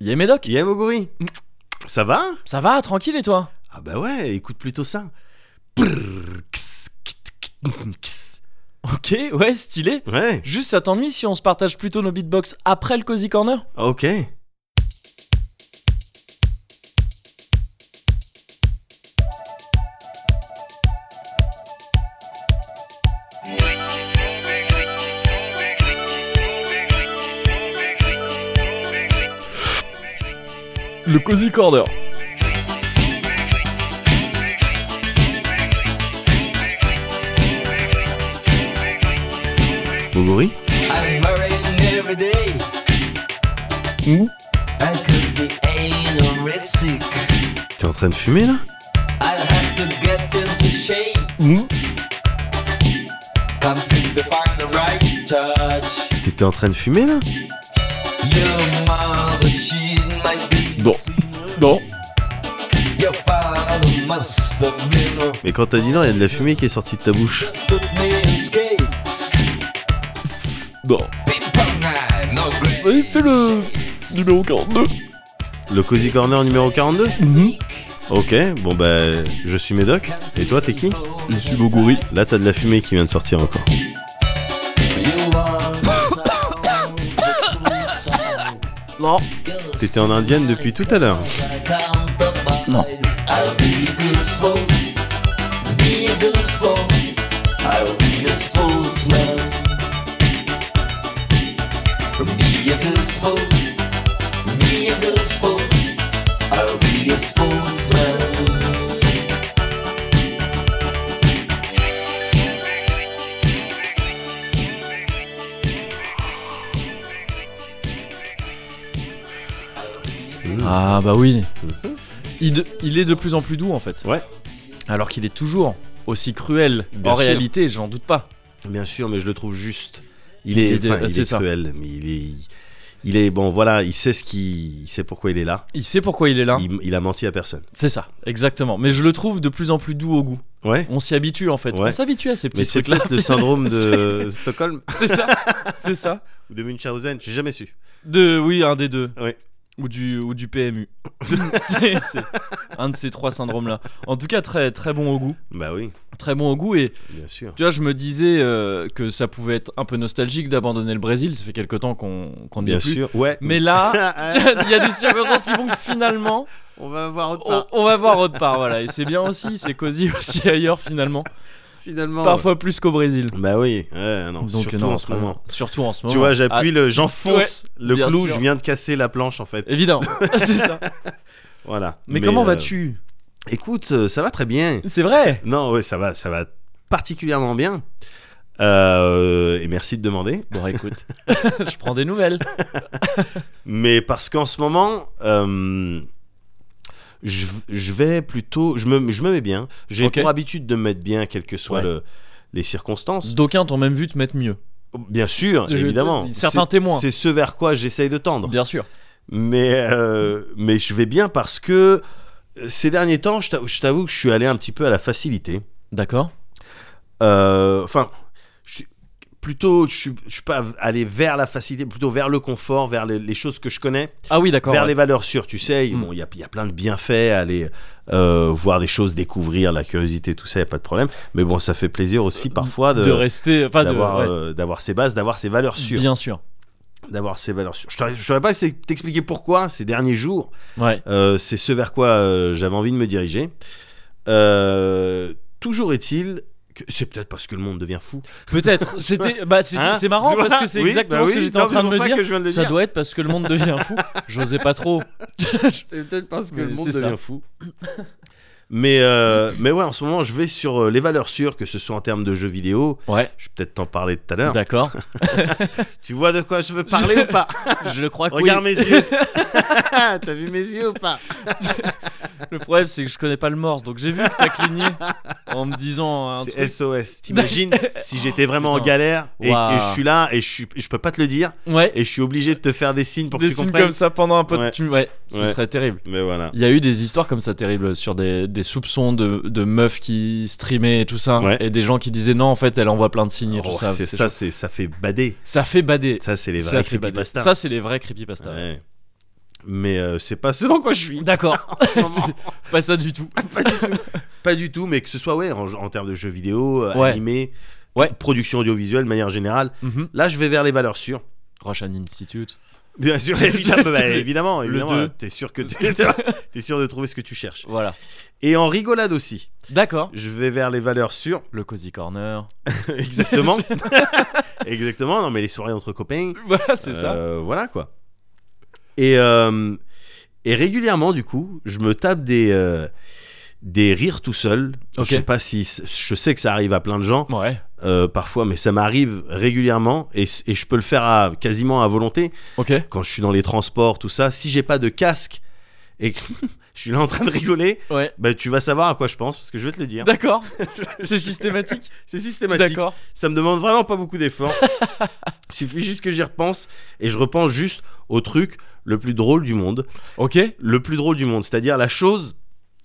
Yé Médoc, Yé Moguri Ça va ça va, tranquille et toi Ah bah ouais, écoute plutôt ça. Ok, ouais, stylé. Ouais, Juste, ça t'ennuie si on se partage plutôt nos beatbox après le Cozy Corner ok. Le Cozy Corner. Moguri I'm worrying every day. Hmm I could be anorexic. T'es en train de fumer là I'll have to get into shape. Hmm Come to the park, the right touch. T'étais en train de fumer là Your mother, she might be. Bon. Bon. Your father must have been a Mais quand t'as dit non, il y a de la fumée qui est sortie de ta bouche. put me in skates. Bon. Ping pong nine, no great. Vas-y, fais le numéro 42. Le Cozy Corner numéro 42 Mmh, Ok, bon bah, je suis Médoc. Et toi, t'es qui Je suis Moguri. Là, t'as de la fumée qui vient de sortir encore. You are Non. T'étais en indienne depuis tout à l'heure. Non. I'll be a good sport. Be a good sport. I'll be a sportsman. Be a good sport. Be a good sport. I'll be a sportsman. Ah bah oui. Mhm. Il, de- il est de plus en plus doux en fait. Ouais. Alors qu'il est toujours aussi cruel. Bien en sûr. réalité, j'en doute pas. Bien sûr, mais je le trouve juste. Il Il est, est- enfin, il c'est est ça. cruel, mais il est, il est bon. Voilà, il sait ce qui, il sait pourquoi il est là. Il sait pourquoi il est là. il, il a menti à personne. C'est ça, exactement. Mais je le trouve de plus en plus doux au goût. Ouais. On s'y habitue en fait. Ouais. On s'habitue à ces Mais petits c'est trucs-là. peut-être le syndrome de Stockholm C'est ça, c'est ça. ou de Munchausen. J'ai jamais su. De, oui, un des deux. Ouais. Ou du, ou du PMU. c'est c'est un de ces trois syndromes-là. En tout cas, très, très bon au goût. Bah oui, Très bon au goût. Et bien sûr. tu vois, je me disais euh, que ça pouvait être un peu nostalgique d'abandonner le Brésil. Ça fait quelque temps qu'on qu'on n'y est Bien plus. sûr. Ouais. Mais là, Ah, ah, il y a des circonstances qui font que finalement, on va voir autre on, part. on va voir autre part. Voilà. Et c'est bien aussi, c'est cosy aussi ailleurs finalement. Finalement. Parfois plus qu'au Brésil. Bah oui. Ouais, non, surtout non, en ce très moment. bien. Surtout en ce moment. Tu vois, j'appuie le, j'enfonce le bien clou. sûr. Je viens de casser la planche en fait. Ah, évidemment, c'est ça. Voilà. Mais, comment euh, vas-tu Écoute, euh, ça va très bien. C'est vrai. Non, ouais, ça va, ça va particulièrement bien. Euh, et merci de demander. Bon, écoute, je prends des nouvelles. Mais parce qu'en ce moment, euh, je, je vais plutôt, je me, je me mets bien. J'ai Ok. pour habitude de me mettre bien, quelles que soient Ouais. le- les circonstances. D'aucuns t'ont même vu te mettre mieux. Bien sûr, Je- évidemment. certains C'est- témoins. C'est ce vers quoi j'essaye de tendre. Bien sûr. Mais, euh, mais je vais bien parce que euh, ces derniers temps, je t'avoue- je t'avoue que je suis allé un petit peu à la facilité. D'accord. Euh, enfin, je suis plutôt, je suis, je suis pas allé vers la facilité, plutôt vers le confort, vers les, les choses que je connais, Ah oui, d'accord. vers ouais. les valeurs sûres. Tu sais, il Mm. bon, il y, a, il y a plein de bienfaits, à aller euh, voir des choses, découvrir la curiosité, tout ça, y a pas de problème. Mais bon, ça fait plaisir aussi parfois Euh, De, de, rester. Enfin, de. d'avoir, ouais. euh, d'avoir ses bases, d'avoir ses valeurs sûres, Bien sûr. d'avoir ses valeurs sûres. Je saurais- Je saurais pas c'est- t'expliquer pourquoi ces derniers jours. Ouais. Euh, c'est ce vers quoi euh, j'avais envie de me diriger. Euh, toujours est-il que c'est peut-être parce que le monde devient fou. Peut-être. C'était. Bah, c'était- Hein c'est marrant Tu vois parce que c'est Oui, exactement bah ce que oui, j'étais non, en train de mais c'est me pour ça dire. que je viens de le Ça dire. doit être parce que le monde devient fou. J'osais pas trop. C'est peut-être parce Mais c'est ça. fou. mais, euh, mais ouais, en ce moment, je vais sur euh, les valeurs sûres, que ce soit en termes de jeux vidéo. Ouais. Je vais peut-être t'en parler tout à l'heure. D'accord. Tu vois de quoi je veux parler ou pas Je crois que. oui. Regarde mes yeux. T'as vu mes yeux ou pas Le problème, c'est que je connais pas le morse, donc j'ai vu que t'as cligné en me disant un C'est truc. SOS. T'imagines si j'étais vraiment en Putain. galère et Waouh. que je suis là et je, suis, je peux pas te le dire Ouais. et je suis obligé de te faire des signes pour des que tu signes comprennes. comme ça pendant un peu de- Ouais. tu- Ouais, ce Ouais. serait terrible. Mais voilà. Il y a eu des histoires comme ça terribles sur des, des soupçons de, de meufs qui streamaient et tout ça, Ouais. et des gens qui disaient non, en fait, elle envoie plein de signes et Oh, tout ça. c'est C'est- ça, c'est ça fait bader. Ça fait bader. Ça c'est les Ça vrais fait bader. creepypasta. Ça, c'est les vrais creepypasta. Ouais. mais euh, c'est pas ce dans quoi je suis. D'accord. C'est pas ça du tout. pas du tout. Pas du tout, mais que ce soit ouais, en, en termes de jeux vidéo, euh, Ouais. animé, Ouais. production audiovisuelle de manière générale. Mhm. Là, je vais vers les valeurs sûres. Russian Institute. Bien sûr, évidemment, bah, évidemment, Le évidemment, deux. là, t'es sûr que t'es sûr de trouver ce que tu cherches. Voilà. Et en rigolade aussi, D'accord. je vais vers les valeurs sûres, Le Cozy Corner. Euh. exactement, exactement. Non, mais les soirées entre copains, Voilà, c'est ça. Euh, voilà quoi. Et, euh, et régulièrement, du coup, je me tape des, euh, des rires tout seul. Ok. Je sais pas si. Je sais que ça arrive à plein de gens Ouais. euh, parfois, mais ça m'arrive régulièrement et, c- et je peux le faire à, quasiment à volonté. Ok. Quand je suis dans les transports, tout ça, si j'ai pas de casque et que je suis là en train de rigoler, Ouais. bah, tu vas savoir à quoi je pense parce que je vais te le dire. D'accord. C'est systématique. C'est systématique. D'accord. Ça me demande vraiment pas beaucoup d'efforts. Suffit juste que j'y repense et je repense juste au truc le plus drôle du monde. Ok. Le plus drôle du monde, c'est-à-dire la chose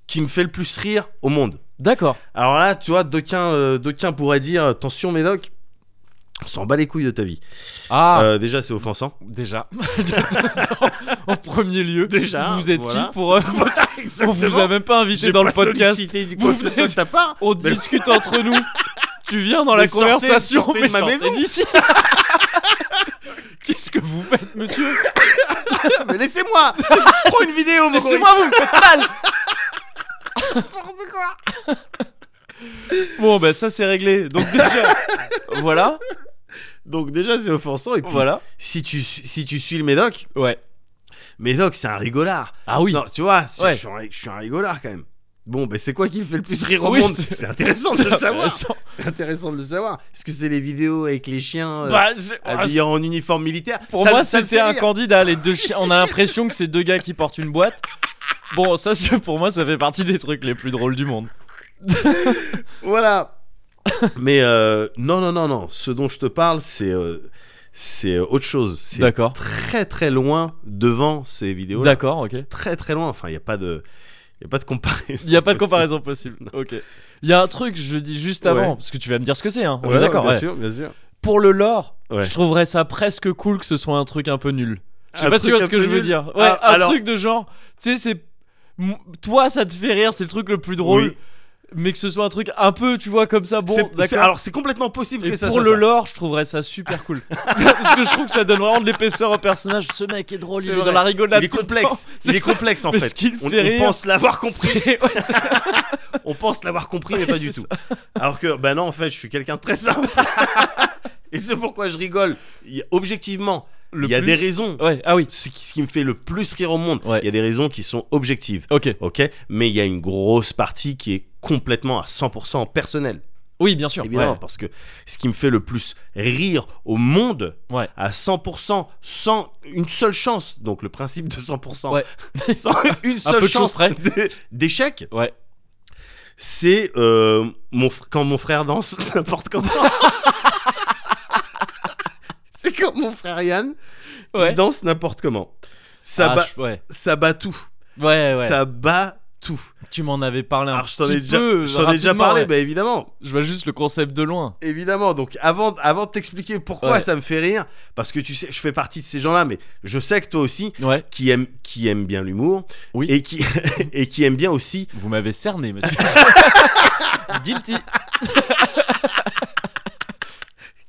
qui me fait le plus rire au monde. D'accord. Alors là, tu vois, d'aucuns euh, d'aucuns pourraient dire attention, Médoc, on s'en bat les couilles de ta vie. Ah. Euh, déjà, c'est offensant. Déjà. en premier lieu. Déjà, Vous êtes voilà. qui pour euh, On vous a même pas invité dans le podcast. Du Vous quoi que ce soit de ta part. On discute entre nous. Tu viens dans Mais la sortez- conversation, sortez de mais ma sortez maison. d'ici. Qu'est-ce que vous faites, monsieur Mais laissez-moi Prends une vidéo, mon Laissez-moi vous me faites mal. Bon, bah ça c'est réglé. Donc déjà, voilà, gorille. Donc déjà, c'est offensant. Et puis, voilà. si, tu, su- si tu suis le Médoc, Ouais. Médoc, c'est un rigolard. Ah oui. Non, tu vois, c'est- Ouais. je, suis un, je suis un rigolard quand même. Bon, ben c'est quoi qui le fait le plus rire au Oui, monde c'est- C'est intéressant de C'est le savoir. intéressant. C'est intéressant de le savoir. Est-ce que c'est les vidéos avec les chiens euh, Bah, j'ai- habillés en uniforme militaire Pour Ça- moi, ça le c'était fait un rire. candidat. Les deux chiens. On a l'impression que c'est deux gars qui portent une boîte. Bon, ça, c'est- pour moi, ça fait partie des trucs les plus drôles du monde. Voilà. Mais euh, non, non, non, non. Ce dont je te parle, c'est euh, c'est euh, autre chose. C'est D'accord. très, très loin devant ces vidéos. D'accord, ok. Très, très loin. Enfin, il n'y a pas de, il a pas de comparaison. Il n'y a pas de possible. comparaison possible. Ok. Il y a un truc, je le dis juste avant, Ouais. parce que tu vas me dire ce que c'est. Hein. On Ouais, est d'accord. Bien ouais. sûr, bien sûr. Pour le lore, Ouais. je trouverais ça presque cool que ce soit un truc un peu nul. Je sais Un pas si tu truc vois un ce que peu je veux nul. dire. Ouais, Ah, un alors- truc de genre, tu sais, c'est. m- Toi, ça te fait rire, c'est le truc le plus drôle, Oui. mais que ce soit un truc un peu, tu vois, comme ça, bon, C'est- c'est- d'accord. alors, c'est complètement possible Et que ça pour ça, le ça. lore, je trouverais ça super cool. Parce que je trouve que ça donne vraiment de l'épaisseur au personnage. Ce mec est drôle, C'est il est vrai. dans la rigolade. Il est tout le complexe. temps. Il C'est est ça. complexe en Mais fait. ce qu'il On, fait on rire, pense l'avoir compris. c'est- ouais, c'est- On pense l'avoir compris, mais Ouais, pas du c'est tout. Alors que, bah non, en fait, je suis quelqu'un de très simple. Et c'est pourquoi je rigole. Il y a- objectivement, le il y a plus- des raisons. Ouais, ah oui. Ce qui, ce qui me fait le plus rire au monde, Ouais. il y a des raisons qui sont objectives. Ok. Ok, mais il y a une grosse partie qui est complètement à 100% personnelle, Oui, bien sûr. évidemment, ouais. parce que ce qui me fait le plus rire au monde, Ouais. à 100%, sans une seule chance, donc le principe de 100%, Ouais. sans une seule peu de choses chance près. d'é- d'échec, Ouais. c'est euh, mon fr- quand mon frère danse n'importe comment. c'est quand mon frère Yann il Ouais. danse n'importe comment. Ça, Ah, bat, je- ouais. ça bat tout. Ouais, ouais. Ça bat tout. Tu m'en avais parlé un Alors je t'en ai petit déjà, peu. je t'en ai déjà rapidement, parlé, ouais. bah évidemment. Je vois juste le concept de loin. Évidemment, donc avant, avant de t'expliquer pourquoi Ouais. ça me fait rire, parce que tu sais, je fais partie de ces gens-là, mais je sais que toi aussi, Ouais. qui aime, qui aime bien l'humour, Oui. et, qui, et qui aime bien aussi Vous m'avez cerné, monsieur. Guilty.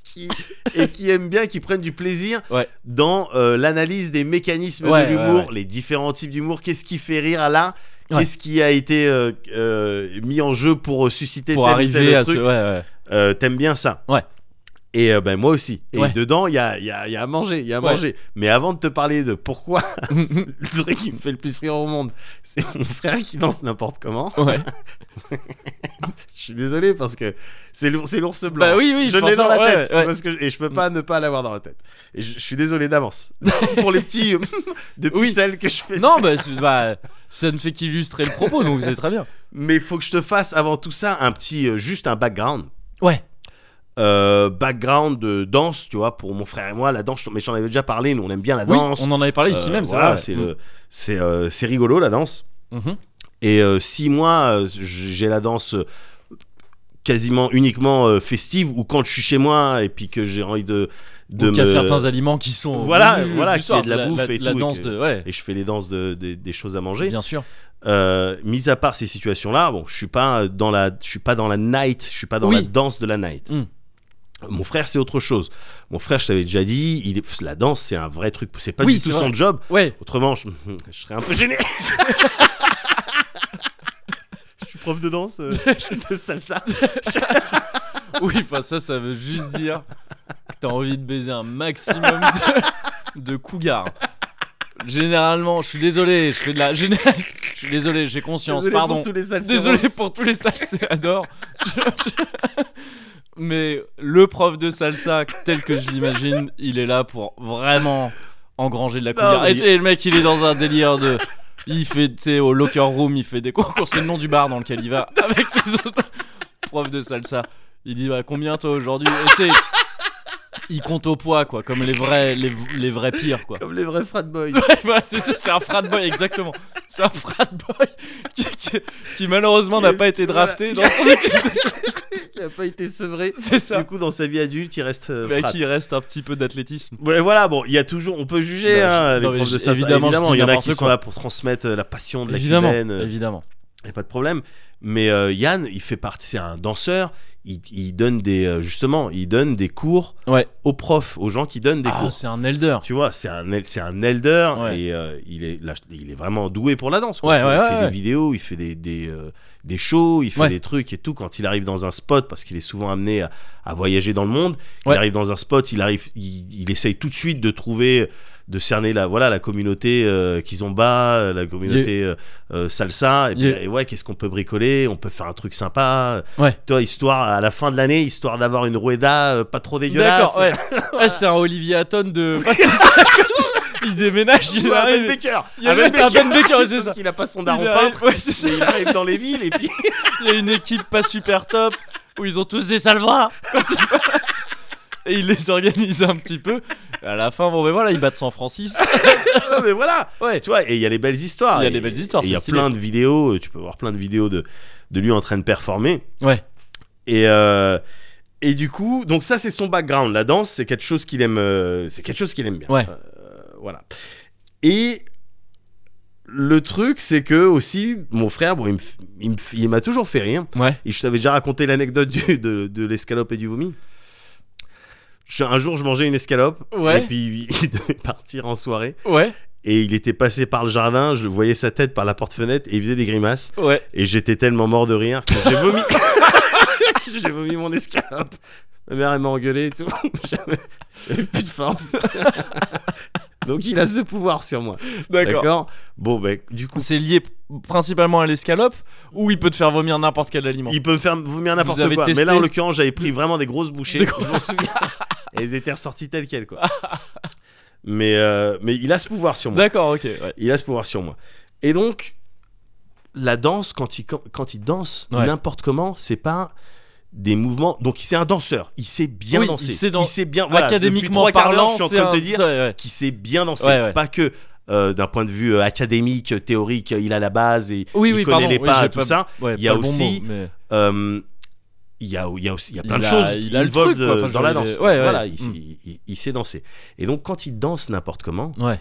qui- et qui aime bien, qui prennent du plaisir Ouais. dans euh, l'analyse des mécanismes Ouais, de l'humour, ouais, les différents types d'humour. Qu'est-ce qui fait rire à l'un Ouais. Qu'est-ce qui a été euh, euh, mis en jeu pour susciter Pour tel ou tel arriver à truc ce. Ouais, ouais. Euh, T'aimes bien ça Ouais. Et euh, ben moi aussi. Et Ouais. dedans, il y a, il y a- il y a à manger, il y a à Ouais. manger. Mais avant de te parler de pourquoi le truc qui me fait le plus rire au monde, c'est mon frère qui danse n'importe comment. ouais. Je suis désolé parce que c'est l'ours c'est l'ours blanc. Bah oui, oui. je pense l'ai dans ça, la ouais, tête. tu ouais. vois ce que je- et je peux pas ne pas l'avoir dans la tête. Et je, je suis désolé d'avance pour les petits euh, de Oui. pucelles que je fais. Non, bah, c'est- bah, ça ne fait qu'illustrer le propos, donc vous êtes très bien. Mais faut que je te fasse avant tout ça un petit, euh, juste un background. Ouais. Euh, background de danse, tu vois, pour mon frère et moi, la danse, mais j'en avais déjà parlé, nous on aime bien la Oui, danse. on en avait parlé ici Euh, même, Mm. voilà, ça. c'est ouais. le- c'est euh, c'est rigolo la danse. Mhm. Et euh, si moi euh, j'ai la danse euh, quasiment uniquement euh, festive ou quand je suis chez moi et puis que j'ai envie de de Donc, il y a me- certains aliments qui sont. au Voilà, menu voilà, du qu'il y soir, ait de la bouffe et la tout, et danse que- de. Ouais, et je fais les danses de, des- des choses à manger. bien sûr. Euh, mis à part ces situations-là, bon, je suis pas dans la, je suis pas dans la night, je suis pas dans Oui. la danse de la night. Mm. Mon frère, c'est autre chose. Mon frère, je t'avais déjà dit, il est- la danse, c'est un vrai truc. C'est pas Oui, du tout c'est vrai. son job. Ouais, Autrement, je, je serais un peu gêné. je suis prof de danse, euh, de salsa. oui, enfin, ça, ça veut juste dire que t'as envie de baiser un maximum de, de cougars. Généralement, je suis désolé, je fais de la. géné- Je suis désolé, j'ai conscience, Désolé pardon. pour tous les salseros. Désolé pour tous les salséadors. Mais le prof de salsa, tel que je l'imagine, il est là pour vraiment engranger de la Non, couleur. mais et il- tu sais, le mec, il est dans un délire de. Il fait, tu sais, au locker room, il fait des concours. C'est le nom du bar dans lequel il va avec ses autres profs de salsa. Il dit, bah, combien toi aujourd'hui Et tu sais, il compte au poids, quoi, comme les vrais, les, les vrais pires, quoi. Comme les vrais frat boys. Ouais, voilà, c'est ça, c'est un frat boy, exactement. C'est un frat boy qui, qui- qui, malheureusement n'a pas été drafté dans son équipe. il a pas été sevré. C'est Du ça. coup, dans sa vie adulte, il reste euh, Mais frat. qui reste un petit peu d'athlétisme. Ouais, voilà, bon, il y a toujours, on peut juger, Non, je- hein, les Bah, non, mais profs de je- salsa. évidemment, je dis il y en a n'importe qui sont quoi. là pour transmettre euh, la passion de la Évidemment, cubaine, euh, évidemment. y a pas de problème. Mais euh, Yann, il fait partie, c'est un danseur. Il, il donne des, euh, justement, il donne des cours Ouais. aux profs, aux gens qui donnent des Ah, cours. c'est un elder. Tu vois, c'est un, el- c'est un elder Ouais. et euh, il, est, là, il est vraiment doué pour la danse. quoi. Ouais, Tu vois, ouais, il ouais, fait ouais. des vidéos, il fait des, des, euh, des shows, il fait Ouais. des trucs et tout. Quand il arrive dans un spot, parce qu'il est souvent amené à, à voyager dans le monde, Ouais. il arrive dans un spot, il, arrive, il, il essaye tout de suite de trouver de cerner la voilà la communauté euh, kizomba la communauté euh, euh, salsa et, puis, Il est- et ouais qu'est-ce qu'on peut bricoler on peut faire un truc sympa Ouais. toi histoire à la fin de l'année histoire d'avoir une rueda euh, pas trop dégueulasse D'accord, ouais. Ah, c'est un Olivier Hatton de. il déménage, il Ou un Ben arrive. Baker Il y a- ouais, c'est un Ben Baker, c'est ça. il a pas son Il daron arrive- peintre ouais, c'est ça. mais il arrive dans les villes et puis Il y a une équipe pas super top où ils ont tous des salvas quand ils Et ils les organisent un petit peu. À la fin, bon, ben voilà, ils battent San Francisco. Non, mais voilà Ouais. tu vois et il y a les belles histoires Il y a Et- les belles histoires, et il y a c'est stylé. plein de vidéos euh, tu peux voir plein de vidéos de de lui en train de performer Ouais. et euh, et du coup donc ça c'est son background la danse c'est quelque chose qu'il aime euh, c'est quelque chose qu'il aime bien Ouais. Euh, voilà et le truc, c'est que aussi, mon frère, bon, il me f- il me f- il m'a toujours fait rire. Ouais. Et je t'avais déjà raconté l'anecdote du- de, de l'escalope et du vomi. Je- un jour, je mangeais une escalope. Ouais. Et puis, il devait partir en soirée. Ouais. Et il était passé par le jardin. Je voyais sa tête par la porte-fenêtre. Et il faisait des grimaces. Ouais. Et j'étais tellement mort de rire que j'ai vomi. j'ai vomi mon escalope. Ma mère, elle m'a engueulé et tout. J'avais j'avais plus de force. Donc, il a ce pouvoir sur moi. D'accord. D'accord Bon, ben, du coup. C'est lié p- principalement à l'escalope ou il peut te faire vomir n'importe quel aliment. Il peut me faire vomir n'importe Vous avez quoi. testé Mais là, en l'occurrence, j'avais pris vraiment des grosses bouchées. Des Je m'en souviens. Et elles étaient ressorties telles quelles, quoi. mais, euh, mais il a ce pouvoir sur moi. D'accord, ok. ouais. Il a ce pouvoir sur moi. Et donc, la danse, quand il, quand il danse Ouais. n'importe comment, c'est pas des mouvements. Donc, c'est un danseur. Il sait bien Oui, danser. il sait danser. bien. Voilà, Académiquement depuis trois quarts parlant, d'heure, je suis en c'est train de un- te dire ça, ouais, qui sait bien danser, Ouais, ouais. pas que euh, d'un point de vue euh, académique, euh, théorique, euh, il a la base et Oui, il oui, connaît pardon, les oui, pas, j'ai tout pas- ça. ouais. Ouais, Il y a pas le bon aussi- mot, mais- Euh, il y a, il y a aussi il y a plein Il de a- choses qui il a le involvent, truc, quoi. euh, Enfin, je dans la veux danse. dire, ouais, ouais. Voilà, il, Mm. il- il- il sait danser. Et donc quand il danse n'importe comment, Ouais,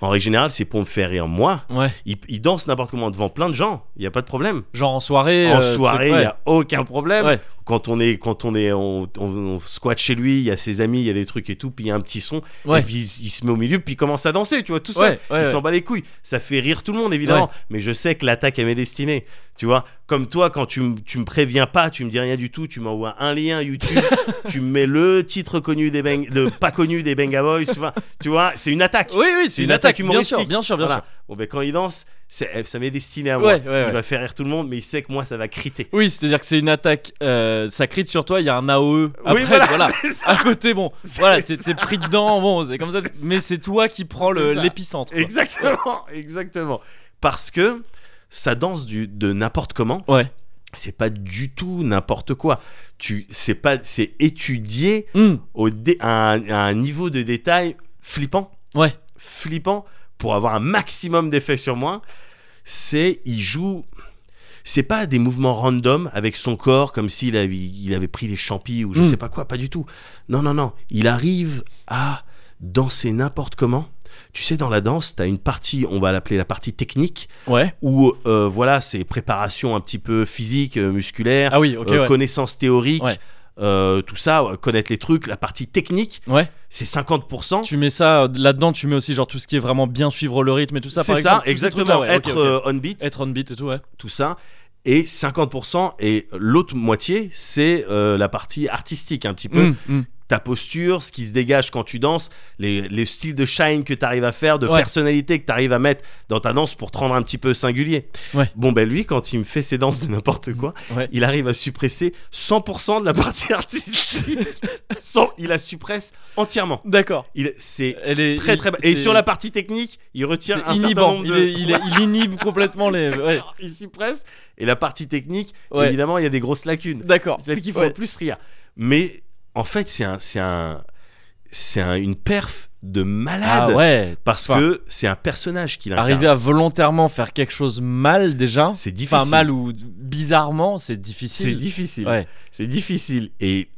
en règle générale, c'est pour me faire rire moi. ouais. Il, il danse n'importe comment devant plein de gens, il y a pas de problème. Genre en soirée. en euh, truc, soirée, il ouais. y a aucun problème. Ouais. Quand on est quand on est on, on- on squatte chez lui, il y a ses amis, il y a des trucs et tout, puis il y a un petit son Ouais. et puis il, il se met au milieu puis il commence à danser, tu vois, tout ça Ouais, ouais, il ouais. s'en bat les couilles. Ça fait rire tout le monde, évidemment. Mais je sais que l'attaque, elle m'est destinée. Tu vois, comme toi, quand tu, m- tu me préviens pas, tu me dis rien du tout, tu m'envoies un lien YouTube, tu me mets le titre connu des Bang- de pas connu des Benga Boys. Tu vois, tu vois c'est une attaque. Oui, oui, C'est c'est une une attaque. attaque Bien sûr, humoristique. bien sûr, bien Voilà. sûr. Bon, ben quand il danse, c'est- eh, ça m'est destiné à moi. Ouais, ouais, Il ouais. va faire rire tout le monde, mais il sait que moi, ça va criter. Oui, c'est-à-dire que c'est une attaque, euh, ça crite sur toi, il y a un AOE après, oui, voilà. voilà. Ah, c'est ça. À côté, bon, C'est voilà, ça. t'es t'es pris dedans, bon, c'est comme ça. C'est ça. Mais c'est toi qui prends le- C'est ça. l'épicentre. quoi. Exactement, exactement. Parce que ça danse du, de n'importe comment. Ouais. C'est pas du tout n'importe quoi. Tu, c'est pas, c'est étudié Hmm, au dé- à, un, à un niveau de détail flippant, Ouais, flippant, pour avoir un maximum d'effet sur moi, c'est il joue. c'est pas des mouvements random avec son corps comme s'il avait, il avait pris des champis ou je Mm. sais pas quoi, pas du tout. Non, non, non. Il arrive à danser n'importe comment. Tu sais, dans la danse, t'as une partie, on va l'appeler la partie technique, Ouais. où euh, voilà, c'est préparation un petit peu physique, euh, musculaire, Ah oui, ok, euh, ouais. connaissance théorique, Ouais. euh, tout ça, ouais, connaître les trucs, la partie technique, Ouais. c'est 50%. Tu mets ça euh, là-dedans, tu mets aussi genre tout ce qui est vraiment bien suivre le rythme et tout ça. c'est par ça, exemple, tous ces exactement, trucs-là, ouais, être ok, ok. euh, on beat, Être on beat et tout, ouais. tout ça. Et 50%, et l'autre moitié, c'est euh, la partie artistique, un petit peu. Mm, mm. Ta posture, ce qui se dégage quand tu danses, les, les styles de shine que tu arrives à faire, de Ouais. personnalité que tu arrives à mettre dans ta danse pour te rendre un petit peu singulier. Ouais. Bon, ben lui, quand il me fait ses danses de n'importe quoi, Ouais. il arrive à suppresser 100% de la partie artistique. Sans- il la suppresse entièrement. D'accord. Il- C'est Elle est très il- très. Et c'est- sur la partie technique, il c'est retient un certain inhibant. nombre Il, de. est- il est- il inhibe complètement les. Exactement. Ouais. Il s'y presse. Et la partie technique, Ouais. évidemment, il y a des grosses lacunes. D'accord. Celle qui fait Ouais. le plus rire. Mais en fait, c'est un, c'est un, c'est un- une perf de malade. Ah ouais. Parce Enfin, que c'est un personnage qu'il incarne. Arriver à volontairement faire quelque chose mal déjà. C'est difficile. Enfin mal ou bizarrement, c'est difficile. C'est difficile. Ouais. C'est difficile. Et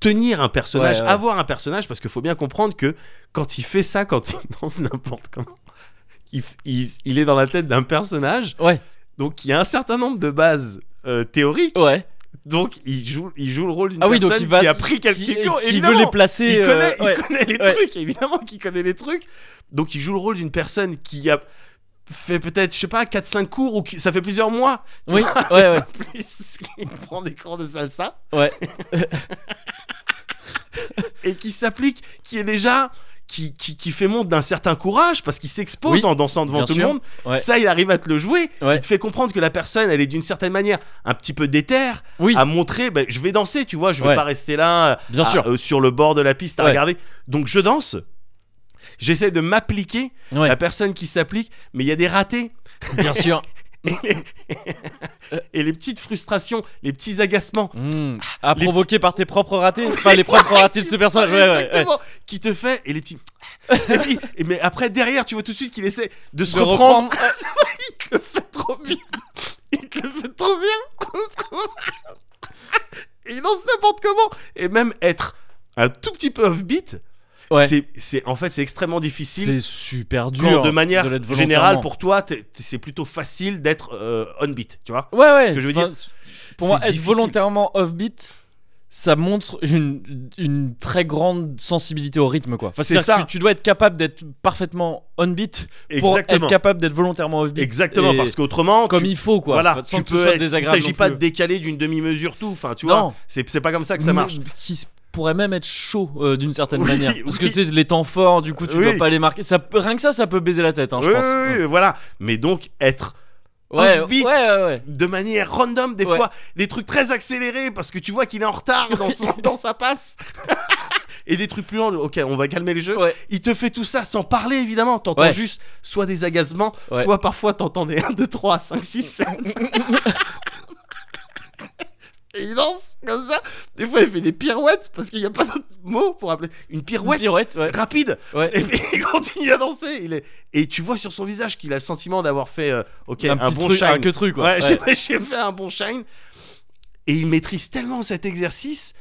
tenir un personnage, Ouais, ouais. avoir un personnage, parce qu'il faut bien comprendre que quand il fait ça, quand il danse n'importe comment, il, f- il- il est dans la tête d'un personnage. Ouais. Donc il y a un certain nombre de bases euh, théoriques. Ouais. Donc il joue, il joue le rôle d'une Ah oui, donc personne il va- qui a pris quelques Qui, qui cours. veut Évidemment, les placer. il, euh, connaît, il ouais. connaît les ouais. trucs, évidemment qu'il connaît les trucs. Donc il joue le rôle d'une personne qui a fait peut-être, je sais pas, 4-5 cours ou qui... ça fait plusieurs mois Oui. Ouais. ouais. plus qu'il prend des cours de salsa. Ouais. Et qui s'applique, qui est déjà... Qui, qui, qui fait montre d'un certain courage parce qu'il s'expose Oui, en dansant devant bien tout sûr. le monde. Ouais. Ça, il arrive à te le jouer. Ouais. Il te fait comprendre que la personne, elle est d'une certaine manière un petit peu déterre, Oui. à montrer ben, je vais danser, tu vois, je vais Ouais. pas rester là euh, Bien à- sûr. euh, sur le bord de la piste à Ouais. regarder. Donc je danse. J'essaie de m'appliquer, Ouais. Ah, la personne qui s'applique, mais il y a des ratés Bien sûr. et les petites frustrations, les petits agacements. Mm. À Ah, Les provoquer par tes propres ratés. Enfin les propres ratés de ce personnage. Ouais, ouais, ouais. Exactement, qui te fait et les petits. et puis, et- mais après derrière, tu vois tout de suite qu'il essaie de se De reprendre. reprendre. ouais. Il te le fait trop bien. Il te le fait trop bien. et il lance n'importe comment et même être un tout petit peu off beat. Ouais. C'est, c'est- en fait c'est extrêmement C'est difficile super Quand, dur. de manière l'être générale, volontairement. pour toi, t'es- t'es- c'est plutôt facile d'être euh, on beat, tu vois. Ouais, ouais. que je veux enfin, Pour moi, c'est être difficile. volontairement off-beat, ça montre une, une très grande sensibilité au rythme, quoi. Enfin, C'est c'est-à-dire que ça. Tu, tu dois être capable d'être parfaitement on-beat pour être Exactement. capable d'être volontairement off-beat. Exactement, Et parce qu'autrement, Comme tu, il faut, quoi. voilà, Enfin, sans tu que ce peux. soit être- il désagréable s'agit non pas plus. de décaler d'une demi-mesure tout, enfin, tu Non. Mmh. vois. C'est, c'est pas comme ça que ça marche. Mais Qui s- pourrait même être chaud euh, d'une certaine Oui, manière. Parce que oui. tu sais, les temps forts, du coup, tu Oui. dois pas les marquer. Ça, peut- rien que ça, ça peut baiser la tête, hein, je Oui, pense. oui, oui, voilà. Mais donc, être Ouais, ouais, Off-beat. ouais, ouais. de manière random, des Ouais. fois, des trucs très accélérés parce que tu vois qu'il est en retard dans, son, dans sa passe. Et des trucs plus lents, ok, on va calmer les jeux. Ouais. Il te fait tout ça sans parler, évidemment. T'entends Ouais. juste soit des agacements, Ouais. soit parfois t'entends des 1, 2, 3, 5, 6, 7. Et il danse comme ça. Des fois, il fait des pirouettes parce qu'il n'y a pas d'autre mot pour appeler. Une Une pirouette pirouette, ouais. rapide. ouais. Et puis, il continue à danser. Il est... Et tu vois sur son visage qu'il a le sentiment d'avoir fait euh, ok, un, un petit bon truc, shine. un que truc, quoi. Ouais, Ouais. j'ai- j'ai fait un bon shine. Et il maîtrise tellement cet exercice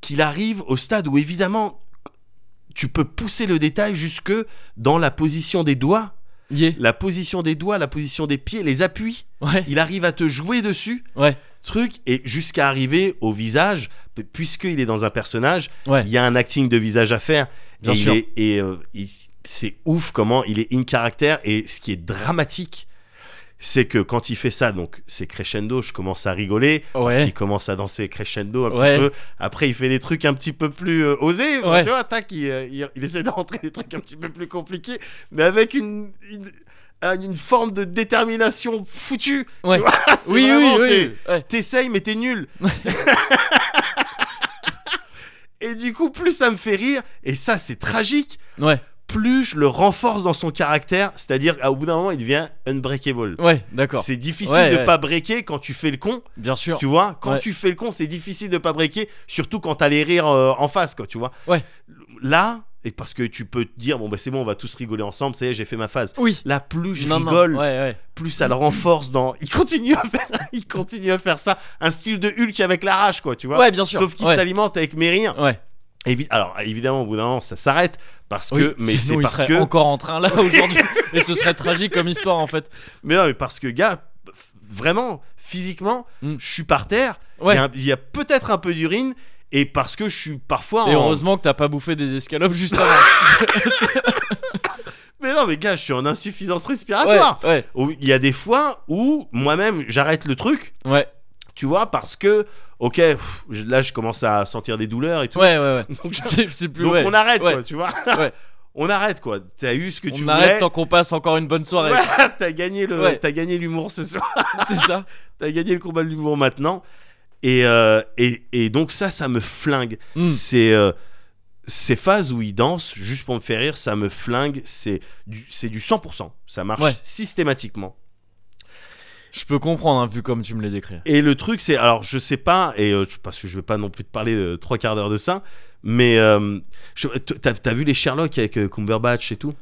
qu'il arrive au stade où évidemment tu peux pousser le détail jusque dans la position des doigts, Yeah. la position des doigts, la position des pieds, les appuis. Ouais. Il arrive à te jouer dessus, Ouais. truc, et jusqu'à arriver au visage, p- puisqu'il est dans un personnage, Ouais. il y a un acting de visage à faire. Bien et il sûr. est- et euh, il- c'est ouf comment il est in caractère. Et ce qui est dramatique, c'est que quand il fait ça, donc c'est crescendo, je commence à rigoler. Parce Ouais. qu'il commence à danser crescendo un petit Ouais. peu. Après, il fait des trucs un petit peu plus euh, osés. Ouais. Tu vois, tac, il, euh, il- il essaie de rentrer des trucs un petit peu plus compliqués, mais avec une, une, un- une forme de détermination foutue. tu Ouais. vois, c'est Oui, oui, vraiment, t'es- oui. ouais. T'essayes, mais t'es nul. et du coup, plus ça me fait rire, et ça, c'est tragique, Ouais, plus je le renforce dans son caractère. C'est-à-dire, à au bout d'un moment, il devient unbreakable. ouais, d'accord. C'est difficile Ouais, de ouais. pas breaker quand tu fais le con. Bien sûr. Tu vois, quand Ouais. tu fais le con, c'est difficile de pas breaker, surtout quand t'as les rires euh, en face, quoi, tu vois. Ouais. Là, et parce que tu peux te dire bon bah c'est bon on va tous rigoler ensemble ça y est j'ai fait ma phase Oui. là plus je Non, non, rigole ouais, ouais. plus ça le renforce dans il continue à faire il continue à faire ça un style de Hulk avec la rage quoi tu vois Ouais, bien sûr. sauf qu'il ouais. s'alimente avec mes rires Ouais. Évi- alors évidemment au bout d'un moment ça s'arrête parce que Oui, mais c'est sinon, il parce serait que encore en train là aujourd'hui. et ce serait tragique comme histoire en fait. mais non mais parce que gars f- vraiment physiquement Mm. je suis par terre il Ouais. y a, un- il y a peut-être un peu d'urine et parce que je suis parfois Et en- heureusement que t'as pas bouffé des escalopes juste avant. mais non mais gars je suis en insuffisance ouais, respiratoire ouais, Au- il y a des fois où moi-même j'arrête le truc ouais, tu vois parce que ok pff, je- là je commence à sentir des douleurs et tout ouais, ouais. ouais. donc, C'est c'est plus donc ouais. on arrête ouais. quoi tu vois Ouais. on arrête quoi t'as eu ce que tu On arrête voulais tant qu'on passe encore une bonne soirée. Ouais, t'as gagné le Ouais. t'as gagné l'humour ce soir C'est ça. T'as gagné le combat de l'humour maintenant. Et, euh, et, et donc ça, ça me flingue. Mm. C'est euh, ces phases où il danse juste pour me faire rire, ça me flingue. C'est du, c'est du 100%. Ça marche Ouais. systématiquement. Je peux comprendre hein, vu comme tu me l'as décrit. Et le truc, c'est alors je sais pas, et euh, je- parce que je vais pas non plus te parler euh, trois quarts d'heure de ça, mais euh, je- t- t'as t'as vu les Sherlock avec euh, Cumberbatch et tout.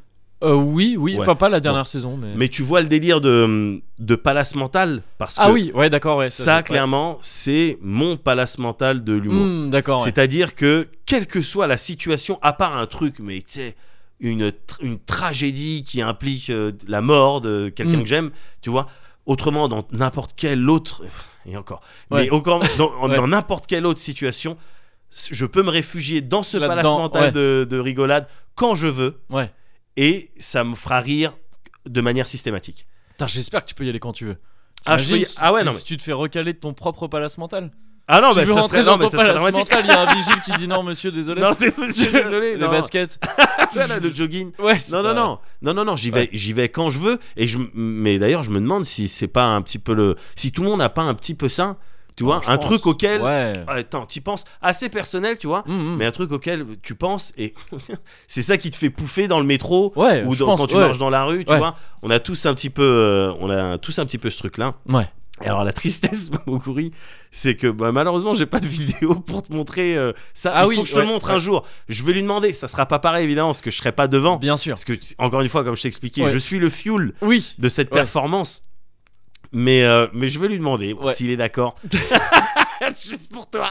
Euh, oui, oui. Ouais. Enfin pas la dernière saison, mais. Mais tu vois le délire de de palace mental parce ah que oui, ouais, d'accord, ouais. ça, c'est- clairement, c'est mon palace mental de ouais. l'humour. Hmm, d'accord. ouais. C'est-à-dire que, quelle que soit la situation, à part un truc, mais tu sais, une, tr- une tragédie qui implique euh, la mort de quelqu'un Mm. que j'aime, tu vois, autrement, dans n'importe quelle autre, et encore, Ouais. mais encore, dans en- Ouais. dans n'importe quelle autre situation, je peux me réfugier dans ce Là-dedans, palace mental ouais. de, de rigolade quand je veux, Ouais. et ça me fera rire de manière systématique. Putain, j'espère que tu peux y aller quand tu veux. Ah, je peux T'imagines y- si- ah ouais, si- non, si mais- tu te fais recaler de ton propre palace mental. Ah non, tu mais veux ça rentrer serait, dans non, mais ton ça serait palace dramatique. mental, il y a un vigile qui dit non, monsieur, désolé. Non, c'est c'est- désolé. les non. baskets. Voilà, le jogging. Ouais. c'est Non, non, pas- non, non, non, non, j'y vais, Ouais. j'y vais quand je veux. Et je, mais d'ailleurs, je me demande si c'est pas un petit peu le, si tout le monde n'a pas un petit peu ça, tu vois, Ah, je un pense. truc auquel, Ah, Ouais. attends, t'y penses, assez personnel, tu vois, Hum, hum. mais un truc auquel tu penses et c'est ça qui te fait pouffer dans le métro Ouais, ou je dans- pense, quand tu ouais. marches dans la rue, tu Ouais. vois. On a tous un petit peu, euh, on a tous un petit peu ce truc-là. Ouais. Et alors la tristesse, Mokuri, c'est que bah, malheureusement j'ai pas de vidéo pour te montrer euh, ça. Ah Il oui, faut que je te ouais, le montre ouais. un jour. Je vais lui demander. Ça sera pas pareil évidemment parce que je serai pas devant. Bien sûr. Parce que, encore une fois, comme je t'expliquais, Ouais. je suis le fuel Oui. de cette Ouais. performance. Mais, euh, mais je vais lui demander Ouais. s'il est d'accord. Juste pour toi.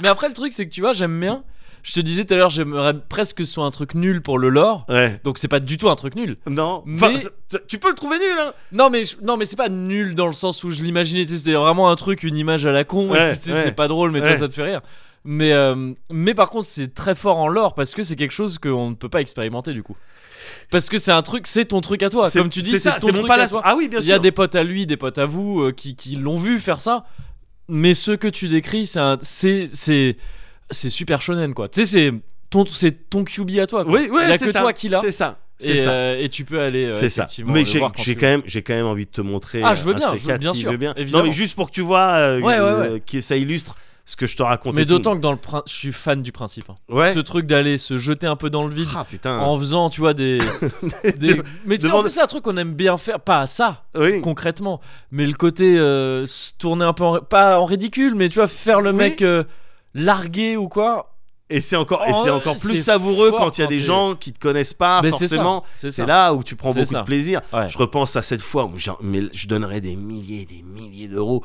Mais après, le truc, c'est que tu vois, j'aime bien. Je te disais tout à l'heure, j'aimerais presque que ce soit un truc nul pour le lore. Ouais. Donc c'est pas du tout un truc nul. Non. Mais- Enfin, c'est- tu peux le trouver nul, hein. Non mais je- non mais c'est pas nul dans le sens où je l'imaginais. tu sais, C'était vraiment un truc, une image à la con. et Ouais, puis, tu sais, ouais. C'est pas drôle, mais toi Ouais. ça te fait rire. Mais euh, mais par contre c'est très fort en lore parce que c'est quelque chose qu'on ne peut pas expérimenter du coup. Parce que c'est un truc, c'est ton truc à toi. C'est- Comme tu dis, c'est ça, ton c'est mon truc à palace. toi. Ah oui, bien Il y a sûr. des potes à lui, des potes à vous euh, qui, qui l'ont vu faire ça. Mais ce que tu décris, c'est un- c'est c'est c'est super shonen quoi. Tu sais, c'est ton c'est ton QB à toi. quoi. Oui, oui, Il y a c'est que ça. toi qui l'as. C'est ça. C'est Et, ça. euh, et tu peux aller. euh, c'est ça. effectivement Mais le j'ai voir quand j'ai tu quand même, j'ai quand même envie de te montrer. euh, Ah, je veux un de bien, ces je veux- quatre, bien s'il sûr, veut bien. Non, évidemment. mais juste pour que tu vois, euh, Ouais, ouais, euh, que ça illustre ce que je te raconte. Mais et tout. d'autant que dans le prin- je suis fan du principe. hein. Ouais. Ce truc d'aller se jeter un peu dans le vide Ah putain. en faisant, tu vois, des. des- Mais tu sais, en demande- plus, c'est un truc qu'on aime bien faire. Pas à ça, Oui. concrètement, mais le côté euh, se tourner un peu. En... Pas en ridicule, mais tu vois, faire le Oui. mec euh, largué ou quoi. Et c'est encore, et Oh, c'est encore plus c'est savoureux fort quand il y a quand des t'es- gens qui te connaissent pas mais c'est ça. Ah, forcément. C'est C'est ça. là où tu prends C'est beaucoup ça. de plaisir. Ouais. Je repense à cette fois où j'en- mais je donnerais des milliers, des milliers d'euros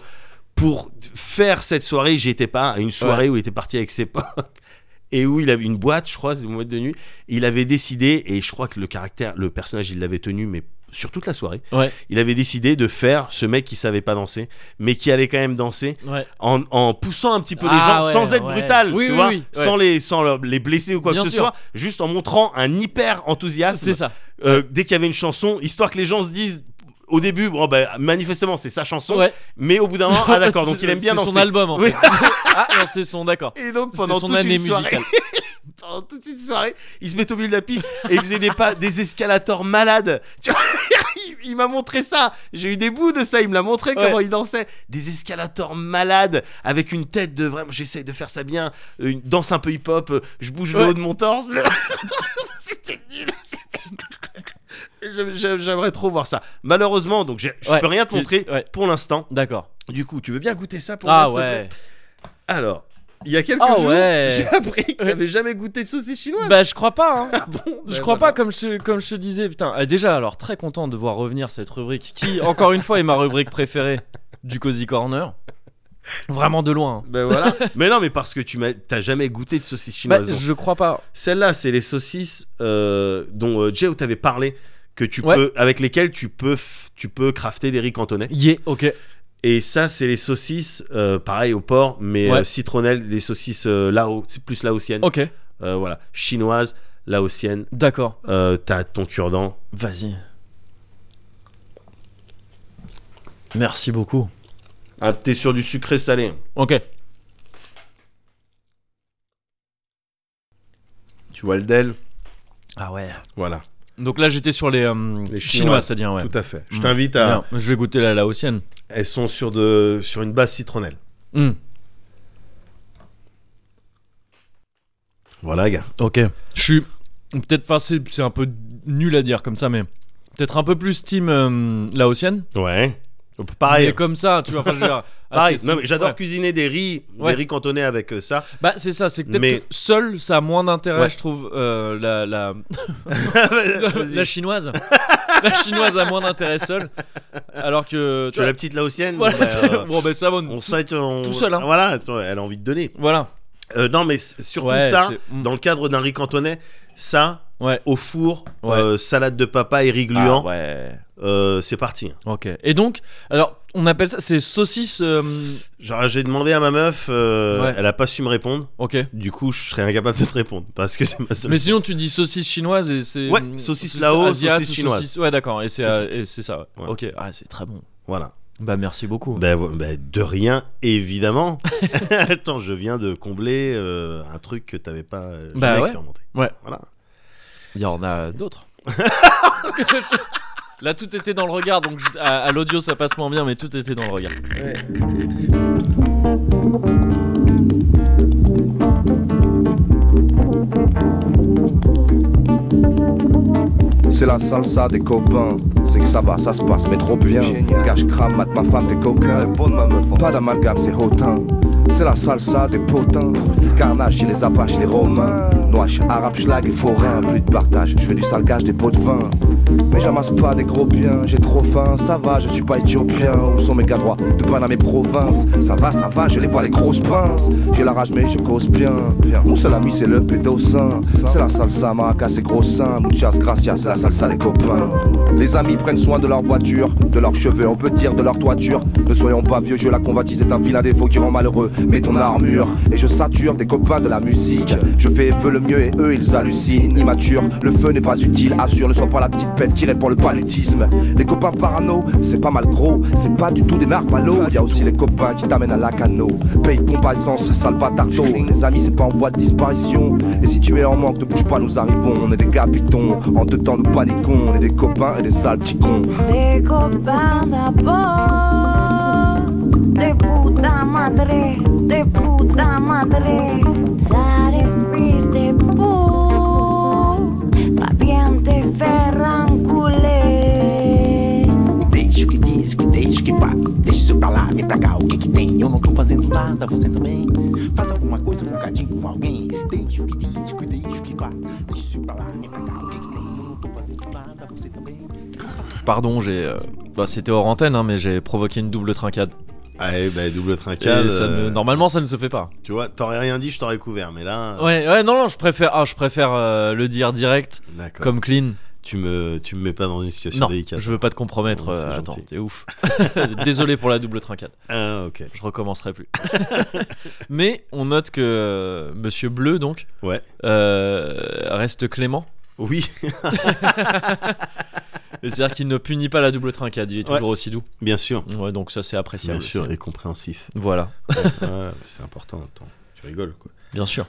pour faire cette soirée. J'y étais pas à une soirée où il était parti avec ses potes et où il avait une boîte, je crois, c'est une boîte de nuit. Il avait décidé et je crois que le caractère, le personnage, il l'avait tenu, mais sur toute la soirée, Ouais. il avait décidé de faire ce mec qui savait pas danser, mais qui allait quand même danser Ouais. en, en poussant un petit peu les Ah gens ouais, sans être ouais. brutal, Oui, tu oui, vois, oui, ouais. sans les sans le- les blesser ou quoi Bien que ce sûr. soit, juste en montrant un hyper enthousiasme C'est ça. euh, dès qu'il y avait une chanson, histoire que les gens se disent au début, bon ben manifestement c'est sa chanson, Ouais. mais au bout d'un moment, ah d'accord, donc il aime bien C'est danser. son album en Oui. fait. ah non, c'est son, d'accord. Et donc C'est pendant son toute année une soirée, musicale. pendant toute une soirée, il se met au milieu de la piste et il faisait des pas, des escalators malades. Tu vois, il, il m'a montré ça. J'ai eu des bouts de ça. Il me l'a montré Ouais. comment il dansait. Des escalators malades avec une tête de vraiment. J'essaye de faire ça bien. euh, Une danse un peu hip hop. Je bouge Ouais. le haut de mon torse. Le- C'était nul. c'était- J'aime- j'aime- J'aimerais trop voir ça. Malheureusement, donc j'ai- je Ouais, peux rien te tu- montrer ouais. pour l'instant. D'accord. Du coup, tu veux bien goûter ça pour moi, Ah s'il te plaît ouais. alors, il y a quelques Ah jours, ouais. j'ai appris que t'avais jamais goûté de saucisses chinoises. Bah je crois pas hein. je bah, crois voilà. pas comme je, comme je te disais putain Euh, déjà alors très content de voir revenir cette rubrique qui encore une fois est ma rubrique préférée du Cozy Corner vraiment de loin hein. Ben voilà. mais non, mais parce que tu m'as, t'as jamais goûté de saucisses bah, chinoises. donc. je crois pas Celle-là, c'est les saucisses euh, dont euh, Jay t'avait parlé, que tu Ouais. peux, avec lesquelles tu peux, f- tu peux crafter des riz cantonais. yeah ok Et ça, c'est les saucisses, euh, pareil au porc, mais Ouais. euh, citronnelles, des saucisses euh, lao, c'est plus laotiennes, ok Euh, voilà, chinoises, laotiennes. d'accord Euh, T'as ton cure-dent. vas-y merci beaucoup Ah, t'es sur du sucré salé. ok Tu vois le del. ah ouais Voilà, donc là j'étais sur les, euh, chinois Les Chinoises. c'est à dire ouais tout à fait. Je Mm. t'invite à. Bien, je vais goûter la laotienne Elles sont sur de, sur une base citronnelle. Hmm, Voilà, gars. ok je suis peut-être enfin c'est c'est un peu nul à dire comme ça mais peut-être un peu plus team euh, laotienne Ouais. Pareil. Mais comme ça, tu vois. enfin, je veux dire, Ah, Pareil. après, Non, c'est- mais j'adore ouais. cuisiner des riz, Ouais. des riz cantonais avec euh, ça. Bah, c'est ça, c'est que peut-être Mais- que seul, ça a moins d'intérêt, Ouais. je trouve, euh, la, la, Vas-y. la chinoise. la chinoise a moins d'intérêt seule. Alors que. Tu as la petite laotienne Voilà, bon, bah, c'est- euh, bon, bah, ça va. on sait on- Tout seul, hein. Voilà, attends, elle a envie de donner. Voilà. Euh, non, mais c- surtout Ouais, ça, c'est- mm. dans le cadre d'un riz cantonais, ça, Ouais. au four, Ouais. euh, salade de papa et riz Ah, gluant, ouais. euh, c'est parti. Ok. Et donc, alors, on appelle ça. C'est saucisse. euh, Genre, j'ai demandé à ma meuf, euh, Ouais. elle a pas su me répondre. Ok. Du coup, je serais incapable de te répondre parce que c'est ma seule. Mais sinon, source. tu dis saucisse chinoise et c'est. Ouais, mm, saucisse là-haut, asiate, saucisse chinoise. Ouais, d'accord. Et c'est C'est euh, et c'est ça. ouais. Ouais. Ok. Ah, c'est très bon. Voilà. Bah, merci beaucoup. Ben, vo- ben, de rien, évidemment. Attends, je viens de combler euh, un truc que t'avais pas euh, Bah jamais ouais. expérimenté. Ouais. Voilà. Il y en a d'autres. Là, tout était dans le regard, donc je- à, à l'audio ça passe moins bien, mais tout était dans le regard. C'est la salsa des copains, c'est que ça va, ça se passe, mais trop bien. Gage crame, mate ma femme, t'es coquin. Pas d'amalgame, c'est hautain. C'est la salsa des potins. Carnage chez les apaches, les romains. Noache, arabe, schlag et forain. Plus de partage, je fais du salgage des pots de vin. Mais j'amasse pas des gros biens, j'ai trop faim. Ça va, je suis pas éthiopien. Où sont mes gars droits de Panama mes provinces Ça va, ça va, je les vois les grosses pinces. J'ai la rage, mais je cause bien. Mon seul ami, c'est le pédosin. C'est la salsa, maracas, c'est gros sein. Muchas gracias, c'est la salsa des copains. Les amis prennent soin de leur voiture, de leurs cheveux, on peut dire de leur toiture. Ne soyons pas vieux, je la convoitise est un vilain défaut qui rend malheureux. Mets ton armure et je sature des copains de la musique. Je fais veux le mieux et eux ils hallucinent. Immature, le feu n'est pas utile. Assure, ne sois pas la petite bête qui répand le palutisme. Les copains parano, c'est pas mal gros, c'est pas du tout des narvalos. Il y a aussi les copains qui t'amènent à la cano. Paye ton pas essence, sale bâtardo. Les amis, c'est pas en voie de disparition. Et si tu es en manque, ne bouge pas, nous arrivons. On est des capitons, en deux temps nous paniquons. On est des copains et des sales petits cons. de copain d'abord, de puta madre, de puta madre, sacrifice de pou, va bien te faire enculer. Deixa o que diz, que deixa o que faz. Deixa isso pra lá, me pra cá, o que que tem? Eu não tô fazendo nada, você também. Faz alguma coisa, um bocadinho com alguém. Deixa o que diz, que deixa o que faz. Deixa isso pra lá, me pra cá, o que que tem? Eu não tô fazendo nada, você também. Pardon, j'ai. euh, bah, c'était hors antenne, hein, mais j'ai provoqué une double trincade. Allez, ben, double Et trincade. ça ne- euh, Normalement, ça ne se fait pas. Tu vois, t'aurais rien dit, je t'aurais couvert, mais là. euh, Ouais, ouais, non, non, je préfère, ah, je préfère euh, le dire direct, D'accord. comme clean. Tu me, tu me mets pas dans une situation Non, délicate. je veux pas te compromettre. Ouais, c'est euh, attends, gentil. t'es ouf. Désolé pour la double trincade. Ah, ok. Je recommencerai plus. mais on note que euh, Monsieur Bleu, donc, Ouais. euh, reste clément. Oui, Et C'est-à-dire qu'il ne punit pas la double trincade, il est Ouais. toujours aussi doux. bien sûr. Ouais, donc ça c'est appréciable. Bien sûr, aussi. et compréhensif. Voilà, Ouais, c'est important, attends. Tu rigoles, quoi. bien sûr.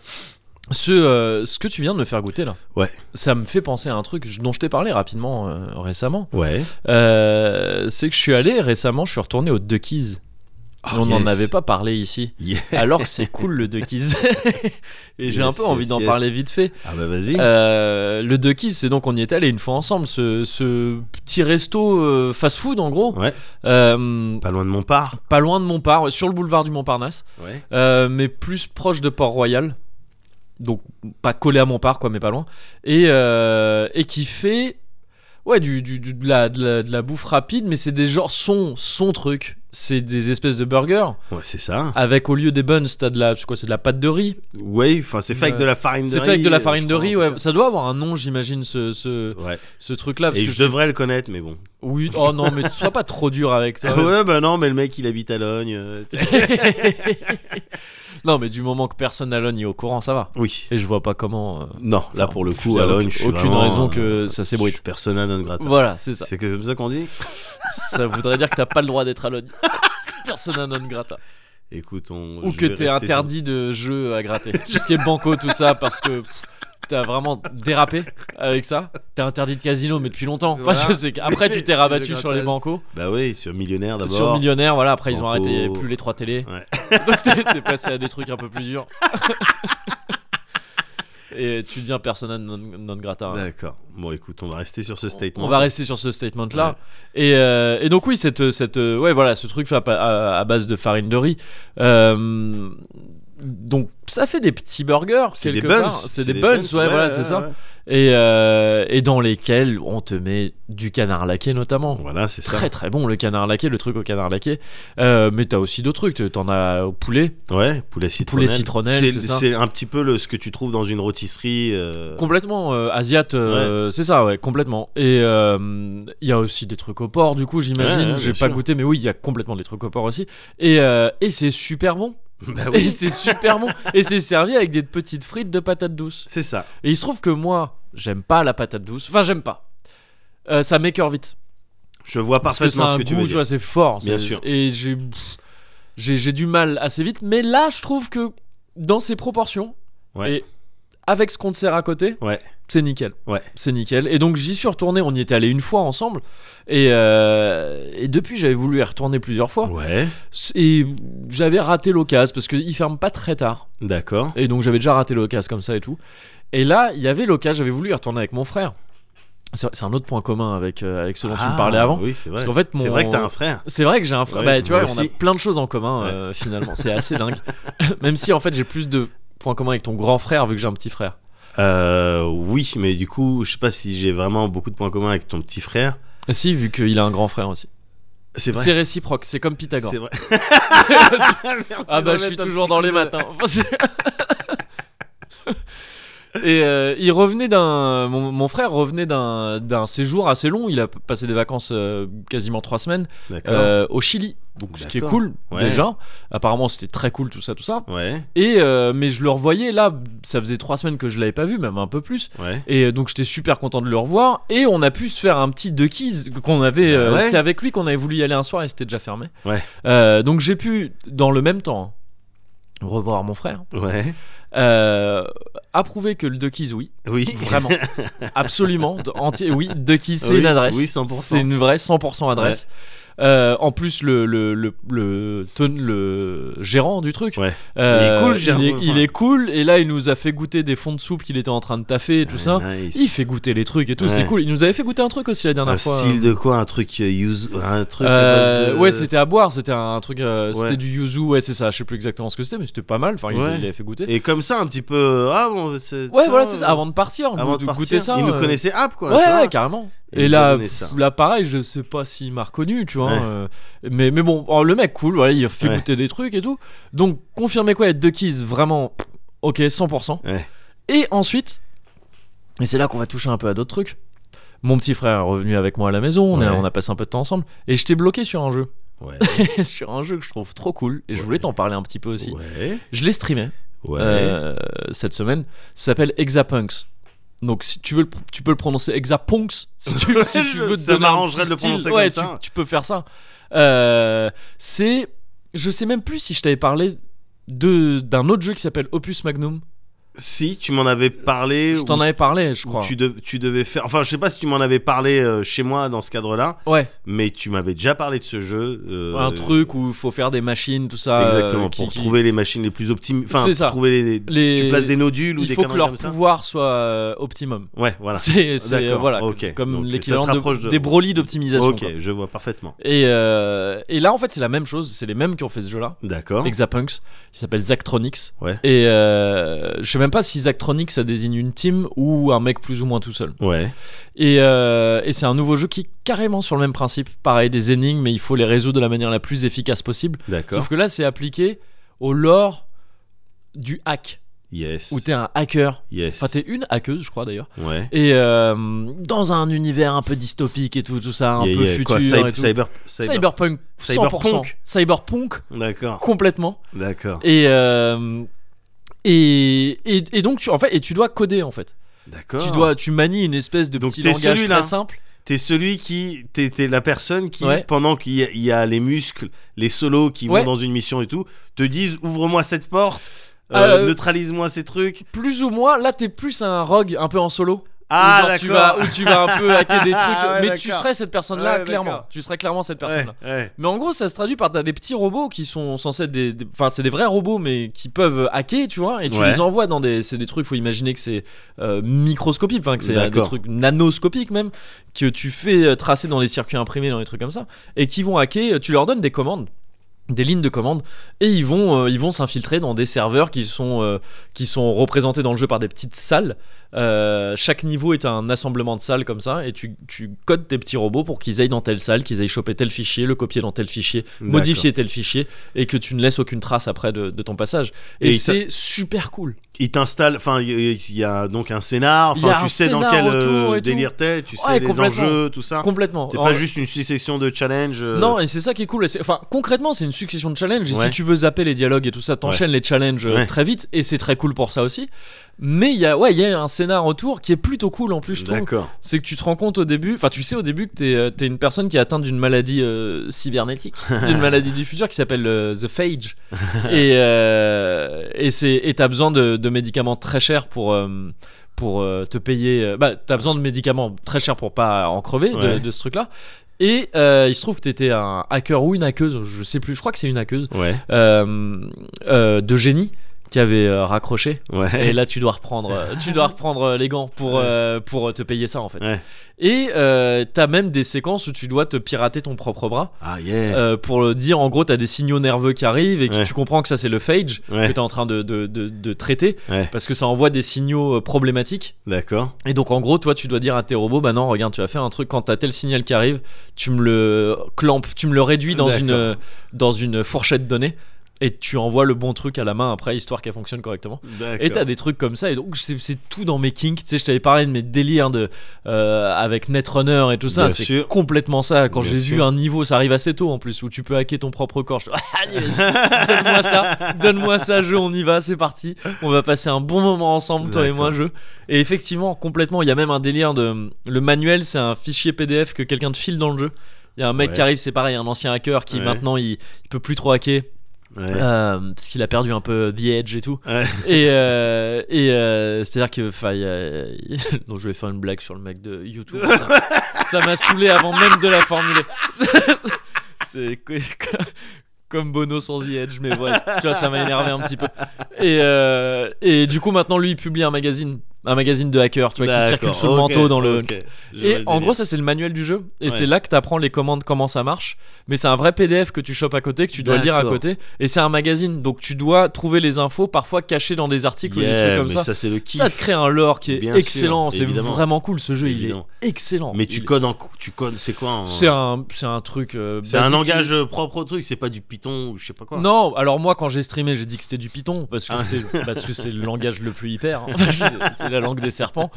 Ce, euh, ce que tu viens de me faire goûter là, Ouais. ça me fait penser à un truc dont je t'ai parlé rapidement euh, récemment. Ouais. Euh, c'est que je suis allé récemment, je suis retourné au Duckies. on n'en Ah, yes. avait pas parlé ici. Yeah. Alors que c'est cool le Deux Keys. Et j'ai un Yes, peu envie yes, d'en yes. parler vite fait. Ah bah vas-y. Euh, le Deux Keys, c'est donc on y est allé une fois ensemble, ce, ce petit resto euh, fast-food en gros, Ouais. Euh, Pas loin de Montpart. pas loin de Montparnasse, sur le boulevard du Montparnasse, Ouais. euh, mais plus proche de Port-Royal, donc pas collé à Montparnasse quoi, mais pas loin, et, euh, et qui fait ouais du, du- du- de, la, de, la, de la bouffe rapide, mais c'est des genres son son truc, c'est des espèces de burgers Ouais, c'est ça. avec au lieu des buns, t'as de la c'est quoi, c'est de la pâte de riz. Ouais, enfin c'est fait avec Euh, de la farine de riz. C'est fait avec de euh, la je farine de crois, riz, en ouais. tout Ça doit avoir un nom, j'imagine, ce, ce, cas. Ouais. ce truc-là. parce Et que je devrais le connaître, mais bon. Oui, oh non, mais sois pas trop dur avec toi. Ah ouais, bah non, mais le mec il habite à Logne. euh, tu sais. non, mais du moment que personne à Logne est au courant, ça va. oui. Et je vois pas comment. euh, Non, là pour le il coup, y a à Logne, aucune- je suis aucune vraiment, raison euh, que ça s'ébruite. je suis Persona non grata. Voilà, c'est ça. C'est comme ça qu'on dit ça voudrait dire que t'as pas le droit d'être à Logne. Persona non grata. Écoute, on. Ou je que vais t'es rester sur- interdit de jeu à gratter. Tout ce qui est banco, tout ça, parce que pff, t'as vraiment dérapé avec ça. T'es interdit de casino, mais depuis longtemps. Enfin, Voilà. je sais que- Après, tu t'es rabattu Je sur les grattage. bancos. Bah oui, sur Millionnaire d'abord. sur Millionnaire, voilà, après ils ont Banco. arrêté, il n'y avait plus les trois télés. Ouais. Donc t'es t'es passé à des trucs un peu plus durs. Et tu deviens persona non, non grata. hein. D'accord. Bon, écoute, on va rester sur ce statement. On va rester sur ce statement là. Et, euh, et donc, oui, cette, cette, euh, ouais, voilà, ce truc fait à, pa- à- à base de farine de riz. Euh, donc, ça fait des petits burgers. C'est des quelque buns. part. C'est des, buns, ouais, voilà, c'est ça. Et, euh, et dans lesquels on te met du canard laqué notamment Voilà, c'est ça. très très bon le canard laqué, le truc au canard laqué. Euh, mais t'as aussi d'autres trucs, t- t'en as au poulet. Ouais, poulet citronnelle. citronnelle, c'est ça. un petit peu le, ce que tu trouves dans une rôtisserie. euh, Complètement euh, asiate, euh, c'est ça, ouais, complètement. Et euh, il y a aussi des trucs au porc, du coup, Ouais, ouais, j'imagine. bien J'ai pas sûr. goûté, mais oui, il y a complètement des trucs au porc aussi. Et, euh, et c'est super bon. Bah Et oui, c'est super bon. Et c'est servi avec des petites frites de patates douces. c'est ça. Et il se trouve que moi, j'aime pas la patate douce. Enfin, j'aime pas. Euh, ça m'écœure vite. Je vois parce que c'est parfaitement un ce que tu goût veux tu dire. vois c'est fort Bien c'est- sûr. et j'ai pff, j'ai j'ai du mal assez vite mais là je trouve que dans ses proportions Ouais. et avec ce qu'on te sert à côté Ouais. c'est nickel Ouais. c'est nickel et donc j'y suis retourné on y était allé une fois ensemble et, euh, et depuis j'avais voulu y retourner plusieurs fois Ouais, et j'avais raté l'occasion parce qu'ils ferment pas très tard d'accord. et donc j'avais déjà raté l'occasion comme ça et tout. Et là, il y avait l'occasion, j'avais voulu y retourner avec mon frère. C'est c'est un autre point commun avec, euh, avec ce dont tu me Ah, parlais avant. Oui, c'est vrai. Parce qu'en fait, C'est mon- vrai que t'as un frère. C'est vrai que j'ai un frère. Ouais, bah, tu moi vois, on aussi. a plein de choses en commun Ouais. euh, finalement. C'est assez dingue. Même si en fait, j'ai plus de points communs avec ton grand frère vu que j'ai un petit frère. Euh, oui, mais du coup, je sais pas si j'ai vraiment beaucoup de points communs avec ton petit frère. Ah, Si, vu qu'il a un grand frère aussi. C'est vrai. C'est réciproque, c'est comme Pythagore. C'est vrai. Merci Ah de bah je suis mettre un toujours petit dans coup les de- matins. Et euh, il revenait d'un, mon, mon frère revenait d'un, d'un séjour assez long. Il a p- passé des vacances euh, quasiment trois semaines D'accord. euh, au Chili, Donc, ce qui est d'accord. cool Ouais. déjà. Apparemment c'était très cool tout ça, tout ça. Ouais, Et euh, mais je le revoyais là, ça faisait trois semaines que je l'avais pas vu, même un peu plus. ouais. Et euh, donc j'étais super content de le revoir. Et on a pu se faire un petit deux keys qu'on avait. euh, Bah ouais. C'est avec lui qu'on avait voulu y aller un soir et c'était déjà fermé. Ouais. Euh, donc j'ai pu, dans le même temps, revoir mon frère. Ouais. Euh, approuver que le deux keys, oui. Oui. Vraiment. Absolument. de- Entier, oui, deux keys, c'est Oui, une adresse. oui, 100%. C'est une vraie 100% adresse. Euh, en plus, le, le, le, le, ton- le gérant du truc, Ouais. euh, Il est cool, le gérant, il est, enfin. il est cool, et là, il nous a fait goûter des fonds de soupe qu'il était en train de taffer et tout Ouais, ça. nice. Il fait goûter les trucs et tout, Ouais. c'est cool. Il nous avait fait goûter un truc aussi la dernière un fois. style de quoi Un truc euh, use Un truc. à Euh, base de- Ouais, c'était à boire, c'était un truc, euh, Ouais. c'était du yuzu, ouais, c'est ça. Je sais plus exactement ce que c'était, mais c'était pas mal. Enfin, il- Ouais. il l'avait fait goûter. Et comme ça, un petit peu. Ah bon, c'est. Ouais, tiens, voilà, c'est ça. euh, Avant de partir, avant de, de partir, goûter ça. Il nous euh, connaissait App, quoi. Ouais, tu vois. ouais, carrément. Il Et nous a là, donné ça. pff, là, pareil, je sais pas s'il m'a reconnu, tu vois. Ouais. euh, mais, mais bon, oh, le mec, cool, voilà, il a fait Ouais. goûter des trucs et tout. Donc, confirmez quoi, être deux keys, vraiment, ok, 100%. Ouais. Et ensuite, et c'est là qu'on va toucher un peu à d'autres trucs. Mon petit frère est revenu avec moi à la maison, on, a, Ouais. on a passé un peu de temps ensemble, et je t'ai bloqué sur un jeu. Ouais. sur un jeu que je trouve trop cool, et je Ouais. voulais t'en parler un petit peu aussi. Ouais. Je l'ai streamé Ouais. euh, cette semaine. Ça s'appelle Exapunks. Donc si tu veux, le pr- tu peux le prononcer Exapunks si tu, Ouais, si tu je- veux. te ça donner un m'arrangerait petit de le prononcer style. comme ouais, ça. Tu, tu peux faire ça. Euh, c'est, je sais même plus si je t'avais parlé de d'un autre jeu qui s'appelle Opus Magnum. Si, tu m'en avais parlé. Je t'en ou- avais parlé, je ou crois. Tu, dev- tu devais faire. Enfin, je sais pas si tu m'en avais parlé euh, chez moi dans ce cadre-là, Ouais, mais tu m'avais déjà parlé de ce jeu. euh, un truc où il faut faire des machines, tout ça. euh, Exactement, qui- pour qui- trouver les machines les plus optimes. Enfin, C'est pour ça. trouver les, Les- Tu places des nodules ou Il des faut que conneries leur comme ça pouvoir soit euh, optimum. Ouais, voilà. Ah, C'est c'est, D'accord, voilà, ok. comme Donc, ça l'équivalent se de- rapproche de- des brolis d'optimisation. Ok, quoi. je vois parfaitement. Et, euh, et là, en fait, c'est la même chose. C'est les mêmes qui ont fait ce jeu-là. D'accord. Exapunks, qui s'appelle Zactronix. Ah. Ouais. Et euh, je sais même pas si Zactronix ça désigne une team ou un mec plus ou moins tout seul. Ouais, Et, euh, et c'est un nouveau jeu qui est carrément sur le même principe. Pareil, des énigmes, mais il faut les résoudre de la manière la plus efficace possible. d'accord. Sauf que là, c'est appliqué au lore du hack, Yes. où t'es un hacker. Yes. Enfin, t'es une hackeuse, je crois d'ailleurs. Ouais. Et euh, dans un univers un peu dystopique et tout, tout ça, un Il y a- peu il y a futur. quoi, et cyber, tout. cyber, cyber- Cyberpunk, 100%. Cyberpunk. Cyberpunk, D'accord, complètement. d'accord, Et, euh, et, et, et donc, tu, en fait, et tu dois coder en fait. d'accord. Tu, dois, tu manies une espèce de Ah. Donc, petit t'es langage celui-là. très simple. T'es celui qui. T'es t'es la personne qui, Ouais. pendant qu'il y, a- il y a les muscles, les solos qui Ouais. vont dans une mission et tout, te disent ouvre-moi cette porte, euh, Euh, neutralise-moi ces trucs. Plus ou moins, là, t'es plus un rogue un peu en solo. Où Ah, genre, d'accord. tu vas, Où tu vas un peu hacker des trucs. Ah ouais, mais tu d'accord. serais cette personne-là, Ouais, clairement. d'accord. Tu serais clairement cette Ouais, personne-là. ouais. Mais en gros, ça se traduit par t'as des petits robots qui sont censés être des, des- enfin c'est des vrais robots mais qui peuvent hacker, tu vois, et tu Ouais. les envoies dans des, c'est des trucs. Faut imaginer que c'est euh, microscopique, enfin que c'est euh, des D'accord. trucs nanoscopiques même que tu fais euh, tracer dans les circuits imprimés, dans les trucs comme ça, et qui vont hacker. euh, Tu leur donnes des commandes des lignes de commande et ils vont euh, ils vont s'infiltrer dans des serveurs qui sont euh, qui sont représentés dans le jeu par des petites salles euh, chaque niveau est un assemblement de salles comme ça, et tu, tu codes tes petits robots pour qu'ils aillent dans telle salle, qu'ils aillent choper tel fichier, le copier dans tel fichier, modifier tel fichier, et que tu ne laisses aucune trace après de, de ton passage. Et, Et il c'est super cool. Il t'installe, enfin, il y, il y a donc un scénar, Il y a enfin, un tu sais dans scénar quel autour et euh, tout. délire t'es, tu Ouais, sais les complètement. enjeux, tout ça. Complètement. C'est En- pas juste une succession de challenges. euh, Non, et c'est ça qui est cool. et c'est- Enfin, concrètement, c'est une succession de challenges. Et Ouais. si tu veux zapper les dialogues et tout ça, t'enchaînes les challenges euh, Ouais. très vite. Et c'est très cool pour ça aussi. Mais il y a, ouais, il y a un scénar autour qui est plutôt cool en plus, je trouve. D'accord. c'est que tu te rends compte au début, enfin tu sais au début que t'es euh, t'es une personne qui est atteinte d'une maladie euh, cybernétique, d'une maladie du futur qui s'appelle euh, The Phage. et euh, et c'est- et t'as besoin de, de médicaments très chers pour... euh, pour euh, te payer, euh, bah t'as besoin de médicaments très chers pour pas en crever de- de, Ouais. ce truc-là. Et euh, il se trouve que t'étais un hacker ou une hackeuse, je sais plus, je crois que c'est une hackeuse Ouais, euh, euh, de génie qui avait euh, raccroché. ouais. Et là, tu dois reprendre, euh, tu dois reprendre euh, les gants pour, Ouais. euh, pour te payer ça en fait. Ouais. Et euh, t'as même des séquences où tu dois te pirater ton propre bras Ah, yeah. euh, pour le dire. En gros, t'as des signaux nerveux qui arrivent et que Ouais. tu comprends que ça c'est le phage que ouais, t'es en train de, de, de- de traiter Ouais. parce que ça envoie des signaux euh, problématiques. d'accord. Et donc en gros, toi, tu dois dire à tes robots, bah non, regarde, tu as fait un truc quand t'as tel signal qui arrive, tu me le clampes, tu me le réduis dans D'accord. une euh, dans une fourchette donnée. Et tu envoies le bon truc à la main après, histoire qu'elle fonctionne correctement. Et t'as D'accord. des trucs comme ça, et donc c'est c'est tout dans mes kinks. Tu sais, je t'avais parlé de mes délires de, euh, avec Netrunner et tout ça. Bien C'est sûr. complètement ça. Quand Bien j'ai vu sûr. un niveau, ça arrive assez tôt en plus, où tu peux hacker ton propre corps. Je... Allez, vas-y, donne-moi ça, donne-moi ça, jeu, on y va, c'est parti. On va passer un bon moment ensemble, toi et moi, jeu. Et effectivement, complètement, il y a même un délire de. Le manuel, c'est un fichier PDF que quelqu'un te file dans le jeu. Il y a un mec Ouais. qui arrive, c'est pareil, un ancien hacker qui Ouais. maintenant il, il peut plus trop hacker Ouais. euh, parce qu'il a perdu un peu The Edge et tout. Ouais. Et, euh, et euh, c'est-à-dire que. enfin, il y a- Non, je vais faire une blague sur le mec de YouTube. Ça- Ça m'a saoulé avant même de la formuler. C'est co- co- comme Bono sans The Edge, mais ouais, tu vois, ça m'a énervé un petit peu. Et, euh, et du coup, maintenant, lui, il publie un magazine. Un magazine de hackers, tu vois, qui D'accord, circule sous le ok, manteau dans le, ok, je vois et le en délire. gros, ça c'est le manuel du jeu. Et Ouais. c'est là que t'apprends les commandes, comment ça marche. Mais c'est un vrai PDF que tu chopes à côté, que tu dois lire à D'accord. côté. Et c'est un magazine. Donc tu dois trouver les infos, parfois cachées dans des articles ou des Yeah, trucs comme mais ça. ça, c'est le kiff. Ça te crée un lore qui est Bien sûr, excellent. C'est évidemment. vraiment cool. Ce jeu, Évidemment. il est excellent. Mais tu Il- codes en co- tu codes c'est quoi en- C'est un, c'est un truc. euh, c'est un basique. langage euh, propre au truc, c'est pas du Python ou je sais pas quoi. Non, alors moi quand j'ai streamé, j'ai dit que c'était du Python parce que Ah. c'est parce que c'est le langage le plus hyper. hein. C'est- c'est la langue des serpents.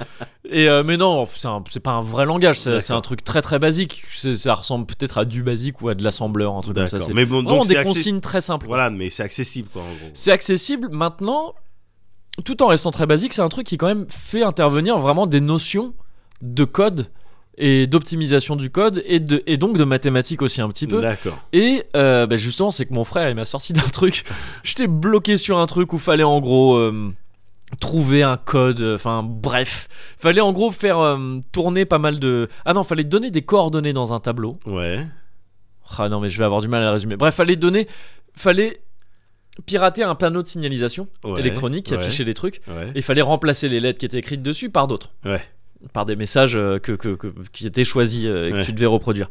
Et euh, mais non, c'est un- c'est pas un vrai langage. C'est c'est un D'accord. truc très très basique. C'est- Ça ressemble peut-être à du basique ou à de l'assembleur, un truc comme ça. D'accord. C'est Mais bon, vraiment donc des c'est accessible. consignes très simples. Voilà, mais c'est accessible quoi en gros. C'est accessible maintenant, tout en restant très basique. C'est un truc qui quand même fait intervenir vraiment des notions de code et d'optimisation du code et, de, et donc de mathématiques aussi un petit peu. D'accord. Et euh, bah, justement, c'est que mon frère, il m'a sorti d'un truc. J'étais bloqué sur un truc où fallait en gros euh, trouver un code, euh, enfin bref, fallait en gros faire euh, tourner pas mal de ah non, fallait donner des coordonnées dans un tableau. Ouais. Ah non, mais je vais avoir du mal à le résumer. Bref, fallait donner, fallait pirater un panneau de signalisation Ouais, électronique qui ouais. affichait des trucs Ouais. et il fallait remplacer les lettres qui étaient écrites dessus par d'autres. Ouais. Par des messages euh, que, que- que- qui étaient choisis euh, et que Ouais. tu devais reproduire.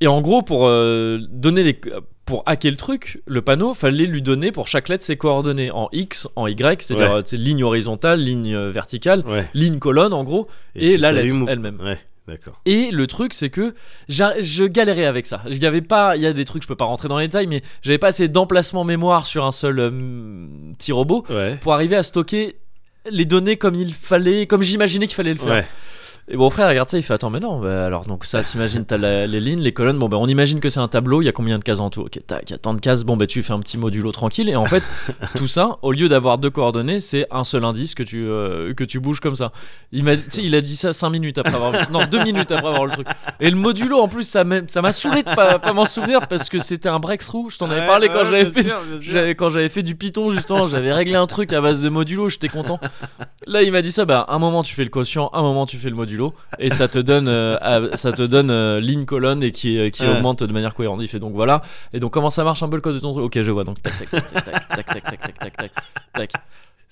Et en gros, pour euh, donner les pour hacker le truc, le panneau, fallait lui donner pour chaque lettre ses coordonnées en X, en Y, c'est-à-dire Ouais. euh, tu sais, ligne horizontale, ligne euh, verticale, Ouais. ligne colonne en gros. Et tu la t'allumes lettre ou- elle-même. Ouais, d'accord. Et le truc, c'est que j'a- je galérais avec ça. Il y avait pas, il y a des trucs, je peux pas rentrer dans les détails, mais j'avais pas assez d'emplacement mémoire sur un seul euh, mm, petit robot Ouais. pour arriver à stocker les données comme il fallait, comme j'imaginais qu'il fallait le faire. Ouais. Et mon frère regarde ça, il fait attends mais non, bah, alors donc ça t'imagines t'as la- les lignes, les colonnes, bon bah on imagine que c'est un tableau, il y a combien de cases en tout Ok, tac, il y a tant de cases, bon bah tu fais un petit modulo tranquille et en fait tout ça, au lieu d'avoir deux coordonnées, c'est un seul indice que tu, euh, que tu bouges comme ça. Il m'a tu sais, il a dit ça 5 minutes après avoir, non 2 minutes après avoir le truc. Et le modulo en plus ça m'a ça m'a saoulé de pas, pas m'en souvenir parce que c'était un breakthrough, je t'en avais parlé quand j'avais fait j'avais- quand j'avais fait du Python justement, j'avais réglé un truc à base de modulo, j'étais content. Là, il m'a dit ça, bah un moment tu fais le quotient, un moment tu fais le modulo, et ça te donne, euh, à- ça te donne euh, ligne colonne et qui, euh, qui Ouais. augmente de manière cohérente. Il fait donc voilà. Et donc comment ça marche un peu le code de ton truc Ok, je vois. Donc tac tac tac tac tac tac tac tac tac tac tac.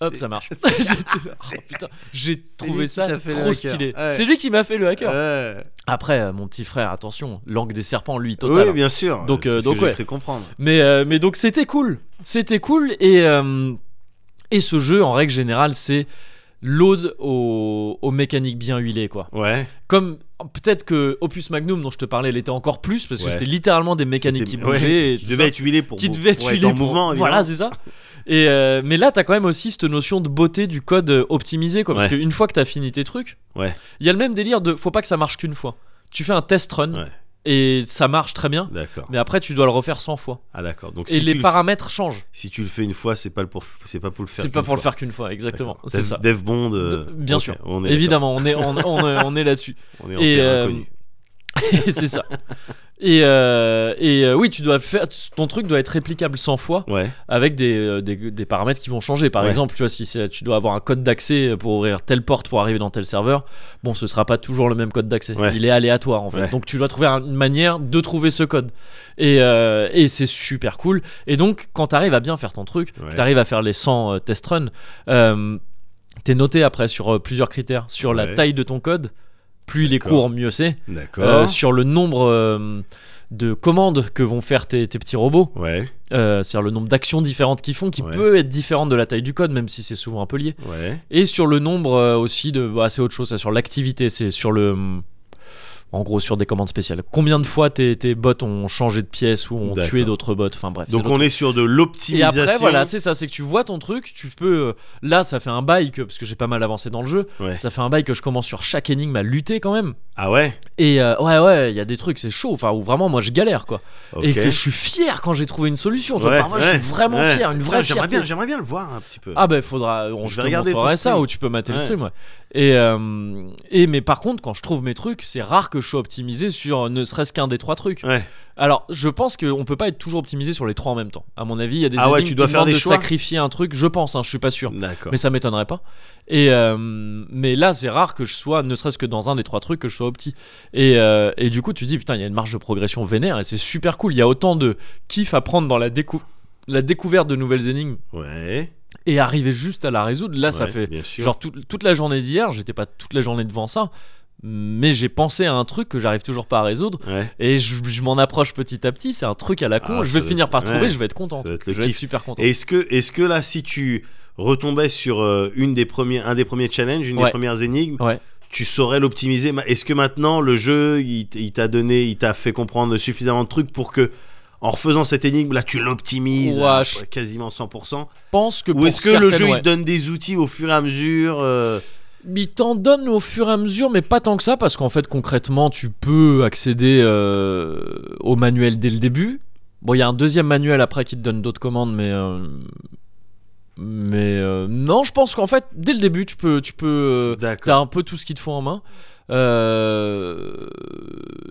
Hop, C'est- ça marche. c'est- J'étais là, oh, putain, j'ai c'est lui trouvé qui ça t'a fait le trop hacker. stylé. Ouais. Euh. C'est lui qui m'a fait le hacker. Ouais. Après, euh, mon petit frère, attention, langue des serpents, lui, total. Oui, bien sûr. Donc, C'est euh, ce que donc, j'ai ouais. cru comprendre. Mais, euh, mais donc c'était cool. C'était cool. Et, euh, et ce jeu, en règle générale, c'est l'aude aux, aux mécaniques bien huilées. Quoi. Ouais. Comme peut-être que Opus Magnum, dont je te parlais, l'était encore plus, parce que Ouais. c'était littéralement des mécaniques qui C'était- bougeaient. ouais, et qui tout devait ça. être huilé pour qui bou- devait pour être huilé en pour- mouvement. Voilà, évidemment. c'est ça. Et euh, mais là, t'as quand même aussi cette notion de beauté du code euh, optimisé, quoi. Parce Ouais. qu'une fois que t'as fini tes trucs, Ouais. il y a le même délire de faut pas que ça marche qu'une fois. Tu fais un test run Ouais. et ça marche très bien, D'accord. mais après tu dois le refaire 100 fois. Ah d'accord. Donc et si, les tu le... paramètres changent. si tu le fais une fois, c'est pas le pour c'est pas pour le faire. C'est pas qu'une pour le fois. faire qu'une fois, exactement. D'accord. C'est Dev- ça. Dev Bond. euh, De- bien ok, sûr. On est Évidemment, on est, on, on est, on est là-dessus. d'accord. On est en Et, terrain euh, inconnu. Et c'est ça. Et, euh, et euh, oui, tu dois faire ton truc doit être réplicable 100 fois Ouais. avec des, euh, des, des paramètres qui vont changer. Par Ouais. exemple, tu vois, si c'est- tu dois avoir un code d'accès pour ouvrir telle porte pour arriver dans tel serveur, bon, ce sera pas toujours le même code d'accès. Ouais. Il est aléatoire en fait. Ouais. Donc tu dois trouver un- une manière de trouver ce code. Et, euh, et c'est super cool. Et donc, quand tu arrives à bien faire ton truc, Ouais. tu arrives à faire les 100 euh, test runs, euh, t'es noté après sur euh, plusieurs critères. Sur la Ouais. taille de ton code, plus il est D'accord. court, mieux c'est. D'accord. Euh, sur le nombre euh, de commandes que vont faire tes, tes petits robots, Ouais. euh, c'est-à-dire le nombre d'actions différentes qu'ils font, qui Ouais. peut être différente de la taille du code, même si c'est souvent un peu lié. Ouais. Et sur le nombre euh, aussi de. bah, c'est autre chose, ça, sur l'activité, c'est sur le. hum, En gros, sur des commandes spéciales. Combien de fois tes, tes bots ont changé de pièce ou ont D'accord. tué d'autres bots Enfin bref. c'est Donc on est sur de et l'optimisation. après, voilà, c'est ça, c'est que tu vois ton truc, tu peux. euh, Là, ça fait un bail que. Parce que j'ai pas mal avancé dans le jeu, Ouais. ça fait un bail que je commence sur chaque énigme à lutter quand même. Ah ouais. Et euh, ouais, ouais, il y a des trucs, c'est chaud, enfin, où vraiment, moi, je galère, quoi. Ok. Et que je suis fier quand j'ai trouvé une solution, toi. Ouais, Parfois, je suis ouais, vraiment ouais. fier, une Putain, vraie J'aimerais fierté. bien, j'aimerais bien le voir un petit peu. Ah ben faudra, on, Je je vais te regarder ton montrerai ça stream. ou tu peux mater le Ouais. stream, ouais. Et, euh, et mais par contre, quand je trouve mes trucs, c'est rare que je sois optimisé sur euh, ne serait-ce qu'un des trois trucs. Ouais. Alors, je pense qu'on peut pas être toujours optimisé sur les trois en même temps. À mon avis, il y a des Ah ouais, énigmes tu dois qui faire demandent des de choix. sacrifier un truc. Je pense, hein, je suis pas sûr, D'accord. mais ça m'étonnerait pas. Et euh, mais là, c'est rare que je sois, ne serait-ce que dans un des trois trucs, que je sois opti. Et, euh, et du coup, tu dis putain, il y a une marge de progression vénère et c'est super cool. Il y a autant de kiff à prendre dans la décou- la découverte de nouvelles énigmes Ouais. et arriver juste à la résoudre. Là, ça ouais, fait Bien sûr. Genre tout- toute la journée d'hier, j'étais pas toute la journée devant ça, mais j'ai pensé à un truc que j'arrive toujours pas à résoudre Ouais. et je, je m'en approche petit à petit. C'est un truc à la con. Ah, je ça vais doit finir être- par trouver, ouais, je vais être content. ça doit être Je le vais être kiff. super content. Et Est-ce que, est-ce que là, si tu retombais sur euh, une des premières, un des premiers challenges, une Ouais. des premières énigmes, Ouais. tu saurais l'optimiser Ma- Est-ce que maintenant le jeu, il, t- il t'a donné, il t'a fait comprendre suffisamment de trucs pour que, en refaisant cette énigme, là, tu l'optimises Ouais, à je- quasiment 100% pense que Ou pour est-ce que le certaines, jeu, ouais. il te donne des outils au fur et à mesure euh, Il t'en donne au fur et à mesure, mais pas tant que ça, parce qu'en fait, concrètement, tu peux accéder euh, au manuel dès le début. Bon, il y a un deuxième manuel après qui te donne d'autres commandes, mais euh, Mais euh, non, je pense qu'en fait, dès le début, tu peux, tu peux, euh, D'accord. t'as un peu tout ce qu'il te faut en main. Euh,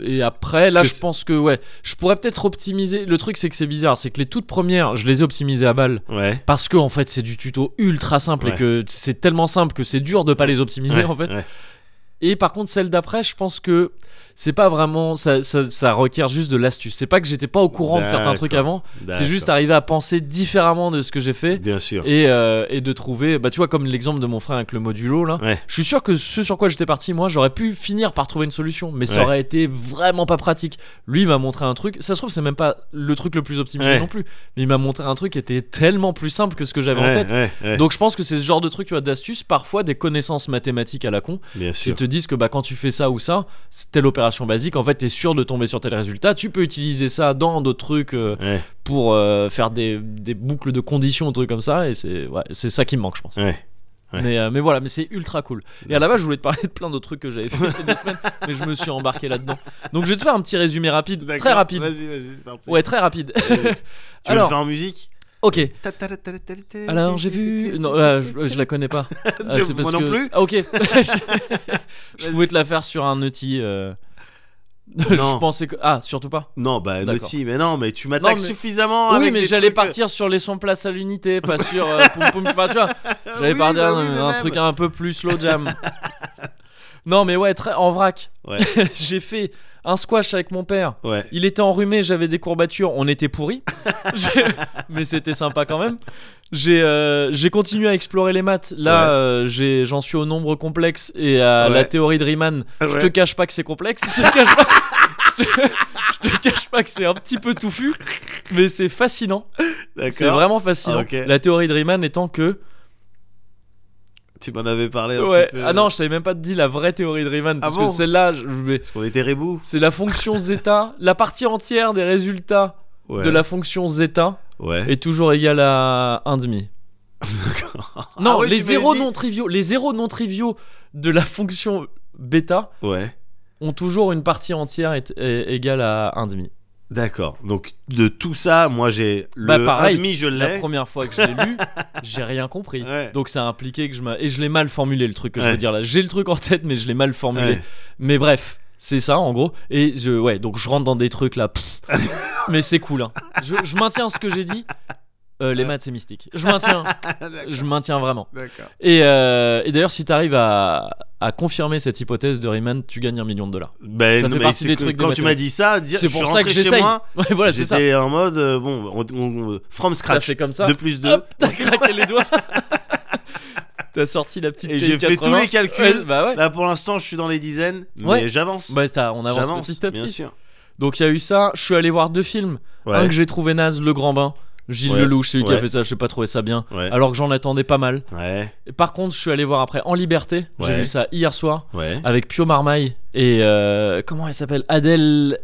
et après, là, que je c'est- pense que ouais, je pourrais peut-être optimiser. Le truc, c'est que c'est bizarre, c'est que les toutes premières, je les ai optimisées à balle Ouais. parce que en fait, c'est du tuto ultra simple et Ouais. que c'est tellement simple que c'est dur de pas les optimiser Ouais, en fait. ouais. Et par contre, celle d'après, je pense que c'est pas vraiment, ça, ça, ça requiert juste de l'astuce. C'est pas que j'étais pas au courant de certains trucs D'accord. avant, c'est juste arriver à penser différemment de ce que j'ai fait. D'accord. Bien sûr. Et, euh, et de trouver, bah tu vois comme l'exemple de mon frère avec le modulo là, Ouais. je suis sûr que ce sur quoi j'étais parti moi j'aurais pu finir par trouver une solution, mais ça Ouais. aurait été vraiment pas pratique. Lui il m'a montré un truc, ça se trouve c'est même pas le truc le plus optimisé Ouais. non plus, mais il m'a montré un truc qui était tellement plus simple que ce que j'avais en Ouais, tête. ouais, ouais. Donc je pense que c'est ce genre de truc tu vois d'astuces, parfois des connaissances mathématiques à la con, Bien sûr. qui te disent que bah quand tu fais ça ou ça, c'est telle opération basique, en fait t'es sûr de tomber sur tel résultat, tu peux utiliser ça dans d'autres trucs. euh, Ouais. pour euh, faire des, des boucles de conditions, des trucs comme ça, et c'est ouais, c'est ça qui me manque, je pense. Ouais. Ouais. Mais, euh, mais voilà, mais c'est ultra cool. Et à la base, je voulais te parler de plein d'autres trucs que j'avais fait ces deux semaines, mais je me suis embarqué là-dedans. Donc je vais te faire un petit résumé rapide, D'accord. très rapide. Vas-y, vas-y, c'est parti. Ouais, très rapide. Euh, tu veux Alors- le faire en musique ok. Alors j'ai vu. Non, euh, je, je la connais pas. Euh, c'est Bah, Moi parce non que- plus. Ah, ok. je Vas-y. pouvais te la faire sur un outil. euh, Non. je pensais que. Ah, surtout pas. Non, bah, D'accord. Naughty, mais non, mais tu m'attaques Non, mais- suffisamment Oui, Oh, avec mais des j'allais trucs- euh, partir sur les sons place à l'unité, pas sur euh, poum poum. Enfin, tu vois, j'allais Oui, partir bah dans oui, mais un même. truc un peu plus slow jam. non, mais ouais, très en vrac. Ouais. J'ai fait un squash avec mon père. Ouais. Il était enrhumé, j'avais des courbatures, on était pourris. J'ai- mais c'était sympa quand même. J'ai euh, j'ai continué à explorer les maths. Là, Ouais. euh, j'ai- j'en suis au nombre complexe et à Ouais. Ah la théorie de Riemann. Je te Ouais. cache pas que c'est complexe. Je te cache pas, je te cache pas que c'est un petit peu touffu, mais c'est fascinant. C'est D'accord. vraiment fascinant. Ah, ok. La théorie de Riemann étant que. Tu m'en avais parlé un Ouais. petit peu. Ah Ah non, je t'avais même pas dit la vraie théorie de Riemann, parce bon que celle-là, je- mais Parce qu'on était rébou. c'est la fonction zeta, la partie entière des résultats Ouais. de la fonction zeta Ouais. est toujours égale à 1,5. Ah Non, ouais, les Ah tu m'avais zéros dit. non triviaux, les zéros non triviaux de la fonction bêta Ouais. ont toujours une partie entière est, est- égale à 1,5. D'accord. Donc, de tout ça, moi, j'ai le Bah, pareil. un demi, je La l'ai. première fois que je l'ai lu, j'ai rien compris. Ouais. Donc ça a impliqué que je m'a... Et je l'ai mal formulé le truc que je Ouais. veux dire là. J'ai le truc en tête mais je l'ai mal formulé. Ouais. Mais bref, c'est ça en gros. Et je, ouais, donc je rentre dans des trucs là. pff. mais c'est cool. hein. Je, je maintiens ce que j'ai dit. Euh, les maths c'est mystique. Je maintiens. je maintiens vraiment. D'accord. Et, euh, et d'ailleurs si t'arrives à, à confirmer cette hypothèse de Riemann, tu gagnes un million de dollars. Ben, Ça non, fait mais partie c'est des que trucs de quand tu m'as dit ça, dire, c'est je pour suis ça que rentré chez j'essaye. moi, Ouais, voilà c'est ça. j'étais en mode euh, bon, on- on- from T'as scratch, fait comme ça. de plus de. Hop, t'as craqué les doigts. t'as sorti la petite. Et j'ai fait tous T80. les calculs. Ouais, bah ouais. Là, pour l'instant, je suis dans les dizaines, mais Ouais. j'avance. Bah, t'as- on avance j'avance, petit à bien petit. sûr. Donc il y a eu ça, je suis allé voir deux films. Ouais. Un que j'ai trouvé naze, Le Grand Bain. Gilles Ouais. Lelouch, celui qui a Ouais. fait ça, je n'ai pas trouvé ça bien. Ouais. Alors que j'en attendais pas mal. ouais, Et par contre, je suis allé voir après En Liberté. J'ai Ouais. vu ça hier soir ouais, avec Pio Marmaille et euh, comment elle s'appelle Adèle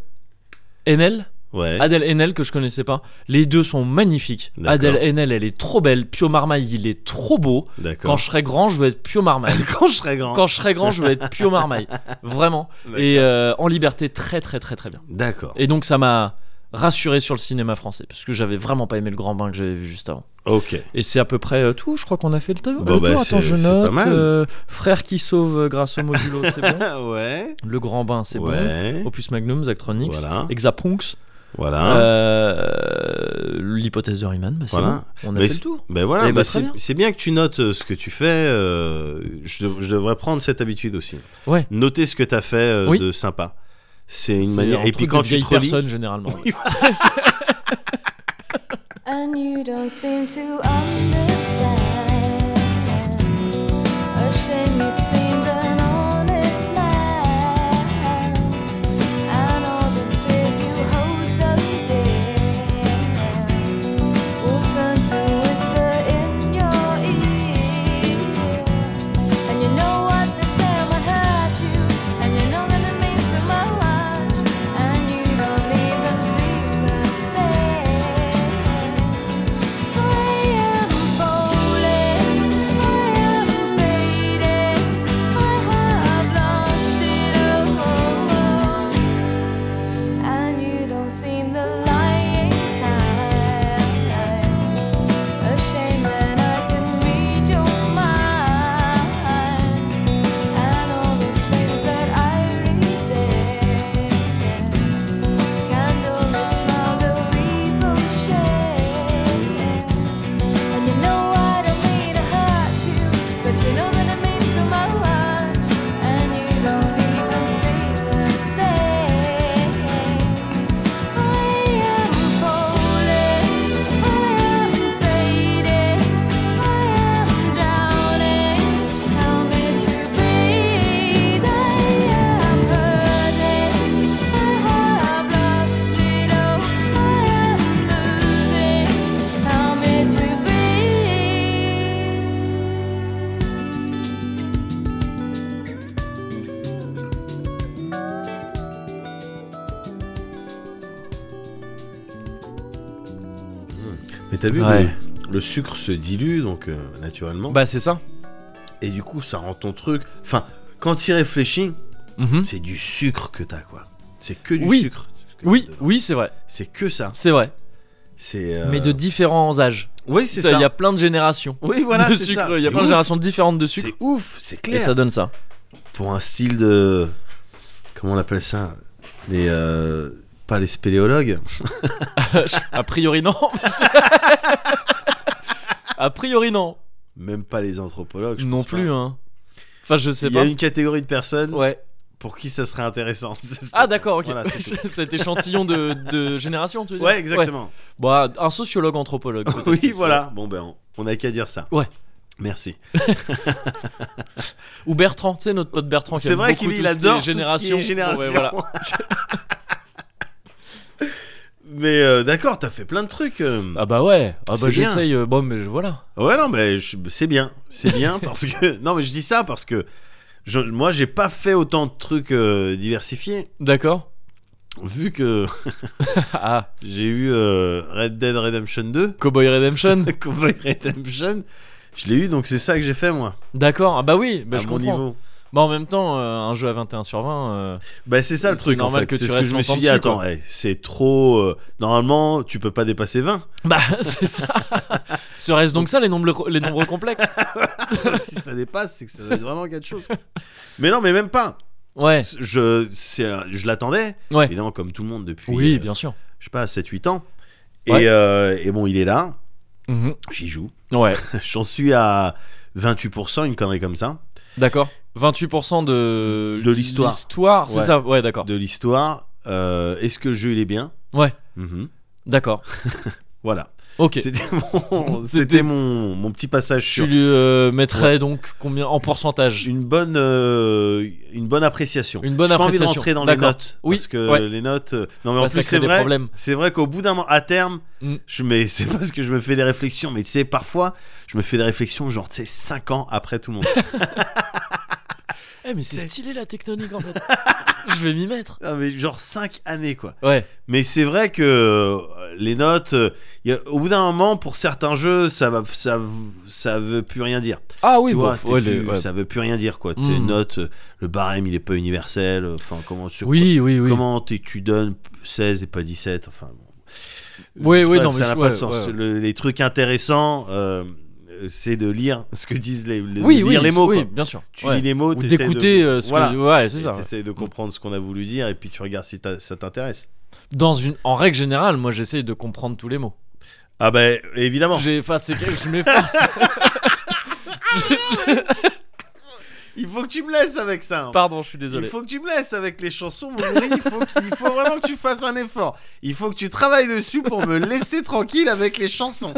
Haenel. ouais. Adèle Haenel que je connaissais pas. Les deux sont magnifiques. D'accord. Adèle Haenel, elle est trop belle. Pio Marmaille, il est trop beau. Quand D'accord. je serai grand, je veux être Pio Marmaille. Quand je serai grand. Quand je serai grand, je veux être Pio Marmaille. Vraiment. D'accord. Et euh, En Liberté, très très très très bien. D'accord. Et donc ça m'a rassuré sur le cinéma français parce que j'avais vraiment pas aimé le grand bain que j'avais vu juste avant. Ok. Et c'est à peu près euh, tout, je crois qu'on a fait le, to- le Bon, tour. bah, Attends, c'est- je c'est pas note. mal. euh, frère qui sauve euh, grâce au modulo, c'est bon. Ah, ouais. Le grand bain, c'est ouais. bon. Oh. Opus Magnum, Zactronix, Hein Voilà. Hein Exapunks, Voilà. euh, l'hypothèse de Riemann, bah, c'est Voilà. bon. On a Mais fait le c'est- tour. Ben voilà, Eh ben, bah très c'est bien. c'est bien que tu notes euh, ce que tu fais. euh, je, dev- je devrais prendre cette habitude aussi. Ouais. Noter ce que tu as fait euh, Oui. de sympa. C'est une C'est manière. un Et puis truc quand de tu vieille te relis. personne généralement. And you don't seem to understand. A shame you seemed an honest man. And all the fears you hold so dear will turn to whisper in your ear. And you know what they say might hurt you. And you know that it means so much. And you don't even feel the pain. I am falling, I am fading, I have lost it all, and you don't seem the lying kind, a shame that I could Mais t'as vu, Ouais. le, le sucre se dilue, donc euh, naturellement. Bah, c'est ça. Et du coup, ça rend ton truc. Enfin, quand tu réfléchis, Mhm. c'est du sucre que t'as, quoi. C'est que du Oui. sucre. que t'as Oui, dedans. oui, c'est vrai. C'est que ça. C'est vrai. C'est. euh, Mais de différents âges. Oui, c'est Ça, ça. Il y a plein de générations. Oui, voilà, de c'est sucre. ça. Il y C'est a plein de ouf. générations différentes de sucre. C'est ouf, c'est Et clair. ça donne ça. Pour un style de. Comment on appelle ça Les. euh, Pas les spéléologues. A priori, non. A priori, non. Même pas les anthropologues. je Non pense pas. plus, hein. Enfin, je sais Il y a pas. une catégorie de personnes Ouais. pour qui ça serait intéressant. C'est- Ah, d'accord, ok. Voilà, c'est tout. Cet échantillon de, de génération, tu veux dire Ouais, exactement. Bah, un sociologue anthropologue. peut-être. Oui, voilà. Bon, ben, on- on n'a qu'à dire ça. Ouais. Merci. Ou Bertrand, tu sais, notre pote Bertrand. qui C'est aime vrai beaucoup qu'il tout il ce qui adore est génération. Tout ce qui est génération. Ouais, voilà. mais euh, d'accord, t'as fait plein de trucs. euh. Ah bah ouais. Ah bah C'est bien. j'essaye. euh, Bon, mais je- voilà. Ouais, non, mais je- c'est bien, c'est bien parce que non, mais je dis ça parce que je- moi, j'ai pas fait autant de trucs euh, diversifiés D'accord. vu que Ah, j'ai eu euh, Red Dead Redemption 2, Cowboy Redemption. Cowboy Redemption. Je l'ai eu, donc c'est ça que j'ai fait moi, D'accord. Ah bah oui. Bah à je mon comprends. niveau. Bah en même temps, euh, un jeu à 21 sur 20. euh, Bah c'est ça le C'est truc en normal fait. que C'est tu ce que restes je me suis longtemps dit. dessus, Attends, eh, c'est trop. euh, normalement, tu peux pas dépasser 20. Bah c'est ça. Serait-ce donc ça les nombres les nombres complexes si ça dépasse, c'est que ça doit être vraiment quelque chose. quoi. Mais non, mais même pas. Ouais. Je, c'est un- je l'attendais, Ouais. évidemment, comme tout le monde depuis, Oui, euh, bien sûr. je sais pas, 7-8 ans. Ouais. Et, euh, et bon, il est là, Mhm. j'y joue. Ouais. J'en suis à 28%, une connerie comme ça, D'accord. 28% de De l'histoire. L'histoire, c'est Ouais. ça. Ouais, d'accord. de l'histoire. Euh, Est-ce que le jeu, il est bien Ouais. Mhm. D'accord. Voilà. Ok. C'était mon, c'était mon, mon petit passage Tu sur lui euh, mettrais donc combien en pourcentage une bonne, euh, une bonne appréciation. Une bonne J'ai pas envie de appréciation. rentrer dans les D'accord. notes. Oui, Parce que ouais. les notes. euh, Non, mais Bah, en ça plus, crée c'est des vrai. problèmes. C'est vrai qu'au bout d'un moment, à terme, Mm. je mais c'est parce que je me fais des réflexions. Mais tu sais, parfois, je me fais des réflexions, genre, tu sais, 5 ans après tout le monde. Eh mais c'est C'est- stylé la tectonique en fait. Je vais m'y mettre. Ah, mais genre 5 années, quoi. Ouais. Mais c'est vrai que euh, les notes, euh, y a- au bout d'un moment, pour certains jeux, ça va, ça, ça veut plus rien dire. Ah oui, tu bon, vois, t'es ouais, plus- les- ouais. ça veut plus rien dire, quoi. Tes Mm. notes, euh, le barème, il est pas universel. euh, Enfin, comment tu. oui, oui, oui. Comment t'es- tu donnes 16 et pas 17 Enfin, bon. Oui, C'est oui, pas- non, mais ça je- n'a pas ouais, de sens. ouais. Le- les trucs intéressants, euh, c'est de lire ce que disent les, le- oui, lire oui, les mots. oui, quoi. bien sûr. Tu Ouais. lis les mots, Ou t'essaies de- d'écouter euh, ce voilà. que ouais, c'est ça. Et t'essaies de comprendre ce qu'on a voulu dire et puis tu regardes si t'as- ça t'intéresse. Dans une en règle générale, moi j'essaye de comprendre tous les mots. Ah ben évidemment, J'ai enfin, c'est que je m'efforce. il faut que tu me laisses avec ça. hein. Pardon, je suis Il désolé. faut que tu me laisses avec les chansons, mon Yuri. il, faut que- il faut vraiment que tu fasses un effort. Il faut que tu travailles dessus pour me laisser tranquille avec les chansons.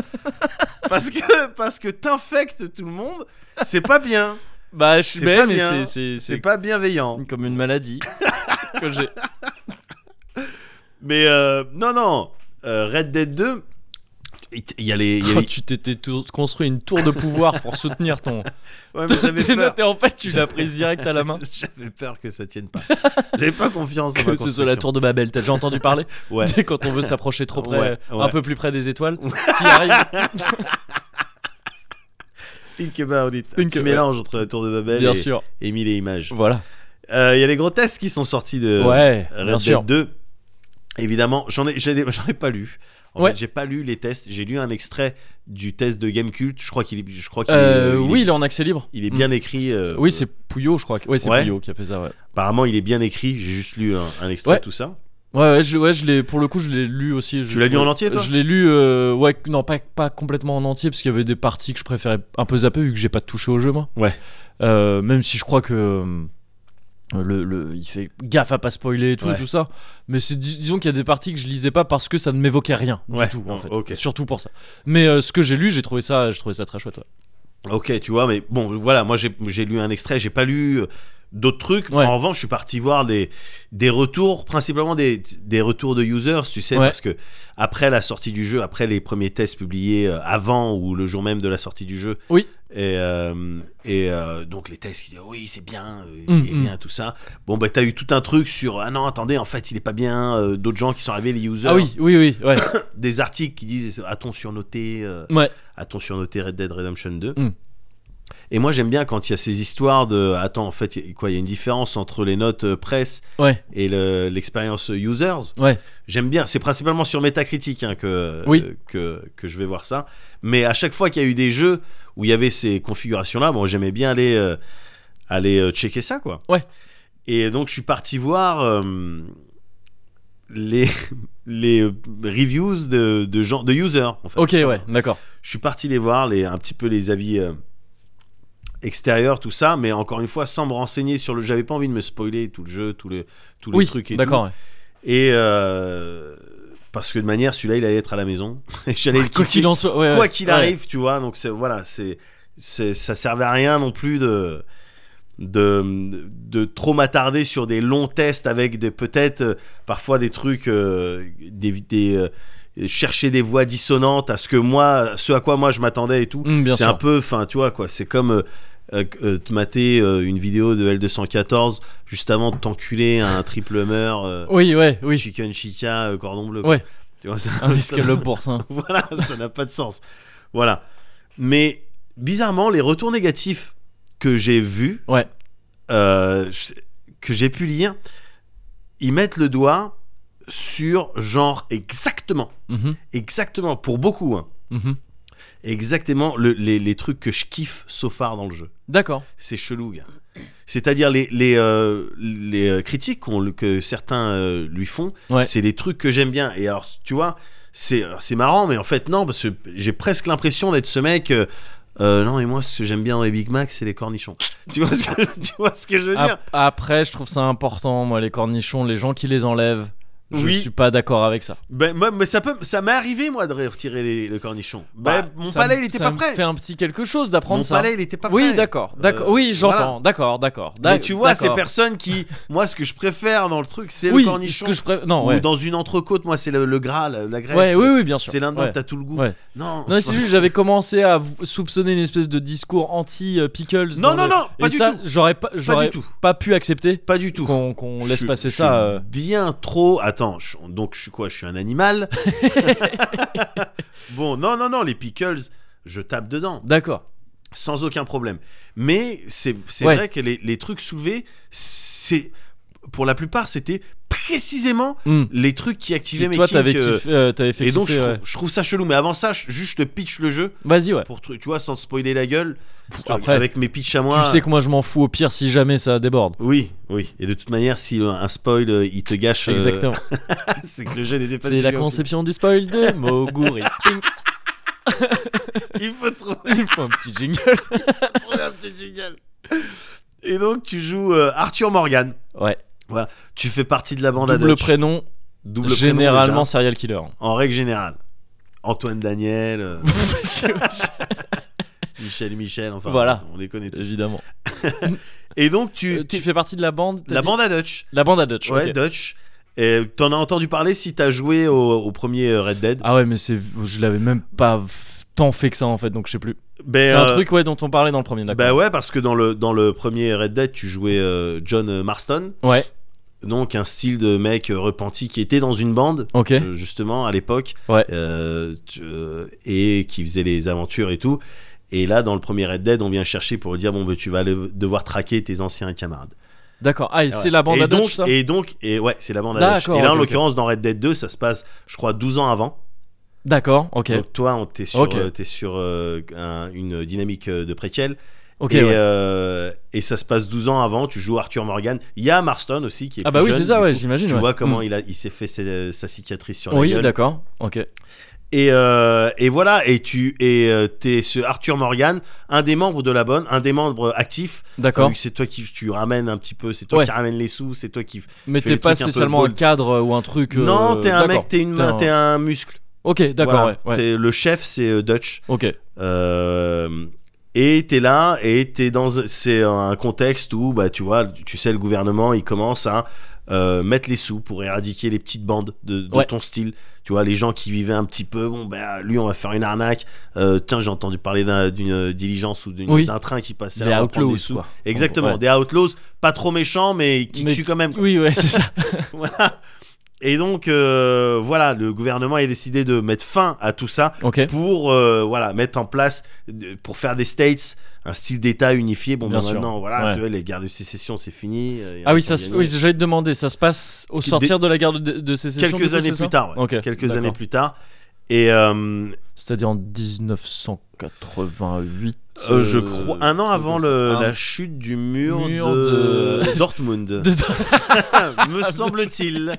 Parce que, parce que t'infectes tout le monde, c'est pas bien. Bah, je suis C'est pas mais bien, c'est- c'est C'est c'est pas bienveillant. comme une maladie que j'ai. Mais euh, non, non, euh, Red Dead 2, il t- il y a les. il y a les- tu t'étais tout- construit une tour de pouvoir pour soutenir ton Ouais, mais j'avais tes peur. notes et en fait tu l'as prise direct à la hein. main. J'avais peur que ça tienne pas. J'avais pas confiance en ma Que ce soit la construction. tour de Babel, t'as déjà entendu parler Ouais. Tu sais, quand on veut s'approcher trop près, Ouais, euh, ouais. un peu plus près des étoiles, ce qui arrive, Think about it. Un Think petit about- mélange entre la tour de Babel bien et, sûr. et mille et images. Euh, Voilà. Il y a les grotesques qui sont sortis de ouais, euh, Red bien Dead sûr. 2. Évidemment, j'en ai, j'en ai, j'en ai pas lu. En Ouais. fait, j'ai pas lu les tests. J'ai lu un extrait du test de Gamecult. Je crois qu'il est, je crois qu'il est- Euh, il est- oui, il est en accès libre. Mm. il est bien écrit. euh, Oui, c'est Pouillot, je crois. que- Ouais, c'est Ouais. Pouillot qui a fait ça, ouais. Apparemment, il est bien écrit. J'ai juste lu un, un extrait Ouais. de tout ça. Ouais, ouais, je, ouais, je l'ai, pour le coup, je l'ai lu aussi. je Tu l'as lu trouvais- en entier, toi Je l'ai lu, euh, ouais, non, pas, pas complètement en entier, parce qu'il y avait des parties que je préférais un peu zapper, vu que j'ai pas touché au jeu, moi. Ouais. Euh, même si je crois que. euh, Le, le- il fait gaffe à pas spoiler et tout, Ouais. tout ça. Mais c'est, dis- disons qu'il y a des parties que je lisais pas parce que ça ne m'évoquait rien Ouais. Oh, du tout, en fait. Ok. Surtout pour ça. Mais euh, ce que j'ai lu, j'ai trouvé ça, je trouvais ça très chouette. ouais. Ok, tu vois, mais bon, voilà, moi j'ai j'ai lu un extrait, j'ai pas lu euh, d'autres trucs. Ouais. En revanche, je suis parti voir des, des retours, principalement des, des retours de users, tu sais, Ouais. parce que après la sortie du jeu, après les premiers tests publiés euh, avant ou le jour même de la sortie du jeu. Oui. Et, euh, et euh, donc les tests qui disent oui, c'est bien, euh, Mm, il est bien, tout ça. Bon, bah t'as eu tout un truc sur ah non, attendez, en fait, il est pas bien, euh, d'autres gens qui sont arrivés, les users. Ah oui, oui, oui, ouais. des articles qui disent a-t-on surnoté, euh, Ouais. a-t-on surnoté Red Dead Redemption 2 Mm. Et moi j'aime bien quand il y a ces histoires de attends en fait il y a- quoi il y a une différence entre les notes euh, presse Ouais. et le- l'expérience euh, users. Ouais. J'aime bien, c'est principalement sur Metacritic hein, que, Oui. euh, que que je vais voir ça. Mais à chaque fois qu'il y a eu des jeux où il y avait ces configurations là, bon j'aimais bien aller euh, aller euh, checker ça quoi. Ouais. Et donc je suis parti voir euh, les les euh, reviews de de gens de users en fait. Ok, Sur- ouais, d'accord. je suis parti les voir, les, un petit peu les avis euh, extérieurs, tout ça, mais encore une fois, sans me renseigner sur le jeu. J'avais pas envie de me spoiler tout le jeu, tout le, tout le Oui, truc et d'accord. ouais. tout. Et euh, parce que de manière, celui-là, il allait être à la maison. Et J'allais le Quoi kiffer, qu'il en soit, ouais, quoi ouais. qu'il Euh, Ouais. arrive, tu vois. Donc c'est- voilà, c'est, c'est, ça servait à rien non plus de. De, de trop m'attarder sur des longs tests avec des peut-être euh, parfois des trucs euh, des, des, euh, chercher des voix dissonantes à ce que moi ce à quoi moi je m'attendais et tout Mm, bien c'est sûr. un peu, enfin, tu vois, quoi. C'est comme euh, euh, euh, te mater euh, une vidéo de L214 juste avant de t'enculer un triple meurt, euh, Oui, ouais, oui. chicken chica, euh, cordon bleu. Ouais. Tu vois, ça, Un risque ça- le boursin. voilà, ça n'a pas de sens. Voilà. Mais bizarrement, les retours négatifs que j'ai vus, Ouais. euh, je- que j'ai pu lire, ils mettent le doigt sur genre exactement, Mhm, exactement, pour beaucoup, hein, mhm. exactement le- les, les trucs que je kiffe so far dans le jeu. D'accord. C'est chelou, gars. C'est-à-dire les, les, euh, les euh, critiques qu'on- que certains euh, lui font, Ouais. c'est des trucs que j'aime bien. Et alors, tu vois, c'est alors, c'est marrant, mais en fait, non, parce que j'ai presque l'impression d'être ce mec. euh, euh, non, et moi, ce que j'aime bien dans les Big Mac, c'est les cornichons. tu, vois ce que, tu vois ce que je veux dire Ap- Après, je trouve ça important, moi, les cornichons, les gens qui les enlèvent. Je Oui. suis pas d'accord avec ça. Ben, moi, Mais ça, peut- ça m'est arrivé, moi, de retirer les, le cornichon. Ben, Bah, mon ça palais, me- il était ça pas me prêt. fait un petit quelque chose d'apprendre Mon ça. palais, il était pas prêt. oui, d'accord, d'accord. Euh, oui, voilà. j'entends. D'accord, d'accord. Mais d'ac- tu vois, ces d'accord. personnes qui. Moi, ce que je préfère dans le truc, c'est Oui, le cornichon. ce que je pré- Non, Ou ouais. dans une entrecôte, moi, c'est le, le gras, la, la graisse. Ouais, oui, oui, bien sûr. C'est l'un d'eux Ouais. que t'as tout le goût. Ouais. Non, Non, mais c'est juste que j'avais commencé à v- soupçonner une espèce de discours anti-pickles. Non, non, non, pas Et du ça, tout. j'aurais pas, pas j'aurais du tout. pas pu accepter Pas du tout. qu'on qu'on Je laisse suis- passer je ça. suis euh, Bien trop. Attends, je- donc je suis quoi Je suis un animal Bon, non, non, non, les pickles, je tape dedans, D'accord. sans aucun problème. Mais c'est c'est Ouais. vrai que les, les trucs soulevés, c'est. Pour la plupart, c'était précisément Hmm. les trucs qui activaient Et mes toi, kinks, t'avais euh, kiffé, euh, t'avais fait Et donc, kiffer, je, ouais. trouve, je trouve ça chelou. Mais avant ça, je- juste, je te pitch le jeu. Vas-y, ouais. Pour, tu tu vois, sans te spoiler la gueule. après, avec mes pitchs à moi. Tu sais que moi, je m'en fous au pire si jamais ça déborde. Oui, oui. Et de toute manière, si le- un spoil, euh, il te gâche. euh, Exactement. c'est que le jeu n'était pas C'est si la bien conception du spoil de Moguri. Ping. fait. Il faut trouver Il faut un petit jingle. un petit jingle. Et donc, tu joues euh, Arthur Morgan. Ouais. Tu fais partie de la bande à Double Dutch. prénom, Double prénom, généralement déjà. serial killer. en règle générale. Antoine Daniel, euh, Michel Michel, enfin, Voilà. on les connaît tous. Évidemment. Et donc, tu, Euh, t'es- Tu fais partie de la bande t'as la dit bande à Dutch. La bande à Dutch. Ouais, ok. Dutch. Et t'en as entendu parler si t'as joué au, au premier euh, Red Dead. Ah ouais, mais c'est, je l'avais même pas f- tant fait que ça en fait, donc je sais plus. Ben, c'est un euh, truc ouais dont on parlait dans le premier, Bah d'accord. ouais, parce que dans le, dans le premier Red Dead, tu jouais euh, John Marston, ouais. donc un style de mec euh, repenti qui était dans une bande, Ok. euh, justement, à l'époque, Ouais. euh, tu- euh, et qui faisait les aventures et tout. Et là, dans le premier Red Dead, on vient chercher pour lui dire bon, bah, tu vas aller- devoir traquer tes anciens camarades. D'accord. Ah, et Ouais. c'est la bande et à donc, Dutch ça. Et donc, et ouais, c'est la bande à Dutch. D'accord, Et là, en ok, ok. l'occurrence, dans Red Dead 2, ça se passe, je crois, 12 ans avant. D'accord. Ok. Donc toi, on t'es sur, Ok. euh, t'es sur euh, un- une dynamique euh, de préquel. ok. et, ouais. euh, et ça se passe 12 ans avant, tu joues Arthur Morgan. Il y a Marston aussi qui est ah bah plus oui, jeune, c'est ça, du ouais, coup, j'imagine. Tu ouais. vois comment Hmm. il, a, il s'est fait ses- sa cicatrice sur Oui, la gueule. d'accord. Ok. Et, euh, et voilà, et tu et, euh, t'es ce Arthur Morgan, un des membres de la bonne, un des membres actifs. D'accord. Vu que C'est toi qui tu ramènes un petit peu, c'est toi Ouais. qui ramènes les sous, c'est toi qui. Mais fait t'es les pas trucs un peu spécialement un, bold. cadre euh, ou un truc. euh, non, t'es un mec, d'accord. t'es une T'es main, un- t'es un muscle. Ok, d'accord. Voilà. ouais, ouais. T'es- le chef, c'est euh, Dutch. Ok. Euh, et t'es là, et t'es dans c'est un contexte où bah tu vois, tu sais le gouvernement il commence à euh, mettre les sous pour éradiquer les petites bandes de, de Ouais. ton style. Tu vois les gens qui vivaient un petit peu, bon bah lui on va faire une arnaque. Euh, tiens j'ai entendu parler d'un- d'une euh, diligence ou d'une- Oui. d'un train qui passait. Les on va prendre outlaws des sous. quoi. Exactement, Ouais. des outlaws, pas trop méchants mais qui Mais tuent quand même. Oui, ouais, c'est ça. voilà. Et donc, euh, voilà, le gouvernement a décidé de mettre fin à tout ça Ok. pour euh, voilà mettre en place de- pour faire des states un style d'État unifié. Bon, Bien ben, sûr. maintenant, voilà, Ouais. tu vois, les guerres de sécession, c'est fini. euh, y a Ah oui, un ça, se- Tanzanie. oui, j'allais te demander, ça se passe au Des- sortir de la guerre de, de sécession du quelques coup, années c'est ça plus tard. ouais. Ok, Quelques d'accord. années plus tard. Et euh, C'est-à-dire en 1988. euh, euh, je crois un an avant le, Ah. la chute du mur, Mur de, euh, de- Dortmund, Ah, me semble-t-il.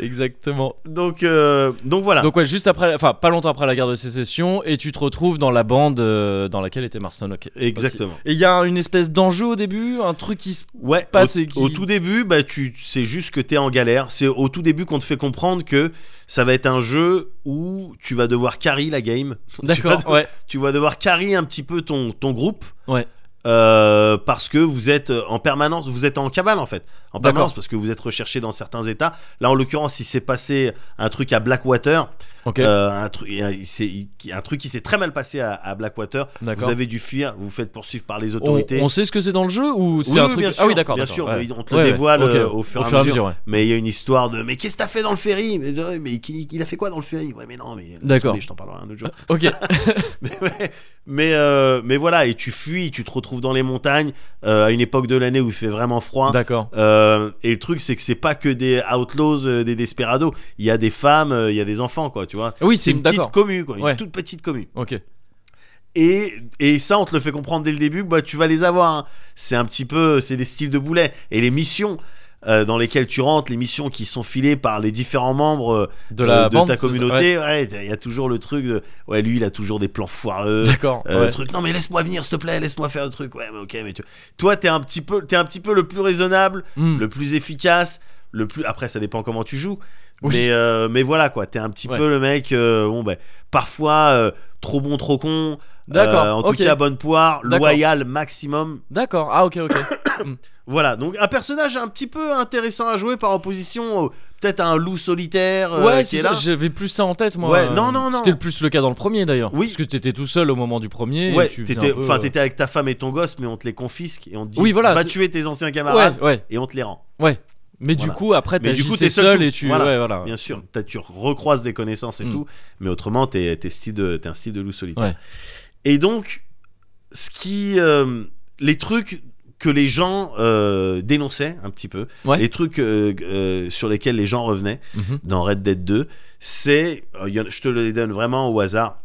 Exactement. Donc, euh, donc voilà. Donc ouais, juste après, enfin pas longtemps après la guerre de sécession, et tu te retrouves dans la bande euh, dans laquelle était Marston. ok. Exactement. Et il y a une espèce d'enjeu au début, un truc qui se Ouais, passe au, et qui- au tout début, bah, tu c'est juste que t'es en galère. C'est au tout début qu'on te fait comprendre que ça va être un jeu où tu vas devoir carry la game. Tu vas D'accord, devoir- ouais. Tu vas devoir carry un petit peu ton, ton groupe. Ouais. Euh, parce que vous êtes en permanence, vous êtes en cabale en fait, en D'accord. permanence parce que vous êtes recherché dans certains États. Là, en l'occurrence, il s'est passé un truc à Blackwater, Ok, euh, un, truc- il s'est- il- un truc qui s'est très mal passé à, à Blackwater. Vous d'accord. avez dû fuir, vous vous faites poursuivre par les On, autorités. on sait ce que c'est dans le jeu ou c'est Oui, un oui, truc bien Ah oui, sûr, d'accord. bien d'accord, sûr, ouais. mais on te le Ouais, ouais, dévoile, ok. euh, au fur et à mesure. ouais. Mais il y a une histoire de mais qu'est-ce que t'as fait dans le ferry mais, euh, mais qui- il a fait quoi dans le ferry Ouais mais non mais euh, laisse D'accord. tomber, Je t'en parlerai un autre jour. Ok, mais ouais, mais, euh, mais voilà et tu fuis, tu te retrouves dans les montagnes euh, à une époque de l'année où il fait vraiment froid. d'accord. Euh, et le truc c'est que c'est pas que des outlaws, euh, des desperados. Il y a des femmes, euh, il y a des enfants quoi, tu vois. Oui, C'est c'est une petite d'accord. commune quoi, une Ouais. toute petite commune. Ok. Et, et ça, on te le fait comprendre dès le début, que, bah, tu vas les avoir. hein. C'est un petit peu, c'est des styles de boulet. Et les missions euh, dans lesquelles tu rentres, les missions qui sont filées par les différents membres euh, De la bande, ta c'est ça Ouais. communauté, ouais, il y a toujours le truc de, ouais, lui, il a toujours des plans foireux. D'accord. Euh, ouais. le truc non mais laisse-moi venir s'il te plaît laisse-moi faire le truc ouais mais ok mais tu toi t'es un petit peu t'es un petit peu le plus raisonnable Hmm. le plus efficace le plus après ça dépend comment tu joues Oui. mais euh, mais voilà quoi t'es un petit Ouais. peu le mec euh, bon ben parfois euh, trop bon trop con D'accord, euh, en ok. tout cas bonne poire D'accord. loyal maximum D'accord. Ah ok, ok. voilà donc un personnage un petit peu intéressant à jouer par opposition euh, peut-être à un loup solitaire euh, ouais, qui c'est est ça, là J'avais plus ça en tête moi. Ouais, non, non, non. C'était le plus le cas dans le premier d'ailleurs. Oui. Parce que t'étais tout seul au moment du premier. ouais et tu faisais t'étais un peu, enfin euh, t'étais avec ta femme et ton gosse mais on te les confisque et on te dit Oui, voilà, va c'est- tuer tes anciens camarades Ouais, ouais. et on te les rend Mais Voilà. du coup, après, Mais du coup, t'agissais t'es seul seul, tout. et tu. Voilà. Ouais, voilà. Bien sûr, t'as- tu recroises des connaissances et Mm. tout, mais autrement, t'es t'es style de- t'es un style de loup solitaire. Ouais. Et donc, ce qui, euh, les trucs que les gens euh, dénonçaient un petit peu, Ouais. les trucs euh, euh, sur lesquels les gens revenaient Mhm. dans Red Dead 2, c'est, euh, y en- je te les donne vraiment au hasard,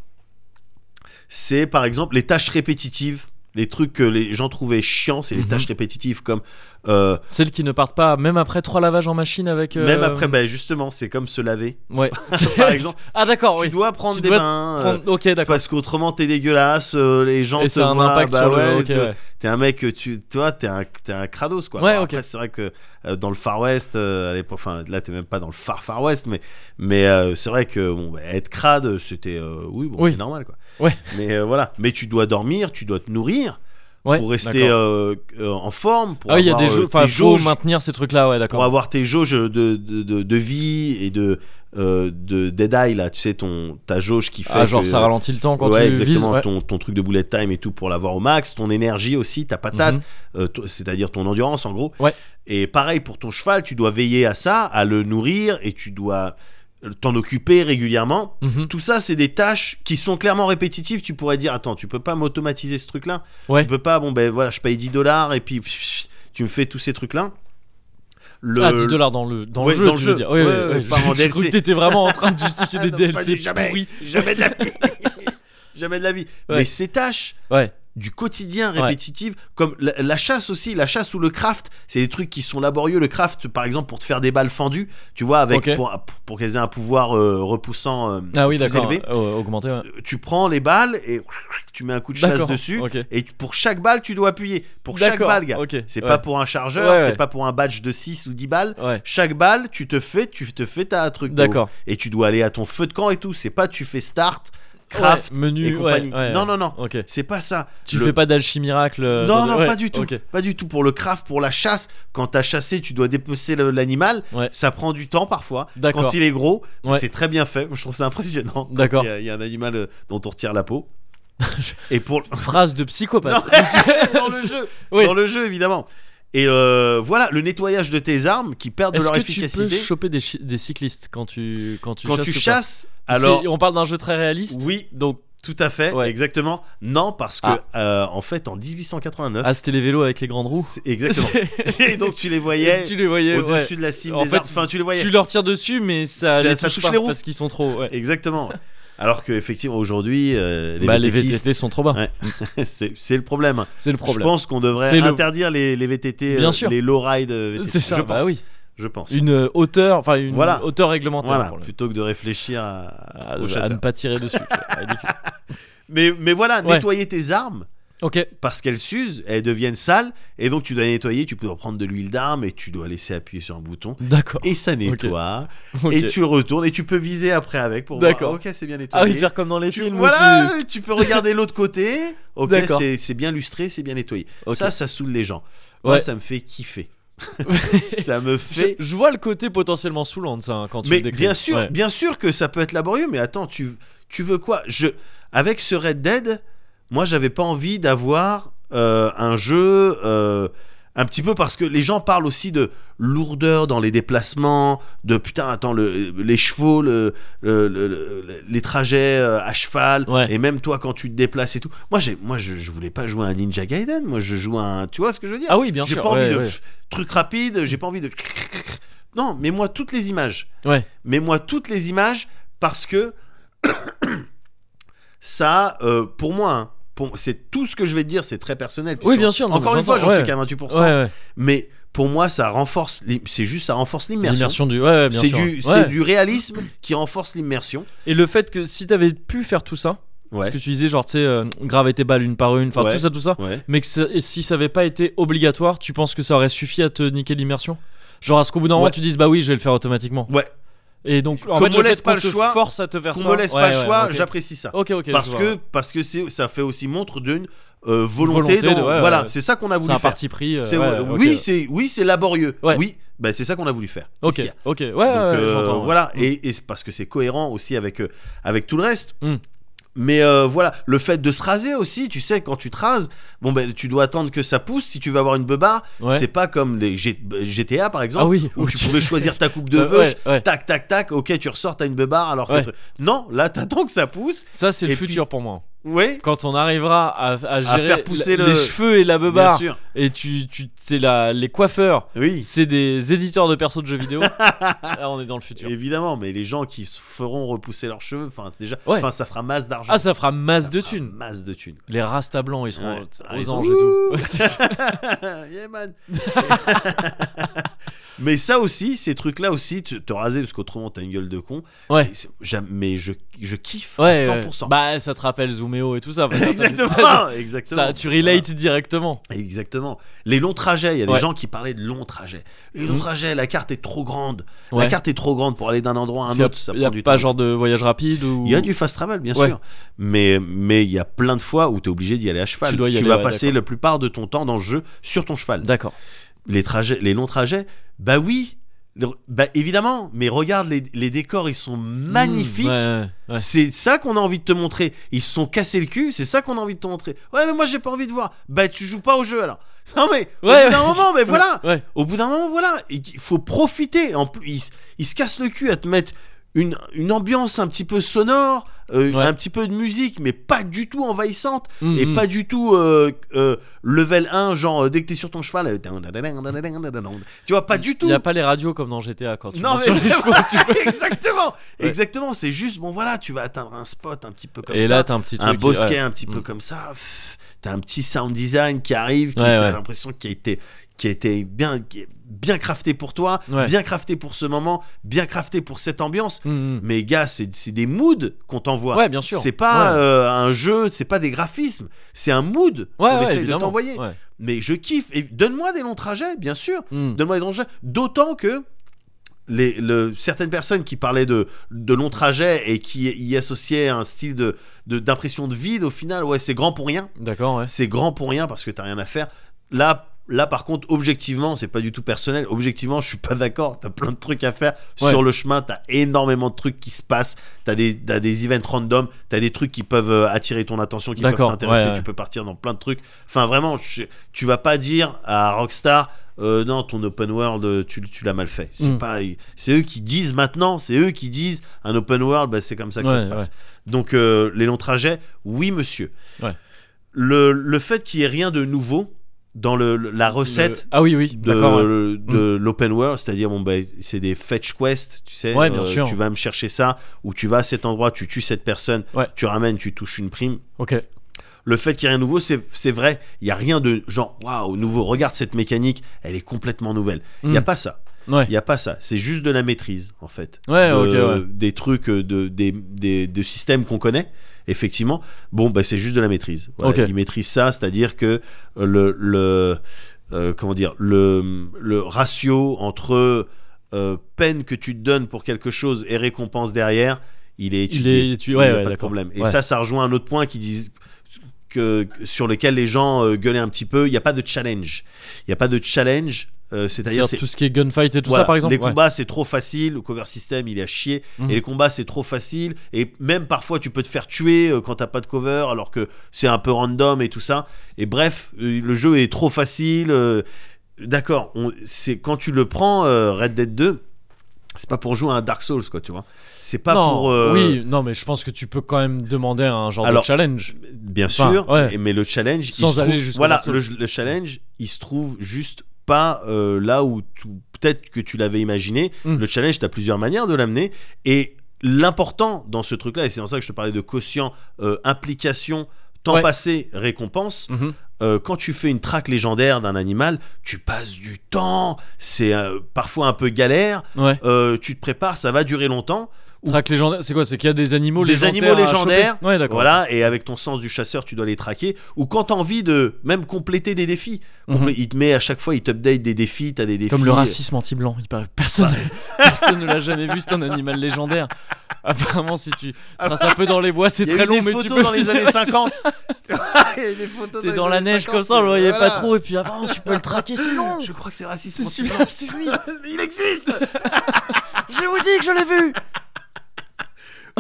c'est par exemple les tâches répétitives. Les trucs que les gens trouvaient chiants, c'est les Mhm. tâches répétitives comme euh, Celles qui ne partent pas, même après trois lavages en machine avec. euh, même après, bah, justement, c'est comme se laver. Ouais. Par exemple, Ah d'accord, tu oui. dois prendre Tu des dois bains euh, Prendre- Ok, d'accord. parce qu'autrement t'es dégueulasse euh, les gens Et te ça a un voient, impact bah sur le. ouais, ok, te- ouais. t'es un mec que tu toi t'es un t'es un crados quoi Ouais, Alors ok. après c'est vrai que euh, dans le Far West euh, à l'époque enfin là t'es même pas dans le Far Far West mais mais euh, c'est vrai que bon bah, être crade c'était euh, oui bon Oui. c'est normal quoi Ouais. mais euh, voilà mais tu dois dormir tu dois te nourrir Ouais, pour rester d'accord. euh, euh, en forme pour Ah oui, il y a avoir des euh, jeux. tes Enfin, faut jauges maintenir ces trucs-là, ouais, pour d'accord. avoir tes jauges de, de, de, de vie et de euh, de dead là tu sais ton ta jauge qui fait Ah, genre, que- ça ralentit le temps quand ouais, tu vises. exactement, ouais. Ton, ton truc de bullet time et tout pour l'avoir au max, ton énergie aussi, ta patate, Mhm. euh, to- c'est-à-dire ton endurance en gros. Ouais. Et pareil pour ton cheval, tu dois veiller à ça, à le nourrir et tu dois euh, t'en occuper régulièrement. Mhm. Tout ça, c'est des tâches qui sont clairement répétitives. Tu pourrais dire, attends, tu peux pas m'automatiser ce truc-là Ouais. Tu peux pas, bon ben voilà, je paye 10 dollars et puis pff, tu me fais tous ces trucs-là. Le, Ah, 10 dollars dans le, dans Ouais, le jeu, dans le tu jeu. veux dire. Oui, Ouais, oui, ouais, oui. pas en J'ai cru DLC. que t'étais vraiment en train de justifier des Ah Non, pas DLC du- jamais, pourris. jamais de la vie. jamais de la vie. Ouais. Mais ces tâches, Ouais, du quotidien Ouais. répétitif comme la, la chasse aussi la chasse ou le craft c'est des trucs qui sont laborieux le craft par exemple pour te faire des balles fendues tu vois avec Ok. pour, pour- pour qu'elles aient un pouvoir euh, repoussant euh, ah oui, plus d'accord. élevé Oh, augmenté, ouais. tu prends les balles et tu mets un coup de chasse D'accord, dessus ok. et tu- pour chaque balle tu dois appuyer pour chaque D'accord, balle gars ok, c'est ouais. pas pour un chargeur Ouais, ouais. c'est pas pour un badge de 6 ou 10 balles Ouais, chaque balle tu te fais tu te fais ta truc de d'accord. ouf. et tu dois aller à ton feu de camp et tout c'est pas tu fais start craft Craft, menu, et compagnie ouais, ouais, non ouais. non non Ok. c'est pas ça Tu Le- fais pas d'alchimie miracle euh, non, dans- non, ouais, pas du tout. ok. Pas du tout. Pour le craft, pour la chasse, quand t'as chassé, tu dois dépecer le- l'animal. Ouais. Ça prend du temps parfois. D'accord. Quand il est gros, Ouais. c'est très bien fait. Moi, Je trouve ça impressionnant. Quand D'accord. Il y a- il y, a un animal euh, dont on retire la peau. Et pour Phrase de psychopathe. dans le jeu, Oui. dans le jeu évidemment. Et euh, voilà, le nettoyage de tes armes qui perdent de Est-ce leur que tu peux efficacité choper des, chi- des cyclistes quand tu quand tu quand chasses tu ou pas chasses. Parce que Alors on parle d'un jeu très réaliste. oui, Donc tout à fait, Ouais. exactement. Non, parce que euh, en fait, en 1889, ah c'était les vélos avec les grandes roues. c'est- exactement. Et donc tu les voyais tu les voyais. ouais. au-dessus de la cime En des fait, arbres. Enfin, tu les voyais. Tu leur tires dessus mais ça, Ça- les ça touche touche pas les roues. parce qu'ils sont trop. ouais. Exactement. Alors que effectivement aujourd'hui, euh, les bah les VTTistes, VTT sont trop bas. Ouais. c'est c'est le problème. C'est le Je problème. pense qu'on devrait C'est le- interdire les, les VTT, euh, Bien sûr. les low-ride euh, VTT. C'est ça. je pense. bah oui. Je pense. Une euh, hauteur, enfin une Voilà. hauteur réglementaire. Voilà, pour le- Ah, plutôt que de réfléchir à, à, à aux ne chasseurs. pas tirer dessus. C'est ridicule. Mais, mais voilà, Ouais. nettoyer tes armes ok. parce qu'elles s'usent, elles deviennent sales, et donc tu dois les nettoyer, tu peux reprendre de l'huile d'arme et tu dois laisser appuyer sur un bouton. D'accord. Et ça nettoie, Ok. et tu le retournes, et tu peux viser après avec pour voir. D'accord. Ok, c'est bien nettoyé. Ah oui, faire comme dans les Tu- films. où voilà, tu... peux regarder l'autre côté. Ok, D'accord. c'est c'est bien lustré, c'est bien nettoyé. Ok. Ça, ça saoule les gens. Moi, Ouais. ça me fait kiffer. ça me tu- Je, fait. je vois le côté potentiellement saoulant de ça hein, quand tu Mais le décris. bien sûr, Ouais. bien sûr que ça peut être laborieux. Mais attends, tu tu veux quoi Je avec ce Red Dead, moi, j'avais pas envie d'avoir euh, un jeu. euh, un petit peu parce que les gens parlent aussi de lourdeur dans les déplacements, de putain, attends, le- les chevaux, le, le- le- le- les trajets euh, à cheval, Ouais. et même toi quand tu te déplaces et tout. Moi, j'ai, moi je, je voulais pas jouer à un Ninja Gaiden, moi je joue à un. Tu vois ce que je veux dire Ah oui, bien J'ai sûr. pas ouais, envie de ouais. pff, truc rapide, j'ai pas envie de. Non, mais moi toutes les images. Ouais. Mais moi toutes les images parce que ça, euh, pour moi, hein, pour- c'est tout ce que je vais te dire, c'est très personnel. Oui, puisque- bien sûr, non, Encore mais une fois, j'en j'entends, suis ouais. qu'à 28%. Ouais, ouais. Mais pour moi, ça renforce. l'im- C'est juste, ça renforce l'immersion. L'immersion du. Ouais, ouais, bien C'est sûr. du, Ouais. c'est du réalisme qui renforce l'immersion. Et le fait que si t'avais pu faire tout ça, Ouais. ce que tu disais, genre, tu sais, euh, graver tes balles une par une, enfin Ouais. tout ça, tout ça, Ouais. mais que ça- et si ça avait pas été obligatoire, tu penses que ça aurait suffi à te niquer l'immersion Genre, à ce qu'au bout d'un moment, Ouais. tu dises, bah oui, je vais le faire automatiquement. Ouais. Et donc, en Qu'on fait, me le laisse fait pas qu'on le te choix, force à te faire ça. Qu'on me laisse pas ouais, le ouais, choix, ok. j'apprécie ça. Ok, ok. je parce vois, que ouais. parce que c'est ça fait aussi montre d'une euh, volonté, Volonté de- dans- ouais, voilà ouais. c'est ça qu'on a c'est voulu un faire parti pris. euh, C'est- ouais, ok. oui c'est oui c'est laborieux Ouais. oui bah, c'est ça qu'on a voulu faire Qu'est-ce Ok, qu'il y a ok, ouais, Donc, ouais, euh, j'entends. ouais. voilà et, et c'est parce que c'est cohérent aussi avec euh, avec tout le reste Mm. mais euh, voilà le fait de se raser aussi tu sais quand tu te rases bon ben tu dois attendre que ça pousse si tu veux avoir une beubar Ouais. c'est pas comme les G- GTA par exemple Ah oui, où oui. tu pouvais choisir ta coupe de Ouais, veuche ouais, ouais. tac tac tac ok tu ressors t'as une beubar alors que Ouais. le truc- non là t'attends que ça pousse Ça, c'est le Et puis- futur pour moi. oui Quand on arrivera à, à gérer faire pousser la- le- les cheveux et la bien beubar, sûr et tu, tu, c'est la, les coiffeurs, oui c'est des éditeurs de persos de jeux vidéo. Là, on est dans le futur. Évidemment, mais les gens qui se feront repousser leurs cheveux, enfin déjà, Ouais. enfin ça fera masse d'argent. Ah, ça fera masse Ça de fera thunes. Masse de thunes. Les Rasta blancs, ils seront Ouais. aux- Ah, aux ils anges sont- et tout. Yeah, man. mais ça aussi, ces trucs-là aussi, te, te raser parce qu'autrement t'as une gueule de con. Ouais. Et c'est- j'aime- Mais je, je kiffe ouais, à ouais. 100%. Bah, ça te rappelle Zoomeo et tout ça. Enfin, ça- exactement, exactement. Ça, tu relates directement. Exactement. Les longs trajets, il y a Ouais. des gens qui parlaient de longs trajets. Les longs Mhm. trajets, la carte est trop grande. Ouais. La carte est trop grande pour aller d'un endroit à un S'il y a- autre. ça il y a prend du pas temps. genre de voyage rapide ou. Il y a du fast travel, bien Ouais. sûr. Mais mais il y a plein de fois où tu es obligé d'y aller à cheval. Tu dois y aller, vas ouais, passer la plupart de ton temps dans le jeu sur ton cheval. D'accord. Les, trajets, les longs trajets, bah oui, le- bah évidemment, mais regarde, les, les décors, ils sont magnifiques. Mmh, ouais, ouais, ouais. C'est ça qu'on a envie de te montrer. Ils se sont cassés le cul, c'est ça qu'on a envie de te montrer. Ouais, mais moi j'ai pas envie de voir. Bah tu joues pas au jeu alors. Non mais Ouais, au bout d'un ouais. moment, mais voilà. Ouais. Au bout d'un moment, voilà, il faut profiter. En plus, ils, ils se cassent le cul à te mettre une, une ambiance un petit peu sonore, euh, Ouais. un petit peu de musique, mais pas du tout envahissante Mmh, et mmh. pas du tout euh, euh, level 1, genre euh, dès que t'es sur ton cheval. euh, Tu vois, pas du Il tout. n'y a pas les radios comme dans GTA quand tu Non, montes mais sur les chevaux, tu vois. exactement, Ouais. exactement. C'est juste, bon voilà, tu vas atteindre un spot un petit peu comme Et ça là, t'as un petit truc. un qui- bosquet ouais. un petit peu Mm. comme ça pff, t'as un petit sound design qui arrive qui Ouais, t'as ouais. l'impression qui a été qui a été bien qui est bien crafté pour toi Ouais. bien crafté pour ce moment bien crafté pour cette ambiance Mm, mm. mais gars c'est c'est des moods qu'on t'envoie Ouais, bien sûr. c'est pas Ouais. euh, un jeu c'est pas des graphismes c'est un mood Ouais, qu'on ouais, essaye de évidemment. t'envoyer Ouais. mais je kiffe et donne-moi des longs trajets bien sûr Mm. donne-moi des longs trajets d'autant que les, le- certaines personnes qui parlaient de, de longs trajets et qui y associaient un style de de- d'impression de, vide au final ouais c'est grand pour rien D'accord, ouais. c'est grand pour rien parce que t'as rien à faire là Là, par contre, objectivement, c'est pas du tout personnel. Objectivement, je suis pas d'accord. T'as plein de trucs à faire Ouais. sur le chemin. T'as énormément de trucs qui se passent. T'as des, t'as des events random. T'as des trucs qui peuvent euh, attirer ton attention, qui peuvent D'accord, t'intéresser. ouais, ouais. Tu peux partir dans plein de trucs. Enfin, vraiment, je- tu vas pas dire à Rockstar. euh, non, ton open world, euh, tu, tu l'as mal fait. C'est Mm. pas, c'est eux qui disent maintenant, c'est eux qui disent un open world, bah, c'est comme ça que ça Ouais, se passe. Donc euh, les longs trajets, oui monsieur. Ouais. Le, le fait qu'il n'y ait rien de nouveau dans le, le- la recette Le- Ah oui, oui, de, d'accord. ouais. Hmm. de l'open world, c'est-à-dire bon, bah, c'est des fetch quests, tu sais, euh, Ouais, bien sûr. tu vas me chercher ça, ou tu vas à cet endroit, tu tues cette personne, Ouais. tu ramènes, tu touches une prime. Ok. Le fait qu'il n'y ait rien de nouveau, c'est c'est vrai, il n'y a rien de genre, waouh, nouveau, regarde cette mécanique, elle est complètement nouvelle. Il n'y a Mm. pas ça. Ouais. Il n'y a pas ça. C'est juste de la maîtrise, en fait. Ouais, De- ok, ouais. Des trucs, euh, de, des, des, de systèmes qu'on connaît, effectivement. Bon, bah, c'est juste de la maîtrise. Voilà, Ok. Ils maîtrisent ça, c'est-à-dire que euh, le. le euh, comment dire le, le ratio entre euh, peine que tu te donnes pour quelque chose et récompense derrière, il est Il étudié. est étudié. Ouais, n'y a ouais, pas de d'accord. problème. Et Ouais. ça, ça rejoint un autre point qui disent que, que- sur lequel les gens euh, gueulaient un petit peu. Il n'y a pas de challenge. Il n'y a pas de challenge. euh, C'est-à-dire, C'est-à-dire c'est tout ce qui est gunfight et tout voilà, ça, par exemple. Les ouais. combats, c'est trop facile. Le cover system, il est à chier. Mhm. Et les combats, c'est trop facile. Et même parfois, tu peux te faire tuer euh, quand t'as pas de cover, alors que c'est un peu random et tout ça. Et bref, euh, le jeu est trop facile. euh, D'accord, on- c'est quand tu le prends, euh, Red Dead 2, c'est pas pour jouer à un Dark Souls, quoi, tu vois. C'est pas non, pour. euh, Oui, non, mais je pense que tu peux quand même demander un genre Alors, de challenge. Bien Enfin, sûr, ouais. et- mais le challenge, il Sans se aller trouve- jusqu'au voilà, Dark le, Souls. le challenge, il se trouve juste pas euh, là où tu- peut-être que tu l'avais imaginé. Mm. Le challenge, tu as plusieurs manières de l'amener, et l'important dans ce truc-là, et c'est en ça que je te parlais de quotient, euh, implication, temps Ouais. passé, récompense. Mhm. euh, quand tu fais une traque légendaire d'un animal, tu passes du temps, c'est euh, parfois un peu galère. Ouais. euh, tu te prépares, ça va durer longtemps. Ou- Traque légendaire, c'est quoi C'est qu'il y a des animaux Des légendaires. animaux à choper légendaires, Ouais, d'accord. Voilà, et avec ton sens du chasseur, tu dois les traquer. Ou quand t'as envie de même compléter des défis. Mhm. Complé- Il te met à chaque fois, il t'update des défis, t'as des défis. Comme le racisme anti-blanc, il paraît personne, personne ne l'a jamais vu, c'est un animal légendaire. Apparemment, si tu traces un peu dans les bois, c'est Il y a très eu long, des mais tu photos peux dans les finir- années Ouais, c'est ça. 50. Tu vois, il y a eu des photos T'es les dans la années neige 50, comme ça, on le voyait voilà. Ah, pas trop, et puis avant, tu peux le traquer, c'est long. Je crois que c'est raciste. C'est pour celui-là, celui-là. c'est lui. Mais il existe Je vous dis que je l'ai vu.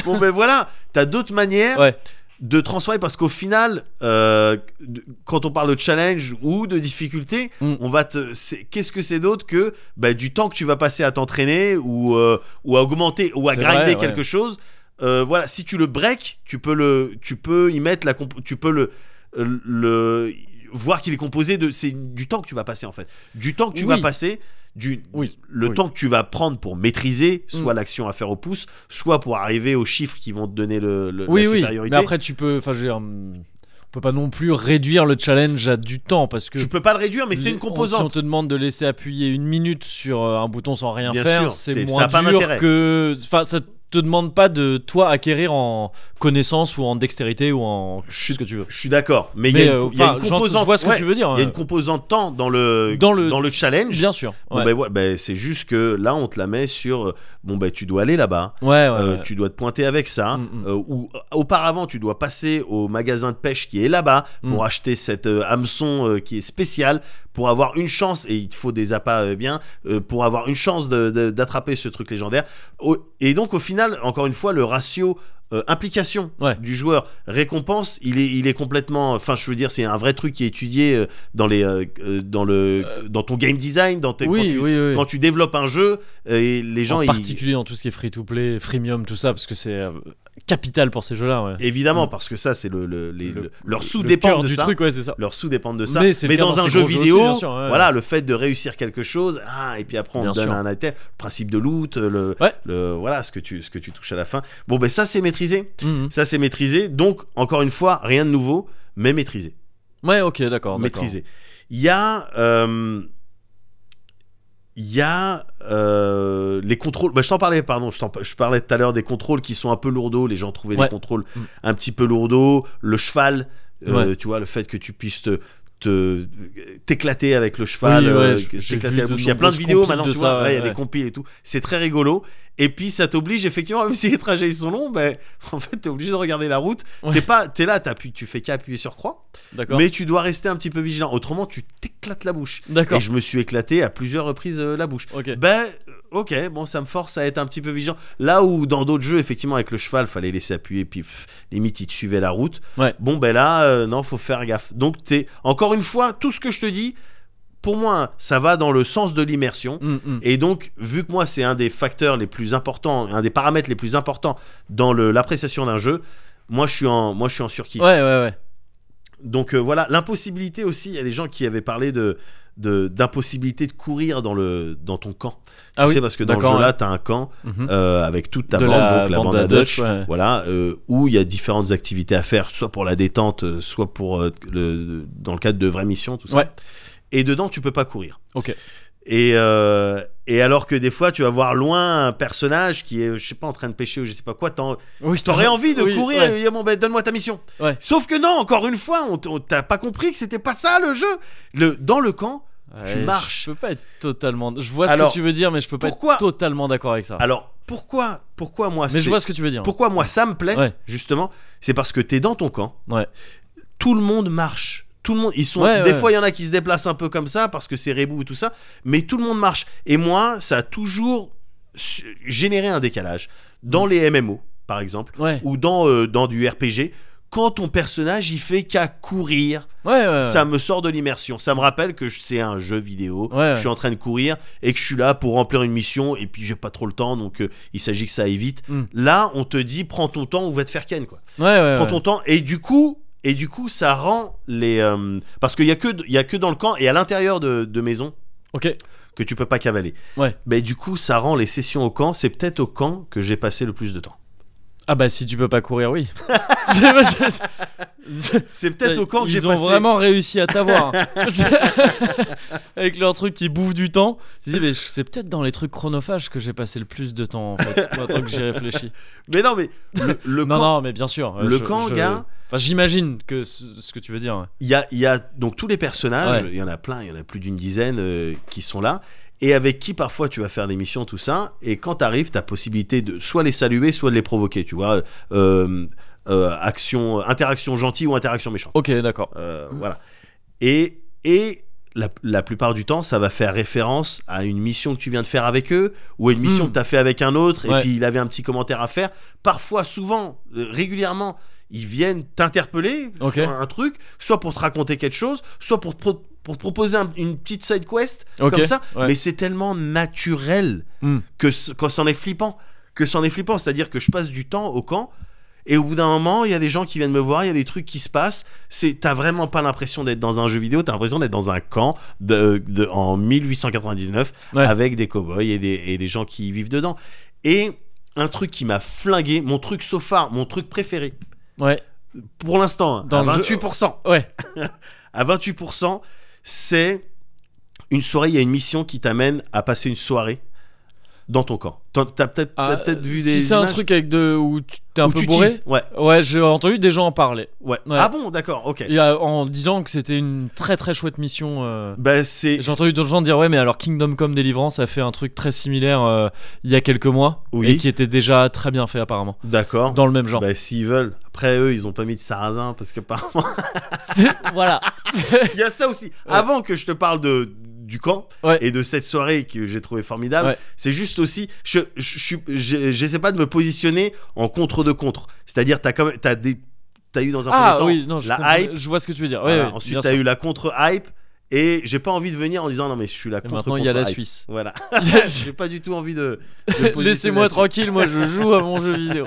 Bon ben voilà, t'as d'autres manières Ouais. de transformer parce qu'au final, euh, de- quand on parle de challenge ou de difficulté, Mm. on va te, c'est- qu'est-ce que c'est d'autre que bah, du temps que tu vas passer à t'entraîner ou euh, ou à augmenter ou à C'est grinder vrai, ouais. quelque chose. Euh, voilà, si tu le break, tu peux le, tu peux y mettre la, comp- tu peux le, le voir qu'il est composé de, c'est du temps que tu vas passer en fait, du temps que tu Oui. vas passer. Du, Oui, le oui. Mm. temps que tu vas prendre pour maîtriser soit l'action à faire au pouce, soit pour arriver aux chiffres qui vont te donner le, le- Oui, la oui. supériorité. Mais après, tu peux, enfin, je veux dire, hum, on peut pas non plus réduire le challenge à du temps parce que. tu peux pas le réduire, mais c'est les- une on- Si on composante. te demande de laisser appuyer une minute sur euh, un bouton sans rien Bien sûr, faire, c'est- c'est ça moins a pas d'intérêt. dur que. Enfin, ça te demande pas de toi acquérir en connaissance ou en dextérité ou en Je- ce que tu veux. Je suis d'accord, mais il y Mais a euh, une, il y a enfin, une j'en- composante. je vois ce que ouais, tu veux dire. Il y a une euh, composante temps dans le Dans le- challenge. Bien sûr. Bon, Ouais, ben, voilà, ben, c'est juste que là on te la met sur euh, bon ben tu dois aller là-bas, ouais, ouais, euh, ouais. tu dois te pointer avec ça, Mm, mm. euh, ou euh, auparavant tu dois passer au magasin de pêche qui est là-bas Mm. pour acheter cette euh, hameçon euh, qui est spécial pour avoir une chance et il te faut des appâts euh, bien euh, pour avoir une chance de- de- d'attraper ce truc légendaire. Au- et donc au final, encore une fois, le ratio euh, implication Ouais. du joueur récompense, il est, il est complètement. Enfin, je veux dire, c'est un vrai truc qui est étudié euh, dans les, euh, euh, dans le, dans ton game design, dans tes, quand oui, tu- oui, oui. quand tu développes un jeu, euh, et les gens en ils- particulier dans tout ce qui est free to play, freemium, tout ça, parce que c'est euh, capital pour ces jeux-là. Ouais. évidemment Mm. parce que ça c'est le, le- les- Le- le- leurs sous Le dépendent cœur de du ça. truc, ouais, c'est ça. Leurs sous dépendent de ça. Mais c'est le cas dans dans un ces jeu gros jeux vidéo, aussi, bien sûr, ouais. voilà, le fait de réussir quelque chose, ah, et puis après on Bien te donne sûr. un item, le principe de loot, le, Ouais. le- voilà ce que tu ce que tu touches à la fin. Bon ben ça c'est maîtrisé, Mhm. ça c'est maîtrisé. Donc encore une fois, rien de nouveau, mais maîtrisé. Ouais, ok, d'accord. d'accord. maîtrisé. Il y a, euh, il y a euh, les contrôles. Bah, je t'en parlais, pardon. Je, t'en- je parlais tout à l'heure des contrôles qui sont un peu lourdeaux. Les gens trouvaient les Ouais. contrôles Mm. un petit peu lourdeaux. Le cheval, euh, Ouais. tu vois, le fait que tu puisses te te t'éclater avec le cheval, Oui, ouais, euh, j'ai t'éclater vu la de bouche. Il y a plein de nombreuses vidéos compiles maintenant, de tu ça, vois, ouais, il y a ouais. des compiles et tout. C'est très rigolo. Et puis ça t'oblige effectivement, même si les trajets ils sont longs, ben en fait t'es obligé de regarder la route. Ouais. T'es pas, t'es là, t'appuies, tu fais qu'appuyer sur croix, D'accord. mais tu dois rester un petit peu vigilant. Autrement, tu t'éclates la bouche. D'accord. Et je me suis éclaté à plusieurs reprises euh, la bouche. Ok. Ben, ok, bon, ça me force à être un petit peu vigilant. Là où dans d'autres jeux, effectivement, avec le cheval, fallait laisser appuyer, puis pff, limite, il te suivait la route. Ouais. Bon, ben là, euh, non, faut faire gaffe. Donc, t'es, encore une fois, tout ce que je te dis, pour moi, ça va dans le sens de l'immersion. Hum, hum. Et donc, vu que moi, c'est un des facteurs les plus importants, un des paramètres les plus importants dans le- l'appréciation d'un jeu, moi, je suis en, moi, je suis en surkiff. Ouais, ouais, ouais. Donc euh, voilà, l'impossibilité aussi, il y a des gens qui avaient parlé de de- d'impossibilité de, courir dans le dans ton camp. Ah tu oui, sais parce que dans le jeu d'accord, là, ouais. tu as un camp Mhm. euh, avec toute ta De bande, la donc la bande bande à à Dutch, Dutch, ouais. voilà, euh, où il y a différentes activités à faire, soit pour la détente, euh, soit pour euh, le- dans le cadre de vraies missions, tout ça. Ouais. Et dedans, tu peux pas courir. Ok. Et, euh, et alors que des fois, tu vas voir loin un personnage qui est, je sais pas, en train de pêcher ou je sais pas quoi, t'en- Oui, T'aurais envie de oui, courir et ouais. lui dire bon ben donne-moi ta mission. Ouais. Sauf que non, encore une fois, on t- on t'a pas compris que c'était pas ça le jeu. Le dans le camp. Tu Ouais, marches. Je peux pas être totalement. Je vois Alors, ce que tu veux dire, mais je peux pas pourquoi- être totalement d'accord avec ça. Alors pourquoi pourquoi moi mais c'est- je vois ce que tu veux dire. pourquoi moi ça me plaît Ouais. justement, c'est parce que t'es dans ton camp. Ouais. Tout le monde marche. Tout le monde, ils sont. Ouais, des ouais. fois, il y en a qui se déplacent un peu comme ça parce que c'est rebou ou tout ça, mais tout le monde marche. Et moi, ça a toujours su- généré un décalage dans Mm. les MMO, par exemple, Ouais, ou dans euh, dans du RPG. Quand ton personnage, il fait qu'à courir, ouais, ouais. ça me sort de l'immersion. Ça me rappelle que je- c'est un jeu vidéo. Ouais, ouais. Je suis en train de courir et que je suis là pour remplir une mission et puis j'ai pas trop le temps donc euh, il s'agit que ça aille vite. Mm. Là, on te dit prends ton temps ou va te faire ken quoi. ouais, ouais, Prends ouais. ton temps et du coup et du coup ça rend les euh, parce qu'il y a que il y a que dans le camp et à l'intérieur de, de maison Ok. que tu peux pas cavaler. Ouais. Mais du coup ça rend les sessions au camp. C'est peut-être au camp que j'ai passé le plus de temps. Ah bah si tu peux pas courir, oui. Je sais pas, je- C'est peut-être au camp que j'ai Euh, Ils ont passé. vraiment réussi à t'avoir. hein. Avec leur truc qui bouffe du temps. Je dis, mais c'est peut-être dans les trucs chronophages que j'ai passé le plus de temps en fait, maintenant que j'y réfléchis. Mais non mais le, le Non, camp. non, mais bien sûr. euh, Le je- camp, je- gars. Enfin, j'imagine que ce, ce que tu veux dire. ouais. Il y a, il y a donc tous les personnages, Ouais. il y en a plein, il y en a plus d'une dizaine euh, qui sont là, et avec qui parfois tu vas faire des missions, tout ça, et quand t'arrives, t'as possibilité de soit les saluer, soit de les provoquer, tu vois, euh, euh, action, interaction gentille ou interaction méchante. Ok, d'accord. Euh, voilà. Et, et la, la plupart du temps, ça va faire référence à une mission que tu viens de faire avec eux, ou à une mission Mm. que tu as fait avec un autre, et Ouais. puis il avait un petit commentaire à faire. Parfois, souvent, euh, régulièrement, ils viennent t'interpeller Ok. sur un truc, soit pour te raconter quelque chose, soit pour te, pro- pour te proposer un- une petite side quest, Ok, comme ça. ouais. Mais c'est tellement naturel Hmm. que c- quand c'en est flippant, que c'en est flippant, c'est-à-dire que je passe du temps au camp et au bout d'un moment, il y a des gens qui viennent me voir, il y a des trucs qui se passent. C'est t'as vraiment pas l'impression d'être dans un jeu vidéo, t'as l'impression d'être dans un camp de, de- en 1899 Ouais. avec des cow-boys et des, et des gens qui vivent dedans. Et un truc qui m'a flingué, mon truc so far, mon truc préféré Ouais, pour l'instant, hein, Dans à le jeu- 28%, ouais. à 28%, c'est une soirée, il y a une mission qui t'amène à passer une soirée dans ton camp. T'en- T'as peut-être Ah, t'as peut-être vu si des c'est un images truc avec de où tu t'es un où peu tu bourré. teases. Ouais, Ouais, j'ai entendu des gens en parler. ouais. Ouais. Ah bon, d'accord, ok. Et, euh, en disant que c'était une très très chouette mission. euh, Ben, c'est J'ai entendu d'autres gens dire ouais mais alors Kingdom Come Deliverance a fait un truc très similaire euh, il y a quelques mois Oui. et qui était déjà très bien fait apparemment d'accord. dans le même genre. Ben, s'ils veulent. Après eux, ils ont pas mis de sarrasin parce qu'apparemment voilà. il y a ça aussi. Avant que je te parle de du camp Ouais. et de cette soirée que j'ai trouvé formidable, Ouais. c'est juste aussi je je suis- je- j'essaie pas de me positionner en contre de contre. C'est-à-dire t'as quand même t'as des t'as eu dans un Ah premier temps oui non je, comprends- la hype. je vois ce que tu veux dire. Ouais, voilà. ouais, Ensuite Ah bien t'as sûr. eu la contre hype et j'ai pas envie de venir en disant non mais je suis la et contre. maintenant il y a la contre-hype. Suisse. Voilà. Il y a- je- j'ai pas du tout envie de. de positionner Laissez-moi là-dessus. tranquille moi je joue à mon jeu vidéo.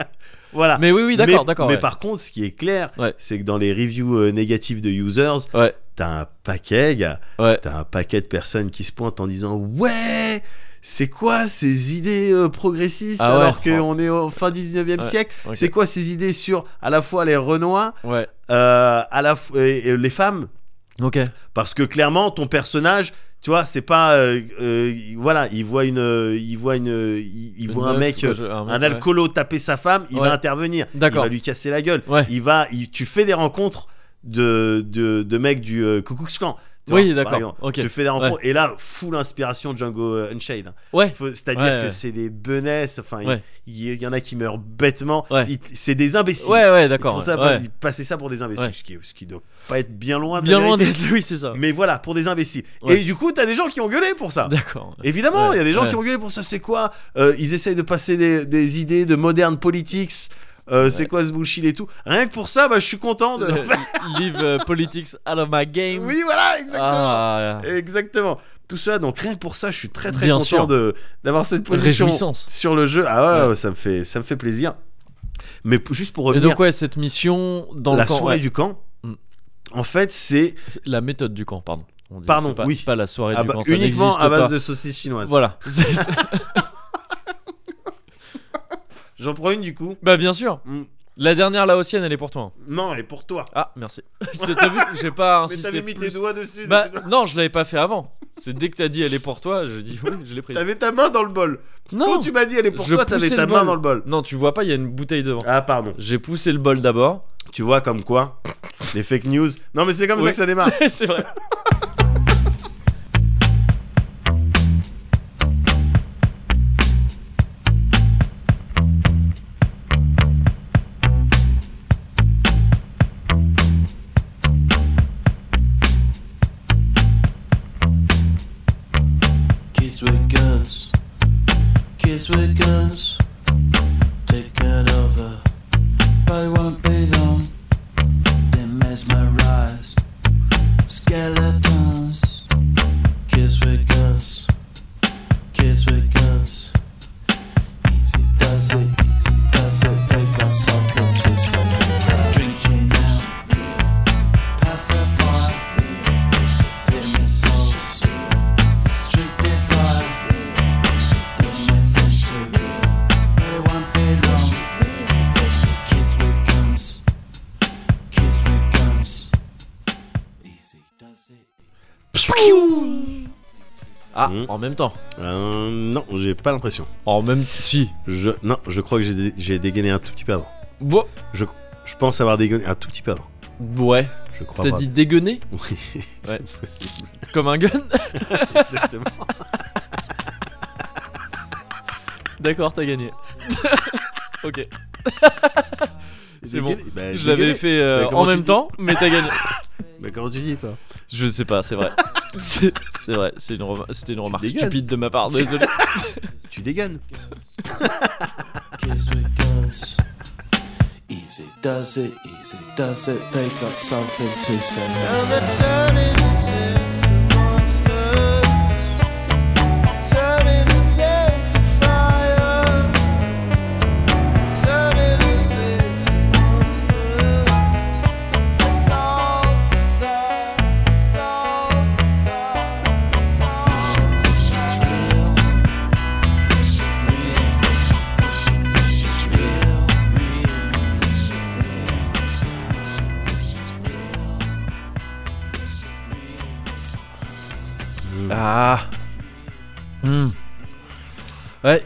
Voilà. Mais oui oui d'accord mais, d'accord. Mais ouais. par contre, ce qui est clair, Ouais. c'est que dans les reviews euh, négatives de users, Ouais. t'as un paquet, gars. Ouais. T'as un paquet de personnes qui se pointent en disant Ouais, c'est quoi ces idées euh, progressistes Ah ouais, alors oh. qu'on est au fin 19e Ouais, siècle ok. C'est quoi ces idées sur à la fois les Renois, Ouais. euh, à la f- et- et les femmes Ok. parce que clairement ton personnage tu vois c'est pas euh, euh, voilà il voit une euh, il voit une euh, il, il voit un Neuf, mec ouais, euh, je- un mec, un ouais. alcoolo taper sa femme il Ouais. va intervenir il D'accord. va lui casser la gueule Ouais. il va il- tu fais des rencontres de, de, de mecs du euh, Ku Klux Klan. tu Oui, vois, par d'accord, exemple. ok. Tu fais des rencontres. Et là, full inspiration Django euh, Unchained. hein. Ouais. Faut- C'est-à-dire Ouais, que ouais. c'est des benesses. Enfin, il- Ouais. il, y en a qui meurent bêtement. Ouais. Ils- C'est des imbéciles. Ouais, ouais, Ils font d'accord. ça, ouais. ils passaient ça pour des imbéciles, Ouais. ce, qui, ce qui doit pas être bien loin de la Bien loin vérité. d'être oui, c'est ça. Mais voilà, pour des imbéciles. Ah. Ouais. Et du coup, t'as des gens qui ont gueulé pour ça. D'accord. Évidemment, il Ouais, y a des gens ouais. qui ont gueulé pour ça. C'est quoi Euh, Ils essayent de passer des, des idées de moderne politics. Euh, C'est quoi ce bullshit et tout Rien que pour ça, bah, je suis content de. Le- Leave euh, politics out of my game. oui, voilà, exactement. Ah, Exactement. Tout ça, donc rien que pour ça, je suis très très Bien content sûr. de d'avoir cette position Réjouissance. sur le jeu. Ah ouais, Ouais. ouais, ça me fait ça me fait plaisir. Mais p- juste pour Et revenir, donc ouais, cette mission dans la le camp, soirée ouais. du camp. Mm. En fait, c'est C'est la méthode du camp, pardon. On dit, Pardon, c'est pas, oui. c'est pas la soirée ah du bah, camp, ça uniquement n'existe à base pas. de saucisses chinoises. Voilà. C'est ça. J'en prends une du coup. bah bien sûr. Mm. La dernière laotienne, elle est pour toi. Non, elle est pour toi. Ah merci. T'as vu, j'ai pas Mais insisté t'avais mis tes plus. doigts dessus. Bah donc tu dois- non, je l'avais pas fait avant. C'est dès que t'as dit elle est pour toi, je dis oui, je l'ai prise. T'avais ta main dans le bol. Quand Non, tu m'as dit elle est pour je toi, t'avais poussais ta le main bol. dans le bol. non, tu vois pas, il y a une bouteille devant. Ah pardon. J'ai poussé le bol d'abord. Tu vois comme quoi les fake news. Non mais c'est comme Oui. ça que ça démarre. c'est vrai. Kids with guns, kids with guns, taken over. But it won't be long. They mesmerize skeletons. Kids with guns, kids with guns. Easy does it, easy does it. They got some control, some control. Drinking now, pacify. Them souls. Street desire is message to me. But it won't be long. Kids with guns. Kids with guns. Easy does it. Ah, Mm. en même temps. Euh, non, j'ai pas l'impression. En même si. Je non, je crois que j'ai dé- j'ai dégainé un tout petit peu avant. Bon, Je je pense avoir dégainé un tout petit peu avant. ouais. Je crois. T'as pas. dit dégueuner Oui. Ouais. c'est possible. comme un gun. Exactement. D'accord, t'as gagné. ok. Eh, C'est bon. Dégainé- bah, Je l'avais dégainé. fait euh, Mais comment en tu même dis temps, mais t'as gagné. Mais comment tu dis toi Je sais pas, c'est vrai. C'est c'est vrai, c'est une rema- c'était une remarque dégaines. stupide de ma part, désolé. Tu dégaines. Kids with guns. Easy does it, easy does it. They got something to say. Ah. Hmm. Ouais.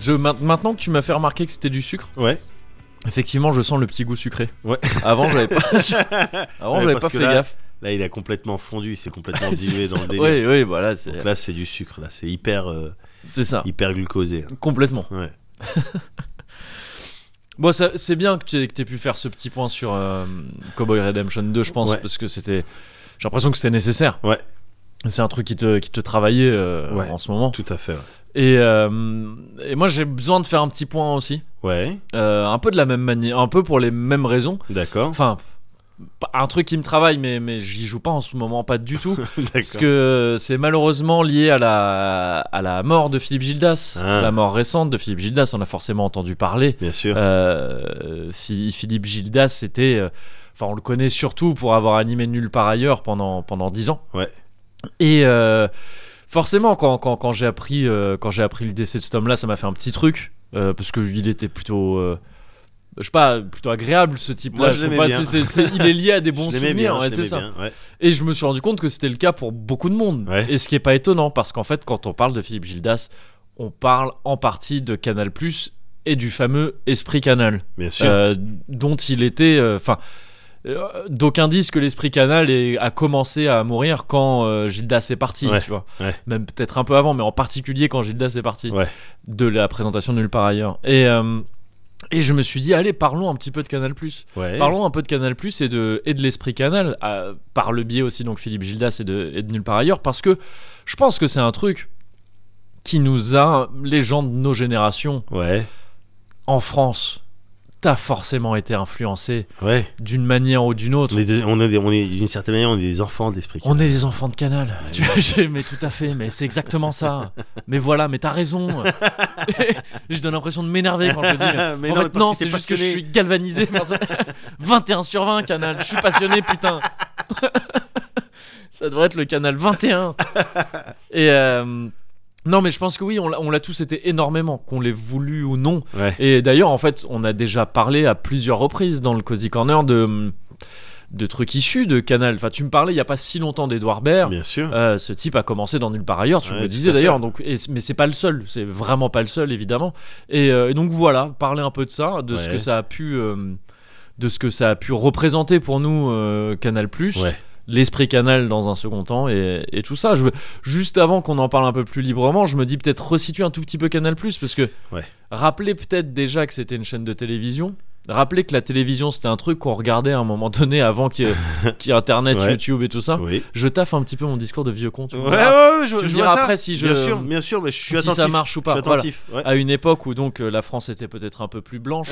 Je, main- maintenant que tu m'as fait remarquer que c'était du sucre, Ouais. effectivement, je sens le petit goût sucré. Ouais. Avant, j'avais pas, avant, Ouais, j'avais parce pas que fait là, gaffe. Là, il a complètement fondu, c'est complètement C'est dilué ça. dans le délire. Oui, oui, voilà, c'est Donc là, c'est du sucre, là, c'est hyper, euh, c'est ça. hyper glucosé. hein. Complètement. Ouais. Bon, ça- c'est bien que tu aies, que t'aies pu faire ce petit point sur euh, Cowboy Redemption 2, je pense, Ouais. parce que c'était. J'ai l'impression que c'était nécessaire. Ouais. C'est un truc qui te, qui te travaillait euh, Ouais. en ce moment. Tout à fait. ouais. Et, euh, et moi, j'ai besoin de faire un petit point aussi. Ouais, Euh, un peu de la même manière, un peu pour les mêmes raisons. d'accord. Enfin, pas- un truc qui me travaille, mais, mais j'y joue pas en ce moment, pas du tout. parce D'accord. que c'est malheureusement lié à la, à la mort de Philippe Gildas. Ah. La mort récente de Philippe Gildas, on a forcément entendu parler. Bien sûr. Euh, Phi- Philippe Gildas, c'était. euh, Enfin, on le connaît surtout pour avoir animé Nulle par ailleurs pendant, pendant 10 ans. Ouais. Et. euh, Forcément, quand, quand, quand j'ai appris, euh, quand j'ai appris le décès de cet homme-là, ça m'a fait un petit truc. euh, parce qu'il était plutôt. euh, je sais pas, plutôt agréable ce Moi, type-là. je Je sais l'aimais pas, bien. c'est- c'est- c'est- il est lié à des bons je l'aimais souvenirs, bien, ouais, je c'est l'aimais ça. bien. Ouais. Et je me suis rendu compte que c'était le cas pour beaucoup de monde. Ouais. Et ce qui est pas étonnant, parce qu'en fait, quand on parle de Philippe Gildas, on parle en partie de Canal et du fameux esprit Canal, Bien sûr. euh, dont il était. Enfin, euh, d'aucuns disent que l'esprit canal est- a commencé à mourir quand euh, Gildas est parti, Ouais, tu vois. ouais. Même peut-être un peu avant, mais en particulier quand Gildas est parti. Ouais. De la présentation de nulle part ailleurs. Et, euh, et je me suis dit, allez, parlons un petit peu de Canal+. Ouais. Parlons un peu de Canal Plus et de, et de l'esprit Canal, à- par le biais aussi donc Philippe Gildas et de, et de Nulle part ailleurs, parce que je pense que c'est un truc qui nous a, les gens de nos générations, Ouais. en France, t'as forcément été influencé Ouais. d'une manière ou d'une autre. On est, des- on est, des- on est- d'une certaine manière, on est des enfants de l'esprit. On est des enfants de Canal. Tu vois, j'ai- mais tout à fait, mais c'est exactement ça. Mais voilà, mais t'as raison. je donne l'impression de m'énerver quand je le dis. Mais en non, mais fait, parce non, que t'es c'est juste que je passionné. suis galvanisé par ça. 21 sur 20, Canal. Je suis passionné, putain. ça devrait être le Canal 21. Et euh, non, mais je pense que oui, on l'a- on l'a tous été énormément, qu'on l'ait voulu ou non. Ouais. Et d'ailleurs, en fait, on a déjà parlé à plusieurs reprises dans le Cozy Corner de, de trucs issus de Canal. Enfin, tu me parlais il n'y a pas si longtemps d'Edouard Baird. Bien sûr. Euh, ce type a commencé dans nulle part ailleurs, tu Ouais, me le tout disais à fait. d'ailleurs. Donc, et c- mais c'est pas le seul, c'est vraiment pas le seul évidemment. Et, euh, et donc voilà, parler un peu de ça, de ce Ouais. que ça a pu, euh, de ce que ça a pu représenter pour nous euh, Canal Ouais. l'esprit Canal dans un second temps et, et tout ça. Je veux, juste avant qu'on en parle un peu plus librement, je me dis peut-être resituer un tout petit peu Canal parce que Ouais. rappelez peut-être déjà que c'était une chaîne de télévision. Rappelez que la télévision c'était un truc qu'on regardait à un moment donné avant qu'il y ait- qu'il y ait Internet, Ouais. YouTube et tout ça Oui. je taffe un petit peu mon discours de vieux con. hein Tu Ouais, me ouais, diras. ouais, je, tu me je diras vois ça. après si je- Bien sûr, bien sûr, mais je suis si ça attentif. marche ou pas, Je suis voilà. attentif. ouais. À une époque où donc euh, la France était peut-être un peu plus blanche.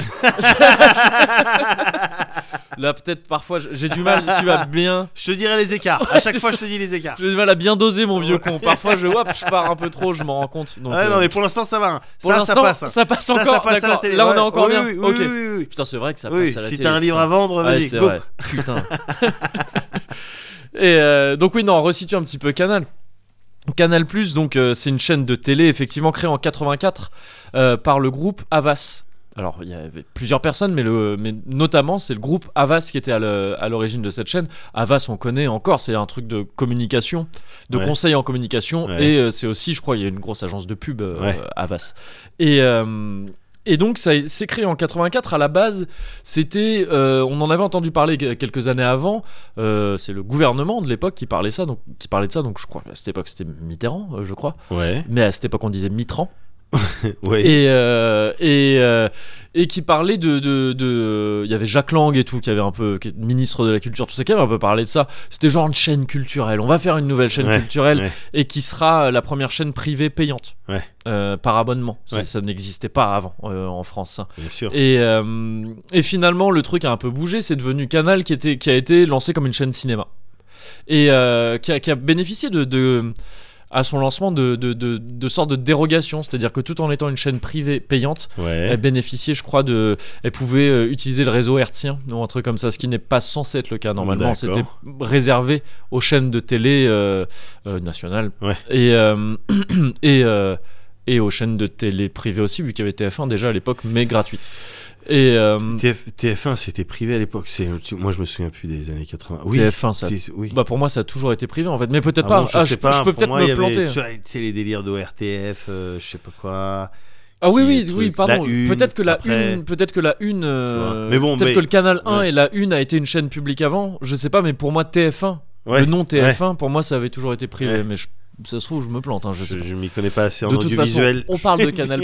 Là peut-être parfois je- j'ai du mal, tu vas bien. Je te dirai les écarts. Ouais, À chaque c'est fois, ça. je te dis les écarts. J'ai du mal à bien doser mon vieux con. Parfois je hop, je pars un peu trop, je m'en rends compte. Donc, Ouais, euh, Ah non, mais pour l'instant, ça va. hein. pour ça, ça l'instant, passe. hein. Ça passe Ça, encore. ça passe à la d'accord. télé. Là on ouais. est encore Oui, bien. Oui, oui, ok. oui, oui, oui. Putain c'est vrai que ça Oui, passe à la si télé. t'as un livre à vendre, Ouais, vas-y, c'est go. vrai. Putain. Et euh, donc oui, non, on resitue un petit peu Canal. Canal Plus, donc euh, c'est une chaîne de télé effectivement créée en 84 euh, par le groupe Avas. Alors il y avait plusieurs personnes, mais, le, mais notamment c'est le groupe Avas qui était à le- à l'origine de cette chaîne. Avas, on connaît encore, c'est un truc de communication, de Ouais. conseil en communication, Ouais. et euh, c'est aussi, je crois, il y a une grosse agence de pub euh, Ouais. Avas. Et euh, et donc ça s'est créé en 84 à la base c'était euh, on en avait entendu parler que- quelques années avant euh, c'est le gouvernement de l'époque qui parlait ça donc qui parlait de ça donc je crois à cette époque c'était Mitterrand euh, je crois Ouais, mais à cette époque on disait Mitran ouais. et euh, et, euh, et qui parlait de de de- il y avait Jacques Lang et tout qui avait un peu qui est ministre de la culture tout ça qui avait un peu parlé de ça c'était genre une chaîne culturelle on va faire une nouvelle chaîne Ouais, culturelle ouais. et qui sera euh, la première chaîne privée payante Ouais. euh, par abonnement ça, Ouais. ça n'existait pas avant euh, en France ça. Bien sûr. Et, euh, et finalement, le truc a un peu bougé. C'est devenu Canal qui, était, qui a été lancé comme une chaîne cinéma. Et euh, qui, a, qui a bénéficié de, de- à son lancement de, de, de, de sortes de dérogations. C'est-à-dire que tout en étant une chaîne privée payante, elle Ouais. bénéficiait, je crois, de. Elle pouvait euh, utiliser le réseau hertzien hein, ou un truc comme ça, ce qui n'est pas censé être le cas normalement. Ah bah D'accord. C'était réservé aux chaînes de télé euh, euh, nationales Ouais. et euh, et euh, et aux chaînes de télé privées aussi, vu qu'il y avait TF1 déjà à l'époque, mais gratuite. Et euh, TF, TF1, c'était privé à l'époque. C'est, tu- moi, je me souviens plus des années 80. Oui. TF1, ça. C'est- oui. Bah pour moi, ça a toujours été privé en fait, mais peut-être Ah pas. bon, je Ah, sais pas. je peux Pour peut-être moi, me il y avait, planter. Tu vois, tu sais, les délires d'ORTF, euh, je sais pas quoi. Ah oui, qui oui, est oui, truc. pardon. La Une, Peut-être que la après. une, peut-être que la une, euh, Tu vois. Mais bon, peut-être mais- que le canal 1 ouais. et la une a été une chaîne publique avant. Je sais pas, mais pour moi TF1, Ouais. le nom TF1, pour moi ça avait toujours été privé. Ouais. Mais je- ça se trouve, je me plante. hein, je sais Je, pas. je m'y connais pas assez en De toute façon, audiovisuel. on parle de Canal+.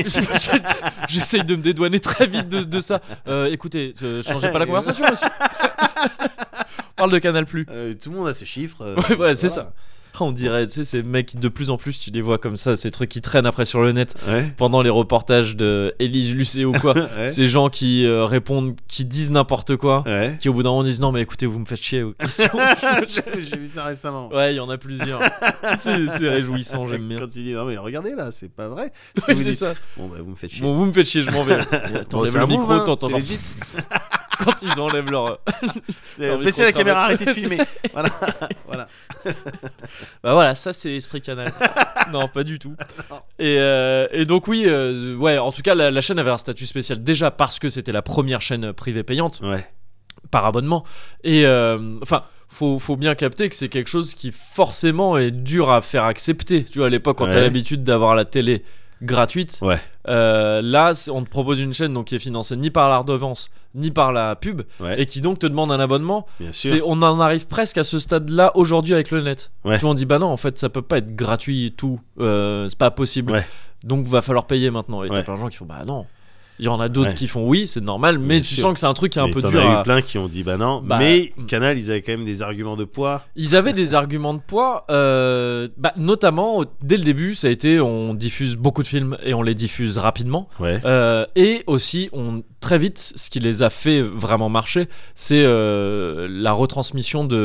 J'essaye de me dédouaner très vite de, de ça. Euh, écoutez, euh, changez pas la conversation, monsieur. on parle de Canal+. Euh, tout le monde a ses chiffres. euh, Ouais, ouais, c'est voilà. On dirait, tu sais, ces mecs, de plus en plus, tu les vois comme ça, ces trucs qui traînent après sur le net Ouais. pendant les reportages de Élise Lucet ou quoi. Ouais. Ces gens qui euh, répondent, qui disent n'importe quoi, Ouais. qui au bout d'un moment disent non mais écoutez vous me faites chier aux questions. J'ai j'ai vu ça récemment. ouais, il y en a plusieurs. C'est c'est réjouissant, j'aime bien. Quand il dit non mais regardez là, c'est pas vrai. ce que Ouais, vous c'est dites. ça. Bon bah vous me faites chier. Bon, vous me faites chier, je m'en vais. Bon, T'enlèves c'est un le micro, move, hein, t'entends c'est genre legit. quand ils enlèvent leur. Euh, micro baissez travaille. la caméra, arrêtez de filmer. voilà, voilà. Bah voilà, ça c'est l'esprit canal. non, pas du tout. Et, euh, et donc, oui, euh, ouais, en tout cas, la, la chaîne avait un statut spécial déjà parce que c'était la première chaîne privée payante Ouais, par abonnement. Et euh, enfin. Faut, faut bien capter que c'est quelque chose qui forcément est dur à faire accepter. Tu vois, à l'époque, quand Ouais. t'as l'habitude d'avoir la télé gratuite. Ouais. Euh, là, c'est- on te propose une chaîne donc qui est financée ni par la redevance ni par la pub Ouais, et qui donc te demande un abonnement. bien C'est, sûr. on en arrive presque à ce stade-là aujourd'hui avec le net. Ouais. Tu vois, on dit bah non, en fait, ça peut pas être gratuit et tout. Euh, c'est pas possible. Ouais. Donc, va falloir payer maintenant. Et t'as Ouais. plein de gens qui font bah non. Il y en a d'autres Ouais. qui font oui, c'est normal, mais Bien tu sûr. sens que c'est un truc qui est un Mais peu t'en dur. as à- eu plein qui ont dit bah non. Bah, mais hmm. Canal, ils avaient quand même des arguments de poids. Ils avaient des arguments de poids, euh, bah, notamment au- dès le début, ça a été on diffuse beaucoup de films et on les diffuse rapidement. Ouais. Euh, et aussi, on, très vite, ce qui les a fait vraiment marcher, c'est euh, la retransmission de.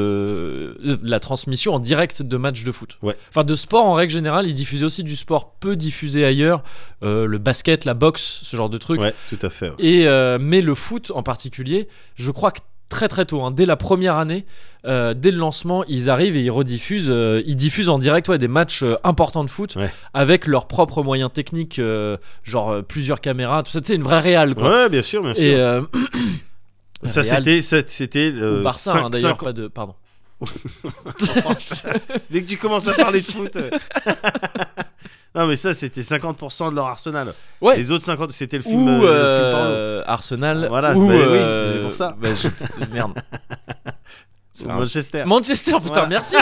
euh, la transmission en direct de matchs de foot. Ouais. Enfin, de sport en règle générale, ils diffusaient aussi du sport peu diffusé ailleurs, euh, le basket, la boxe, ce genre de trucs. Ouais, Euh, tout à fait. ouais. Et euh, mais le foot en particulier, je crois que très très tôt, hein, dès la première année, euh, dès le lancement, ils arrivent et ils rediffusent, euh, ils diffusent en direct ouais, des matchs euh, importants de foot Ouais. avec leurs propres moyens techniques, euh, genre euh, plusieurs caméras, tout ça. Tu sais, une vraie réal quoi. Ouais, bien sûr, bien sûr. Et euh, ça, Real c'était. ça, c'était ou euh, Barça cinq- hein, d'ailleurs, cinq- pas de pardon. Dès que tu commences à parler de foot. euh. non, mais ça, c'était 50% de leur arsenal. Ouais. Les autres 50%, c'était le film, Ou euh, le film porno. euh, Arsenal. Voilà, ou, bah oui, euh, mais c'est pour ça. bah, je- c'est- merde. Ou C'est un- Manchester. Manchester, putain, Voilà. merci.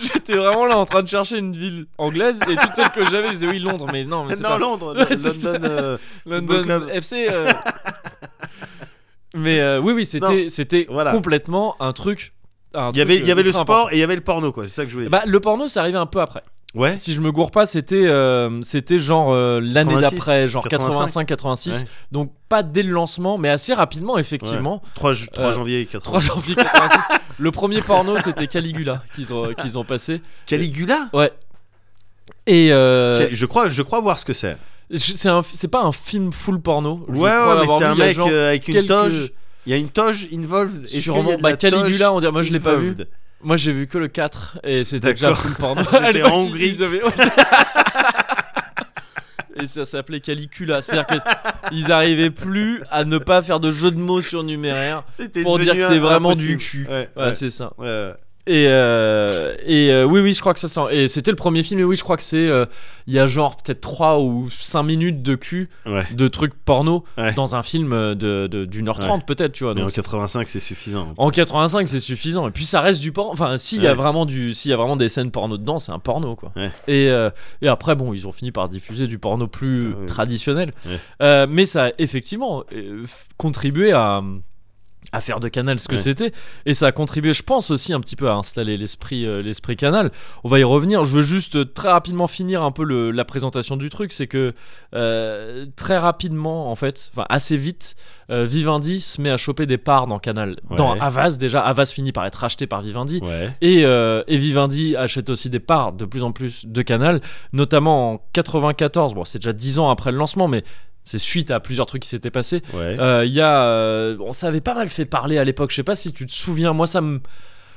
J'étais vraiment là en train de chercher une ville anglaise et toutes celles que j'avais, je disais oui Londres, mais non, mais c'est non, pas Londres. Ouais, le- c'est ça. London. euh, London Football Club. FC. euh. mais euh, oui, oui, c'était, c'était voilà. complètement un truc. un Il y truc, avait, il y euh, avait le ultra sport important. et il y avait le porno, quoi. C'est ça que je voulais dire. Bah, le porno, c'est arrivé un peu après. ouais. Si je me gourre pas, c'était, euh, c'était genre euh, l'année 86, d'après, genre 85, 85-86. Ouais. Donc pas dès le lancement, mais assez rapidement, effectivement. 3, ju- 3 Euh, janvier 3 80. janvier 86. le premier porno, c'était Caligula qu'ils ont, qu'ils ont passé. Caligula Ouais. Et euh, Quel- je, crois, je crois voir ce que c'est. je- c'est un- c'est pas un film full porno. Je Ouais, crois ouais, mais l'avoir c'est vu, un il y a mec genre euh, avec une quelques- toge. Il y a une toge involved. Est-ce qu'il y a Sûrement, de bah, la toge Caligula, on dirait, moi je l'ai pas vu. involved Moi j'ai vu que le 4 et c'était déjà D'accord. full porno. C'était À l'époque, en ils- Hongrie. ils avaient- ouais, c'est- et ça s'appelait Calicula. C'est-à-dire qu'ils arrivaient plus à ne pas faire de jeu de mots surnuméraires. C'était Pour dire devenu que c'est vraiment impossible. du cul. Ouais, Ouais, ouais, c'est ça. ouais, ouais. Et, euh, et euh, oui, oui, je crois que ça sent. Et c'était le premier film, et oui, je crois que c'est. euh, Il y a genre peut-être 3 ou 5 minutes de cul Ouais. de trucs porno Ouais. dans un film euh, de, de- d'une heure Ouais. 30 peut-être, tu vois. Mais donc en 85, c'est suffisant. En 85, c'est suffisant. Et puis ça reste du porno. Enfin, s'il y a Hein. Ouais. vraiment du, s'il y a vraiment des scènes porno dedans, c'est un porno quoi. Ouais. Et, euh, et après, bon, ils ont fini par diffuser du porno plus Ouais. traditionnel. Euh, Ouais. Euh, mais ça a effectivement euh, f- contribué à à faire de Canal ce que Ouais. c'était et ça a contribué je pense aussi un petit peu à installer l'esprit euh, l'esprit Canal on va y revenir je veux juste euh, très rapidement finir un peu le- la présentation du truc c'est que euh, très rapidement en fait enfin assez vite euh, Vivendi se met à choper des parts dans Canal Ouais. dans Avas déjà Avas finit par être racheté par Vivendi Ouais. et, euh, et Vivendi achète aussi des parts de plus en plus de Canal notamment en 94 bon c'est déjà 10 ans après le lancement mais c'est suite à plusieurs trucs qui s'étaient passés Ouais. euh, il y a euh, on s'avait pas mal fait parler à l'époque je sais pas si tu te souviens moi ça me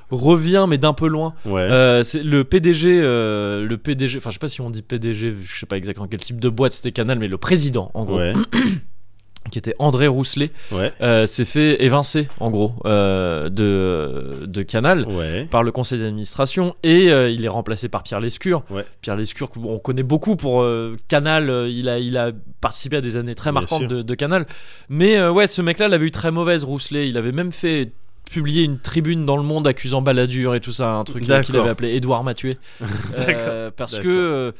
revient mais d'un peu loin ouais. euh, c'est le PDG, euh, le PDG, enfin je sais pas si on dit PDG, je sais pas exactement quel type de boîte c'était Canal, mais le président en gros, Ouais. qui était André Rousselet, Ouais. euh, s'est fait évincer en gros euh, de, de Canal Ouais. par le conseil d'administration et euh, il est remplacé par Pierre Lescure. Ouais. Pierre Lescure qu'on connaît beaucoup pour euh, Canal, euh, il, a, il a participé à des années très Bien marquantes sûr. de, de Canal. Mais euh, ouais, ce mec-là l'avait eu très mauvaise, Rousselet, il avait même fait publier une tribune dans le monde accusant Balladur et tout ça, un truc euh, qu'il D'accord. avait appelé Édouard Mathieu. Euh, parce que... d'accord. euh,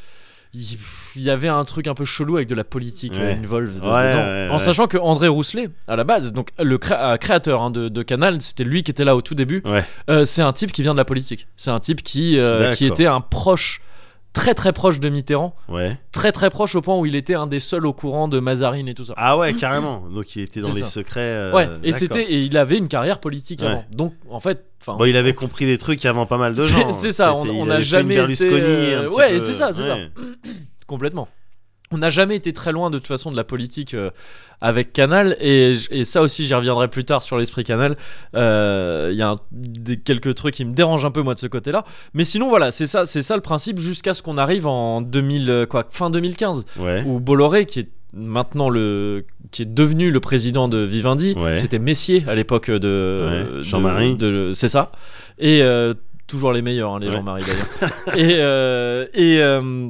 il il y avait un truc un peu chelou avec de la politique Ouais. une involved de- Ouais, dedans. ouais, en ouais. sachant que André Rousselet à la base donc le cré- euh, créateur hein, de, de Canal c'était lui qui était là au tout début Ouais. euh, c'est un type qui vient de la politique. C'est un type qui, euh, D'accord. qui était un proche, très très proche de Mitterrand, Ouais. très très proche au point où il était un des seuls au courant de Mazarine et tout ça. Ah ouais, carrément. Donc il était dans C'est les ça. secrets. euh, ouais, et d'accord. c'était et il avait une carrière politique Ouais. avant. Donc en fait, enfin. Bon, il avait compris des trucs avant pas mal de C'est- gens. c'est ça, on- C'était- on il a avait fait une jamais été, Berlusconi, euh, un petit ouais, peu, c'est ça, c'est ça. ouais. complètement. On n'a jamais été très loin de toute façon de la politique euh, avec Canal et, j- et ça aussi j'y reviendrai plus tard sur l'esprit Canal. Euh, Il y a un- des- quelques trucs qui me dérangent un peu moi de ce côté-là, mais sinon voilà c'est ça c'est ça le principe jusqu'à ce qu'on arrive en 2000 euh, quoi fin 2015 Ouais. où Bolloré qui est maintenant le qui est devenu le président de Vivendi Ouais. c'était Messier à l'époque de de- Jean-Marie. de- c'est ça et euh, toujours les meilleurs hein, les Ouais. Jean-Marie d'ailleurs et euh, et euh,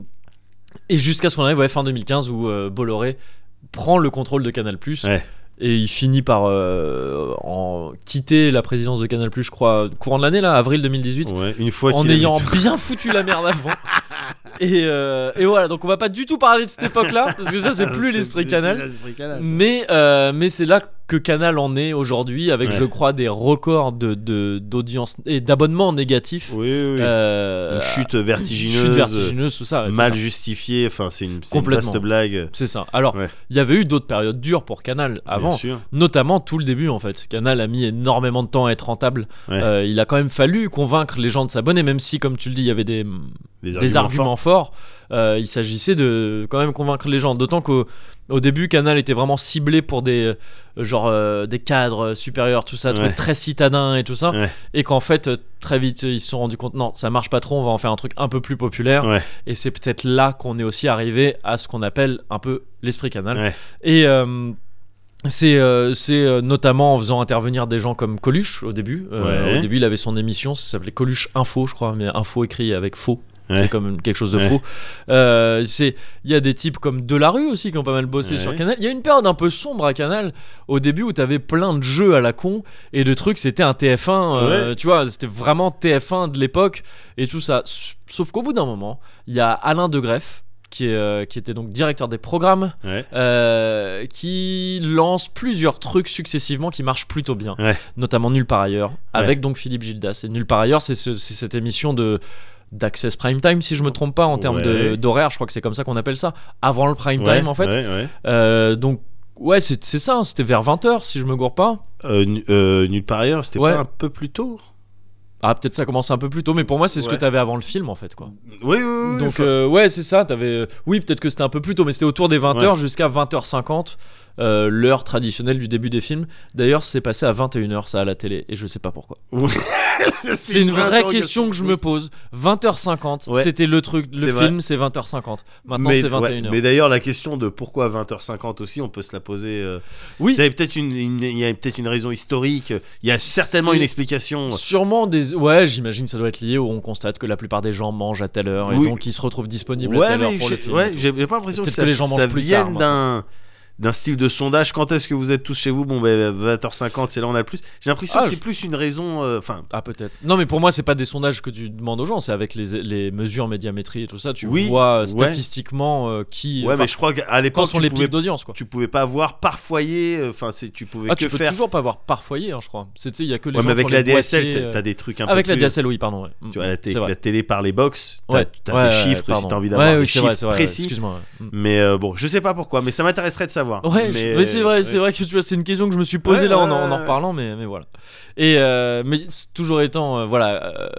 Et jusqu'à ce qu'on arrive à fin 2015 où euh, Bolloré prend le contrôle de Canal+. Ouais. Et il finit par euh, en quitter la présidence de Canal+, je crois, courant de l'année, là, avril 2018, Ouais, une fois en qu'il a ayant vu- bien foutu la merde avant. Et, euh, et voilà, donc on va pas du tout parler de cette époque-là, parce que ça, c'est plus l'esprit plus Canal. l'esprit Canal, ça. Mais, euh, mais c'est là que Canal en est aujourd'hui, avec, Ouais. je crois, des records de- de- d'audience de, et d'abonnements négatifs. Oui, oui, oui. Euh, une chute vertigineuse, chute vertigineuse, tout ça. ouais, c'est mal ça. justifiée. Enfin, c'est une, c'est une Complètement. vaste blague. euh, C'est ça. Alors, il Ouais. y avait eu d'autres périodes dures pour Canal Bien avant, sûr. notamment tout le début en fait. Canal a mis énormément de temps à être rentable. Ouais. Euh, il a quand même fallu convaincre les gens de s'abonner, même si, comme tu le dis, il y avait des, Des, des arguments. arguments forts. Euh, il s'agissait de quand même convaincre les gens. D'autant qu'au au début, Canal était vraiment ciblé pour des euh, genre euh, des cadres euh, supérieurs, tout ça, truc Ouais. très citadin et tout ça, Ouais. et qu'en fait euh, très vite ils se sont rendus compte non, ça marche pas trop, on va en faire un truc un peu plus populaire. Ouais. Et c'est peut-être là qu'on est aussi arrivé à ce qu'on appelle un peu l'esprit Canal. Ouais. Et euh, c'est euh, c'est, euh, notamment en faisant intervenir des gens comme Coluche au débus. Euh, Ouais. Au début, il avait son émission, ça s'appelait Coluche Info, je crois, mais info écrit avec faux. Ouais. C'est comme quelque chose de Ouais. faux. Euh, c'est- Il y a des types comme Delarue aussi qui ont pas mal bossé Ouais. sur Canal. Il y a une période un peu sombre à Canal au début où t'avais plein de jeux à la con et de trucs. C'était un TF1, euh, tu vois, c'était vraiment TF1 de l'époque et tout ça. S- Sauf qu'au bout d'un moment, il y a Alain de Greff qui, est, euh, qui était donc directeur des programmes Ouais. euh, qui lance plusieurs trucs successivement qui marchent plutôt bien, Ouais. notamment Nul par ailleurs, avec donc Philippe Gildas. Et Nul par ailleurs, c'est ce- c'est cette émission de d'Access Prime Time, si je me trompe pas en termes de- Ouais. d'horaire, je crois que c'est comme ça qu'on appelle ça, avant le prime Ouais, time en fait. ouais, ouais. Euh, donc ouais, c'est c'est ça, hein, c'était vers 20h si je me gourre pas. Euh, nu- euh, nulle part ailleurs, c'était Ouais. pas un peu plus tôt Ah peut-être ça commence un peu plus tôt, mais pour moi c'est ce que Ouais. t'avais avant le film en fait quoi. Oui, oui, oui. Donc enfin, euh, ouais, c'est ça. T'avais, euh, oui, peut-être que c'était un peu plus tôt, mais c'était autour des 20h jusqu'à 20h50, euh, l'heure traditionnelle du début des films. D'ailleurs, c'est passé à 21h ça à la télé, et je sais pas pourquoi. C'est une vraie question que je me pose. 20h50, Ouais. c'était le truc, le C'est vrai. film, c'est 20h50. Maintenant, mais, c'est ouais, 21h. mais d'ailleurs, la question de pourquoi 20h50 aussi, on peut se la poser. euh, Oui. ça avait peut-être une- une- Il y a peut-être une raison historique. Il y a certainement C'est- une explication. euh, Sûrement des. Ouais, j'imagine que ça doit être lié où on constate que la plupart des gens mangent à telle heure et Oui. donc ils se retrouvent disponibles à Ouais, telle heure mais pour j'ai le film. ouais, j'ai- j'ai pas l'impression que Peut-être ça, que les gens ça mangent plus tard, vienne maintenant. d'un d'un style de sondage. Quand est-ce que vous êtes tous chez vous Bon, ben 20h50, c'est là on a le plus. J'ai l'impression Ah, que je- c'est plus une raison. euh, Enfin, Ah peut-être. Non mais pour moi c'est pas des sondages que tu demandes aux gens, c'est avec les, les mesures médiamétrie et tout ça, tu Oui, vois euh, ouais. statistiquement euh, qui... ouais, enfin, mais je crois qu'à quand l'époque, sont tu les pouvais, pics d'audience quoi. tu pouvais pas voir par foyer. euh, Enfin, c'est- tu pouvais Ah que tu peux faire. toujours pas voir par foyer hein, je crois. C'est tu sais il y a que les Ouais, gens mais avec qui ont la les DSL, boîtiers, t'as- euh, t'as des trucs un Avec peu la plus- DSL oui pardon. ouais. Mm, Tu vois, la, télé- c'est vrai. la télé par les box, t'as Ouais, t'as ouais, des ouais, chiffres si pardon. t'as envie d'avoir Ouais, des oui, c'est chiffres vrai, c'est vrai, précis. Excuse-moi. ouais. Mm. mais euh, bon, je sais pas pourquoi, mais ça m'intéresserait de savoir. euh, Ouais, je- mais, c'est vrai, c'est vrai que tu vois, c'est une question que je me suis posée Ouais, là en, ouais, en en ouais. reparlant, mais, mais voilà. Et euh, mais c'est toujours étant, euh, voilà,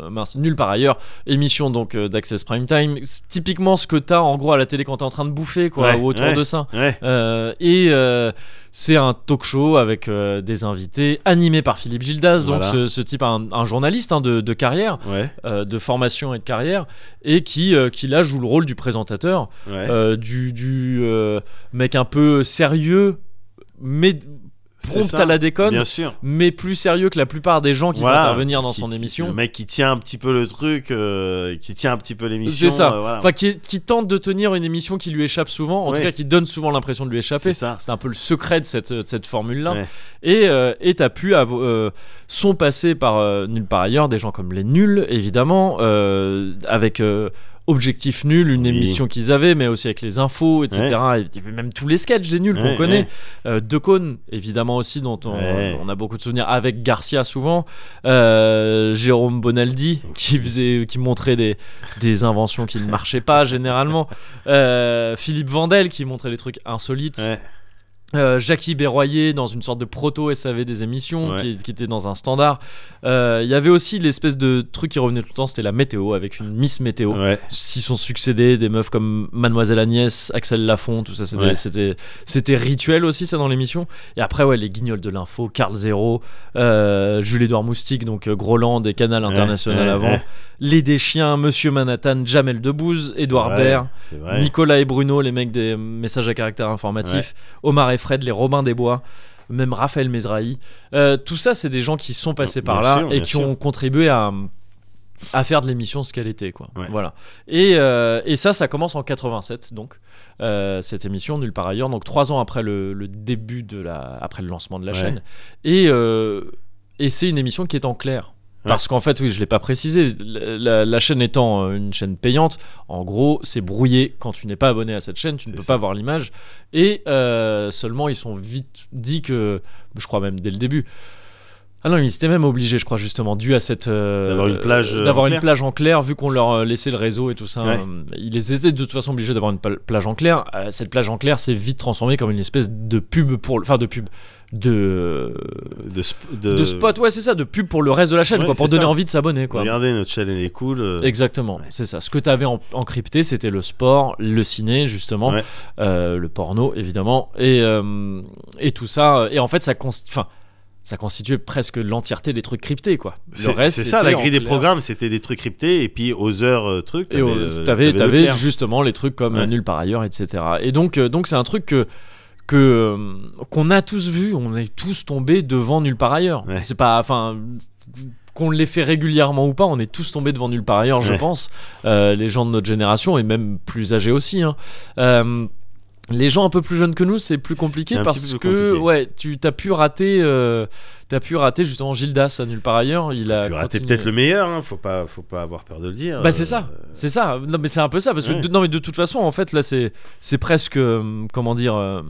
euh, mince, nul par ailleurs, émission donc euh, d'Access Prime Time, c'est typiquement ce que t'as en gros à la télé quand t'es en train de bouffer, quoi, Ouais, ou autour ouais. de ça. Ouais, Euh, et euh, c'est un talk show avec euh, des invités animés par Philippe Gildas, donc Voilà. ce, ce type, un, un journaliste hein, de, de carrière, ouais, euh, de formation et de carrière, et qui, euh, qui là joue le rôle du présentateur. ouais. Euh, du, du, euh, mec un peu sérieux, mais C'est prompt ça, à la déconne, Bien sûr. mais plus sérieux que la plupart des gens qui Voilà, vont intervenir dans qui- son qui- émission. Le mec qui tient un petit peu le truc, euh, qui tient un petit peu l'émission. C'est ça. euh, voilà. Enfin, qui, est- qui tente de tenir une émission qui lui échappe souvent, en Ouais. tout cas qui donne souvent l'impression de lui échapper. c'est ça. C'est un peu le secret de cette, de cette formule-là. Ouais. Et euh, et t'as pu avoir son passé par euh, nulle part ailleurs, des gens comme les nuls, évidemment, euh, avec euh, Objectif Nul, une Oui. émission qu'ils avaient, mais aussi avec les infos, etc. Et puis même tous les sketchs des nuls qu'on Ouais, connaît. ouais. Euh, De Caunes, évidemment aussi, dont on, Ouais. on a beaucoup de souvenirs, avec Garcia souvent. Euh, Jérôme Bonaldi, qui, faisait, qui montrait des, des inventions qui ne marchaient pas généralement. Euh, Philippe Vandel, qui montrait des trucs insolites. Ouais. Euh, Jackie Berroyer dans une sorte de proto-SAV des émissions Ouais. qui, qui était dans un standard. Euh, Il y avait aussi l'espèce de truc qui revenait tout le temps, c'était la météo avec une Miss Météo. Ouais. S'y sont succédés des meufs comme Mademoiselle Agnès, Axel Lafont, tout ça, c'était Ouais. c'était- c'était rituel aussi ça dans l'émission. Et après, ouais, les guignols de l'info, Carl Zéro, euh, Jules-Édouard Moustique, donc euh, Groland et Canal International ouais, avant, ouais. Les Deschiens, Monsieur Manhattan, Jamel Debbouze, Édouard vrai. Baird, C'est vrai. Nicolas et Bruno, les mecs des messages à caractère informatif, Omar et Fred, les Robins des Bois, même Raphaël Mezrahi. Euh, tout ça, c'est des gens qui sont passés Bien par là sûr, et bien qui sûr. ont contribué à, à faire de l'émission ce qu'elle était quoi Ouais. voilà et, euh, et ça ça commence en 87 donc euh, cette émission nulle part ailleurs donc trois ans après le, le début de la après le lancement de la Ouais. chaîne et euh, et c'est une émission qui est en clair Ouais. parce qu'en fait, oui, je l'ai pas précisé, la, la- la chaîne étant euh, une chaîne payante, en gros, c'est brouillé. Quand tu n'es pas abonné à cette chaîne, tu ne C'est peux ça. pas voir l'image. Et euh, seulement, ils sont vite dit que, je crois même dès le début, ah non, ils étaient même obligés, je crois, justement, dû à cette. euh, D'avoir une plage, euh, D'avoir en une clair. plage en clair, vu qu'on leur euh, laissait le réseau et tout ça. Ouais. euh, ils étaient de toute façon obligés d'avoir une pal- plage en clair. Euh, cette plage en clair s'est vite transformée comme une espèce de pub pour. le- Enfin, de pub. De, De, sp- de spot, ouais, c'est ça, de pub pour le reste de la chaîne, Ouais, quoi, pour c'est donner ça. envie de s'abonner, quoi. Regardez, notre chaîne, elle est cool. euh, Exactement, Ouais. c'est ça. Ce que tu avais encrypté, c'était le sport, le ciné, justement, Ouais. euh, le porno, évidemment, et, euh, et tout ça. Et en fait, ça, const- enfin, ça constituait presque l'entièreté des trucs cryptés, quoi. Le c'est- reste, c'est ça, la c'était en grille des clair. programmes, c'était des trucs cryptés, et puis aux heures euh, trucs, Et t'avais, on- euh, t'avais, le t'avais clair. justement les trucs comme Ouais. Nul par ailleurs, etc. Et donc, euh, donc c'est un truc que que euh, qu'on a tous vu, on est tous tombés devant Nul par ailleurs. Ouais. C'est pas, enfin. Qu'on l'ait fait régulièrement ou pas, on est tous tombés devant nulle part ailleurs, je Ouais. pense. Euh, les gens de notre génération et même plus âgés aussi. hein. Euh, les gens un peu plus jeunes que nous, c'est plus compliqué C'est un petit parce peu plus que compliqué. ouais, tu t'as pu rater, euh, t'as pu rater justement Gildas à nulle part ailleurs. Il a Tu ratais continué. peut-être le meilleur, hein, faut, pas, faut pas avoir peur de le dire. Bah c'est euh, ça, c'est ça. Non mais c'est un peu ça parce que Ouais. de, non mais de toute façon en fait là c'est c'est presque euh, comment dire euh,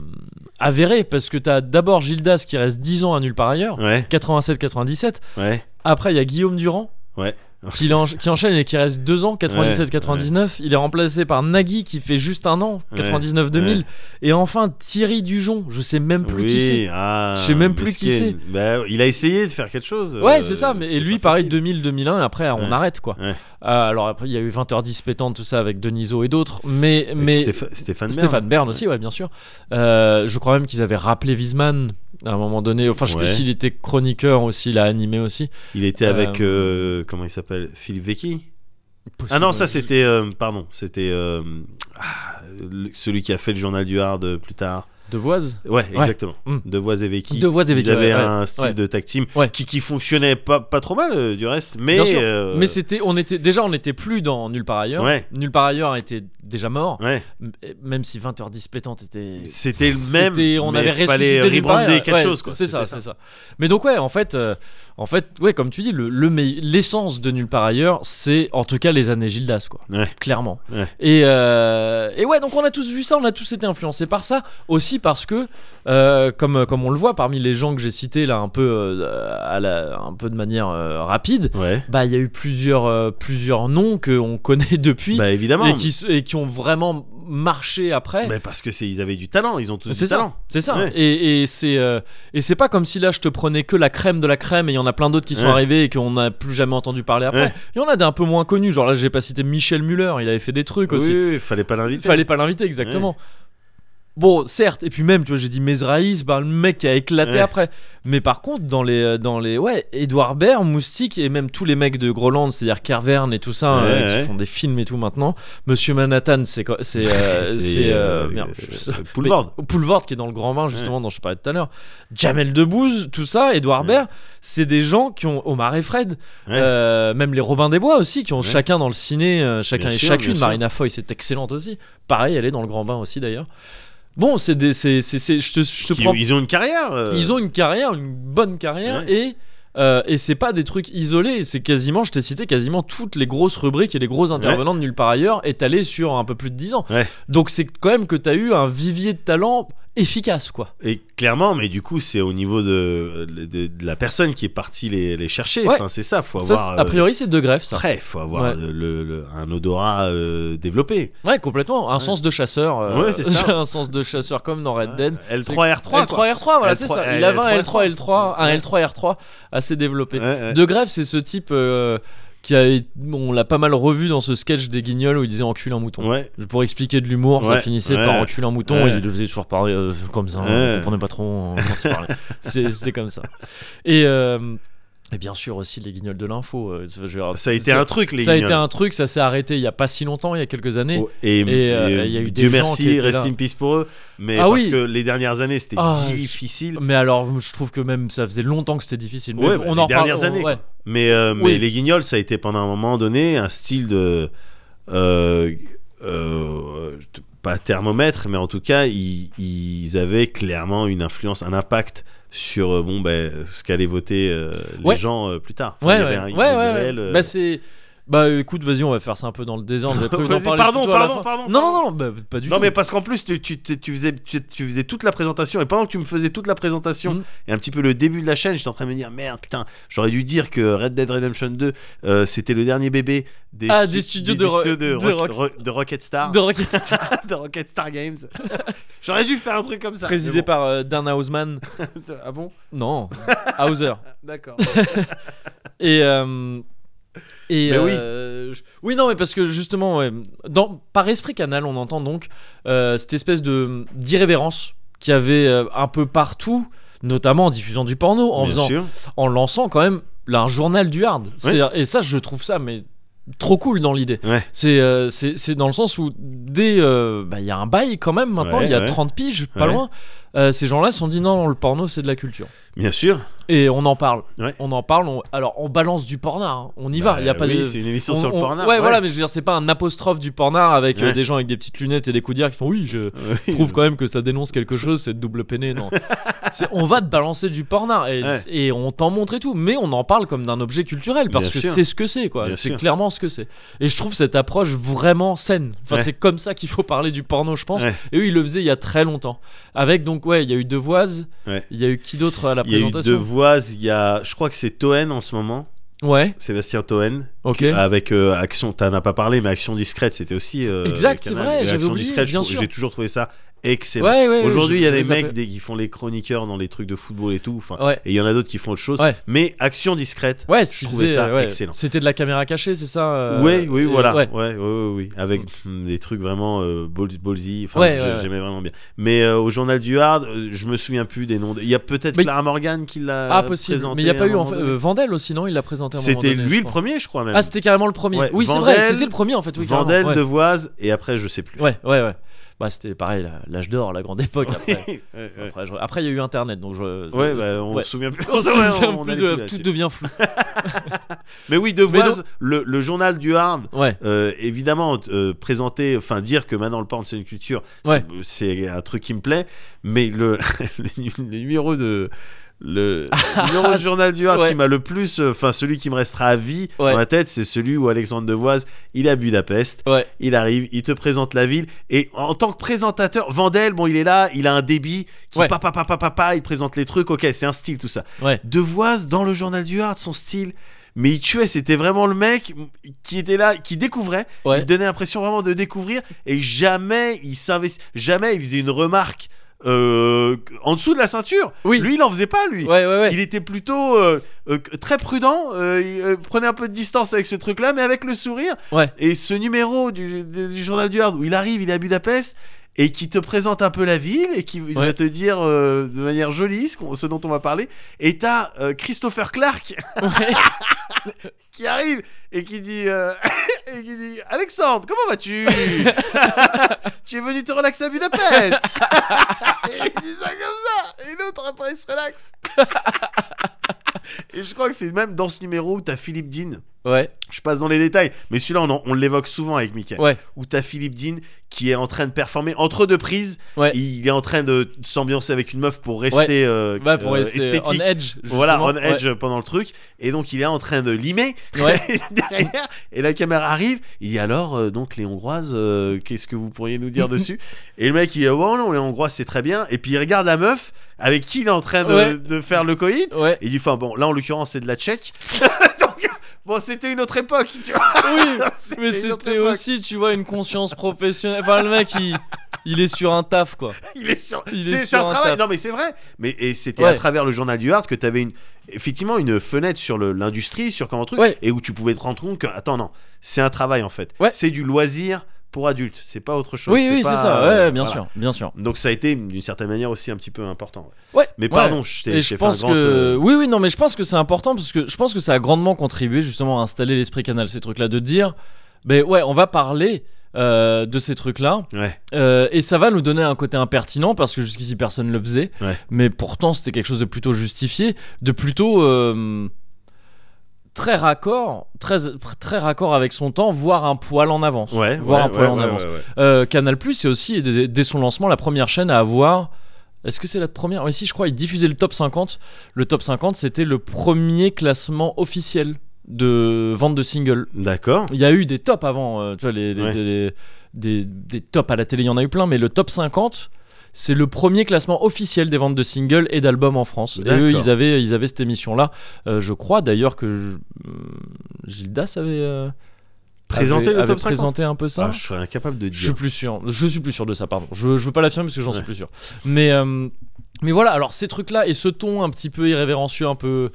avéré parce que t'as d'abord Gildas qui reste 10 ans à nulle part ailleurs, Ouais, 87-97. ouais. Après il y a Guillaume Durand. Ouais. qui, l'en- qui enchaîne et qui reste 2 ans 97-99 il est remplacé par Nagui qui fait juste un an Ouais. 99-2000 Ouais. et enfin Thierry Dujon je sais même plus oui, qui c'est ah, Je sais même plus qui mesquine. Bah, il a essayé de faire quelque chose. Ouais, euh, c'est ça. Mais, et c'est lui, pas pareil, facile. 2000-2001, après, on Ouais. arrête, quoi. Euh, Ouais. alors, après, il y a eu 20h10 pétante, tout ça, avec Deniso et d'autres. Mais. Avec mais Stépha- Stéphane, Stéphane Bern. Bern aussi, ouais, bien sûr. Euh, je crois même qu'ils avaient rappelé Wiesmann à un moment donné. Enfin, je sais plus Ouais. s'il était chroniqueur aussi, il a animé aussi. Il était Euh, avec. euh, comment il s'appelle Philippe Vecchi Ah non, ça c'était. euh, pardon, c'était. euh, ah, le- celui qui a fait le journal du Hard euh, plus tard. Devoise Ouais, exactement. Mm. De Voix et Vecchi. Devoise et Vecchi, Ils avaient ouais, un ouais, style ouais. de tag team Ouais. qui, qui fonctionnait pas, pas trop mal euh, du reste, mais. Bien sûr. euh, Mais c'était, on était, déjà, on n'était plus dans Nulle part ailleurs. Ouais. Nulle part ailleurs était déjà mort. Ouais, M- Même si 20h10 pétante était. c'était le C'était- même. on mais avait fallait ressuscité Ribéry, rebrander ouais, quelque ouais, chose. quoi. C'est ça, C'était c'est ça. Mais donc ouais, en fait, euh, en fait, ouais, comme tu dis, le, le meille- l'essence de nulle part ailleurs, c'est en tout cas les années Gildas, quoi. Ouais. Clairement. Ouais. Et euh, et ouais, donc on a tous vu ça, on a tous été influencés par ça, aussi parce que euh, comme comme on le voit parmi les gens que j'ai cités là, un peu euh, à la- un peu de manière euh, rapide, Ouais. bah il y a eu plusieurs euh, plusieurs noms que on connaît depuis Bah évidemment. et qui s- et qui ont vraiment marché après. Mais parce que c'est ils avaient du talent, ils ont tous C'est du ça, talent. C'est ça. Ouais. Et, et c'est euh, et c'est pas comme si là je te prenais que la crème de la crème et il y en a plein d'autres qui sont Ouais. arrivés et qu'on n'a plus jamais entendu parler après. Ouais. Il y en a des un peu moins connus. Genre là j'ai pas cité Michel Muller, il avait fait des trucs Oui, aussi. oui, oui, fallait pas Il l'inviter. fallait pas l'inviter exactement. Bon, certes, et puis même, tu vois, j'ai dit Mesraïs, bah, le mec qui a éclaté Ouais. après. Mais par contre, dans les, euh, dans les, ouais, Edouard Baird, Moustique, et même tous les mecs de Groland, c'est-à-dire Carverne et tout ça, Ouais, euh, ouais. qui font des films et tout maintenant. Monsieur Manhattan, c'est, quoi- c'est, euh, C'est, c'est, euh, euh, merde, euh, je- Poulvord. mais- Poulvord qui est dans le Grand Bain justement dont je parlais tout à l'heure. Jamel Debbouze, tout ça, Edouard Ouais. Baird, c'est des gens qui ont Omar et Fred, Ouais. euh, même les Robin des Bois aussi, qui ont Ouais. chacun dans le ciné, euh, chacun Bien et sûr, bien chacune. sûr. Marina Foy, c'est excellente aussi. Pareil, elle est dans le Grand Bain aussi d'ailleurs. Bon, c'est des, c'est, c'est, c'est- je te, je te Qui- prends. Ils ont une carrière. euh, Ils ont une carrière, une bonne carrière, Ouais. et euh, et c'est pas des trucs isolés. C'est quasiment, je t'ai cité quasiment toutes les grosses rubriques et les gros intervenants de nulle part ailleurs étalés sur un peu plus de 10 ans. Ouais. Donc c'est quand même que t'as eu un vivier de talent efficace, quoi. Et clairement, mais du coup, c'est au niveau de, de, de la personne qui est partie les, les chercher. Ouais. Enfin, c'est ça, faut Ça, avoir. c'est- a priori, c'est de greffe, ça. Après, faut avoir Ouais. euh, le- le- un odorat euh, développé. Ouais, complètement. Un sens de chasseur. euh, Ouais, c'est ça. un sens de chasseur comme dans Red Dead. L3R3. quoi. L3R3, voilà, L3, c'est ça. L3, Il avait un L3, L3, L3, un Ouais. L3R3 assez développé. Ouais, ouais. De greffe, c'est ce type euh, qui a, on l'a pas mal revu dans ce sketch des Guignols où il disait enculer un mouton. Ouais. Pour expliquer de l'humour, ça Ouais, finissait ouais. par enculer un mouton Ouais. et il le faisait toujours parler euh, comme ça. Ouais. On comprenait pas trop euh, quand il parlait. C'est- C'était comme ça. Et. euh, Et bien sûr aussi les guignols de l'info. euh, je veux dire, Ça a été un truc, les ça a été Guignols. un truc, ça s'est arrêté il y a pas si longtemps, il y a quelques années. Oh, Et, et, euh, et il y a eu des Dieu gens qui merci, étaient rest là. in peace pour eux. Mais Ah parce oui. que les dernières années, c'était Ah, difficile. Mais alors, je trouve que même ça faisait longtemps que c'était difficile. Mais Ouais, bah, les reparle- dernières on- années, ouais. Mais, euh, mais Oui. les guignols, ça a été pendant un moment donné un style de. euh, euh, pas thermomètre, mais en tout cas, ils, ils avaient clairement une influence, un impact sur euh, bon, ben, ce qu'allaient voter euh, les Ouais. gens euh, plus tard. Enfin, Ouais, il y ouais, avait ouais, un- il y ouais, avait ouais. une réelle, euh, Bah, c'est. Bah, écoute, vas-y, on va faire ça un peu dans le désordre. Peut-être que vous en Vas-y, parlez pardon, plutôt à la pardon, fin. pardon, Non, pardon. non, non, bah, pas du non tout. mais parce qu'en plus tu, tu- tu- tu faisais, tu, tu faisais toute la présentation et pendant que tu me faisais toute la présentation Mhm. et un petit peu le début de la chaîne j'étais en train de me dire merde putain j'aurais dû dire que Red Dead Redemption 2 euh, c'était le dernier bébé des, Ah, stu- des studios de Ro- de, de Rock- Rockstar. Ro- de Rocket Star De Rocket Star, de Rocket Star Games. J'aurais dû faire un truc comme ça. présidé mais par euh, Dan Hausman. bon. Ah bon Non, Hauser. D'accord. Et. euh, et Mais oui. euh, je- oui, non, mais parce que justement, ouais, dans, par esprit canal, on entend donc euh, cette espèce de d'irrévérence qu'il y avait euh, un peu partout, notamment en diffusant du porno, en Bien faisant sûr. en lançant quand même là, un journal du hard. C'est-à-dire- Et ça, je trouve ça mais trop cool dans l'idée. Ouais. C'est euh, c'est c'est dans le sens où dès euh, bah, il y a un bail quand même maintenant, Ouais, il y a ouais. 30 piges, pas Ouais. loin. euh, ces gens-là se sont dit non, le porno c'est de la culture. Bien sûr. Et on en parle. Ouais. On en parle. on- Alors on balance du pornard. hein. On y va. Il y a Bah, pas oui, de. c'est une émission on- sur le on- pornard. ouais, voilà, mais je veux dire, c'est pas un apostrophe du pornard avec euh, Ouais. des gens avec des petites lunettes et des coudières qui font oui, je, Oui. trouve quand même que ça dénonce quelque chose, cette double peinée. Non. C'est- on va te balancer du pornard et, Ouais. et on t'en montre et tout, mais on en parle comme d'un objet culturel parce Bien que sûr. c'est ce que c'est, quoi. Bien C'est sûr. clairement ce que c'est. Et je trouve cette approche vraiment saine. Enfin, Ouais. c'est comme ça qu'il faut parler du porno, je pense. Ouais. Et eux, ils le faisaient il y a très longtemps. Avec donc, ouais, il y a eu Devoise, Ouais. il y a eu qui d'autre à la Il y a eu deux présentation voix. Il y a, je crois que c'est Toen en ce moment, Ouais, Sébastien Toen, ok. avec euh, Action. T'en as pas parlé, mais Action discrète, c'était aussi. euh, Exact, Canal. c'est vrai, Et j'avais Action oublié, discrète, je bien trouve- sûr. J'ai toujours trouvé ça excellent. Ouais, ouais, ouais, Aujourd'hui, je- il y a je des les mecs appelle- des- qui font les chroniqueurs dans les trucs de football et tout. enfin, Ouais. Et il y en a d'autres qui font autre chose. Ouais. Mais Action discrète, Ouais, je tu trouvais faisais, ça euh, ouais. excellent. C'était de la caméra cachée, c'est ça euh, oui, oui, et- voilà. Ouais, ouais. Mm. ouais, ouais, ouais, oui. Avec hum, des trucs vraiment euh, ball- ballsy. Enfin, Ouais, je- ouais, ouais. j'aimais vraiment bien. Mais euh, au journal du Hard, euh, je me souviens plus des noms. de- Il y a peut-être Mais- Clara Morgan qui l'a Ah, possible. présenté. Mais il n'y a à pas un eu. en moment fait- donné. euh, Vandel aussi, non Il l'a présenté à un moment C'était donné, lui je le crois. premier, je crois même. Ah, c'était carrément le premier. Ouais, oui, c'est Vandel- vrai, c'était le premier en fait. Oui, carrément, Vandel, ouais. Devoise, et après, je sais plus. Ouais, ouais, ouais. Bah, c'était pareil, la- l'âge d'or, la grande époque. Après, ouais, ouais. Après, je- après, il y a eu Internet, donc je. Ouais, bah, on Ouais. se souvient plus. On se Ouais, souvient on plus allait de- plus tout là-dessus. devient flou. Mais oui, Devoise, le, le journal du Hard, Ouais, Euh, évidemment euh, présenter enfin dire que maintenant le porn c'est une culture c'est- Ouais. c'est un truc qui me plaît mais le, le, nu- le numéro de le numéro de journal du Hard Ouais. qui m'a le plus enfin celui qui me restera à vie Ouais. dans ma tête c'est celui où Alexandre Devoise il est à Budapest ouais. il arrive il te présente la ville et en tant que présentateur Vandel bon il est là il a un débit qui Ouais. papa papa papa il présente les trucs ok c'est un style tout ça Ouais. Devoise dans le journal du Hard son style mais il tuait, c'était vraiment le mec qui était là, qui découvrait, Ouais. il donnait l'impression vraiment de découvrir et jamais il s'investit, jamais il faisait une remarque euh, en dessous de la ceinture. Oui. Lui, il en faisait pas, lui. Ouais, ouais, ouais. Il était plutôt euh, euh, très prudent, euh, il euh, prenait un peu de distance avec ce truc-là, mais avec le sourire. Ouais. Et ce numéro du, du- du journal du Hard où il arrive, il est à Budapest et qui te présente un peu la ville et qui il va Ouais. te dire euh, de manière jolie ce, qu'on- ce dont on va parler. Et t'as euh, Christopher Clark Ouais. qui arrive et qui dit euh, et qui dit Alexandre comment vas-tu tu es venu te relaxer à Budapest et il dit ça comme ça et l'autre après il se relaxe et je crois que c'est même dans ce numéro où t'as Philippe Dean Ouais, je passe dans les détails mais celui-là on, en- on l'évoque souvent avec Mickaël ouais. où t'as Philippe Dean qui est en train de performer entre deux prises Ouais. il est en train de s'ambiancer avec une meuf pour rester, euh, Bah, pour euh, rester on esthétique edge. justement. voilà, on edge Ouais. pendant le truc. Et donc, il est en train de limer Ouais. derrière. Et la caméra arrive. Il dit alors, euh, donc, les Hongroises, euh, qu'est-ce que vous pourriez nous dire dessus Et le mec, il dit, oh non, les Hongroises, c'est très bien. Et puis, il regarde la meuf avec qui il est en train de, Ouais. de faire le coït. Ouais. Et il dit, enfin, bon, là, en l'occurrence, c'est de la tchèque. donc, bon, c'était une autre époque, tu vois. Oui, C'était mais une autre c'était époque. aussi, tu vois, une conscience professionnelle. Enfin, le mec, il, il est sur un taf, quoi. Il est sur. Il est C'est c'est sur un un travail. taf. Non, mais c'est vrai. Mais et c'était Ouais. à travers le journal du Hard que t'avais une effectivement une fenêtre sur le- l'industrie, sur comment truc, Ouais. et où tu pouvais te rendre compte que attends non, c'est un travail en fait. Ouais. C'est du loisir pour adultes, c'est pas autre chose. Oui, oui, pas, c'est ça. Ouais, euh, bien voilà. sûr, bien sûr. Donc ça a été d'une certaine manière aussi un petit peu important. Ouais. Mais ouais. pardon, je t'ai Et je je t'ai fait un pense grand. que euh, oui, oui, non, mais je pense que c'est important parce que je pense que ça a grandement contribué justement à installer l'esprit canal ces trucs-là, de dire, ben ouais, on va parler euh, de ces trucs-là Ouais, Euh, et ça va nous donner un côté impertinent parce que jusqu'ici personne le faisait, Ouais. mais pourtant c'était quelque chose de plutôt justifié, de plutôt euh, très raccord, très très raccord avec son temps, voire un poil en avance, ouais, voire ouais, un poil ouais, en ouais, avance. ouais, ouais. Euh, Canal Plus, c'est aussi dès, dès son lancement la première chaîne à avoir. Est-ce que c'est la première Oui, si, je crois, il diffusait le top 50. Le top 50, c'était le premier classement officiel de vente de singles. D'accord. Il y a eu des tops avant, euh, tu vois, les, les- Ouais. les- des, des tops à la télé, il y en a eu plein, mais le top 50, c'est le premier classement officiel des ventes de singles et d'albums en France. Et eux, D'accord. ils avaient, ils avaient cette émission-là. Euh, je crois d'ailleurs que je- euh, Gildas avait, euh, Présenter avait- le avait top 50 présenté un peu ça. Ah, je serais incapable de Je suis dire. plus sûr. Je suis plus sûr de ça, pardon. Je, je veux pas l'affirmer parce que j'en Ouais. suis plus sûr. Mais, euh, mais voilà, alors ces trucs-là et ce ton un petit peu irrévérencieux, un peu.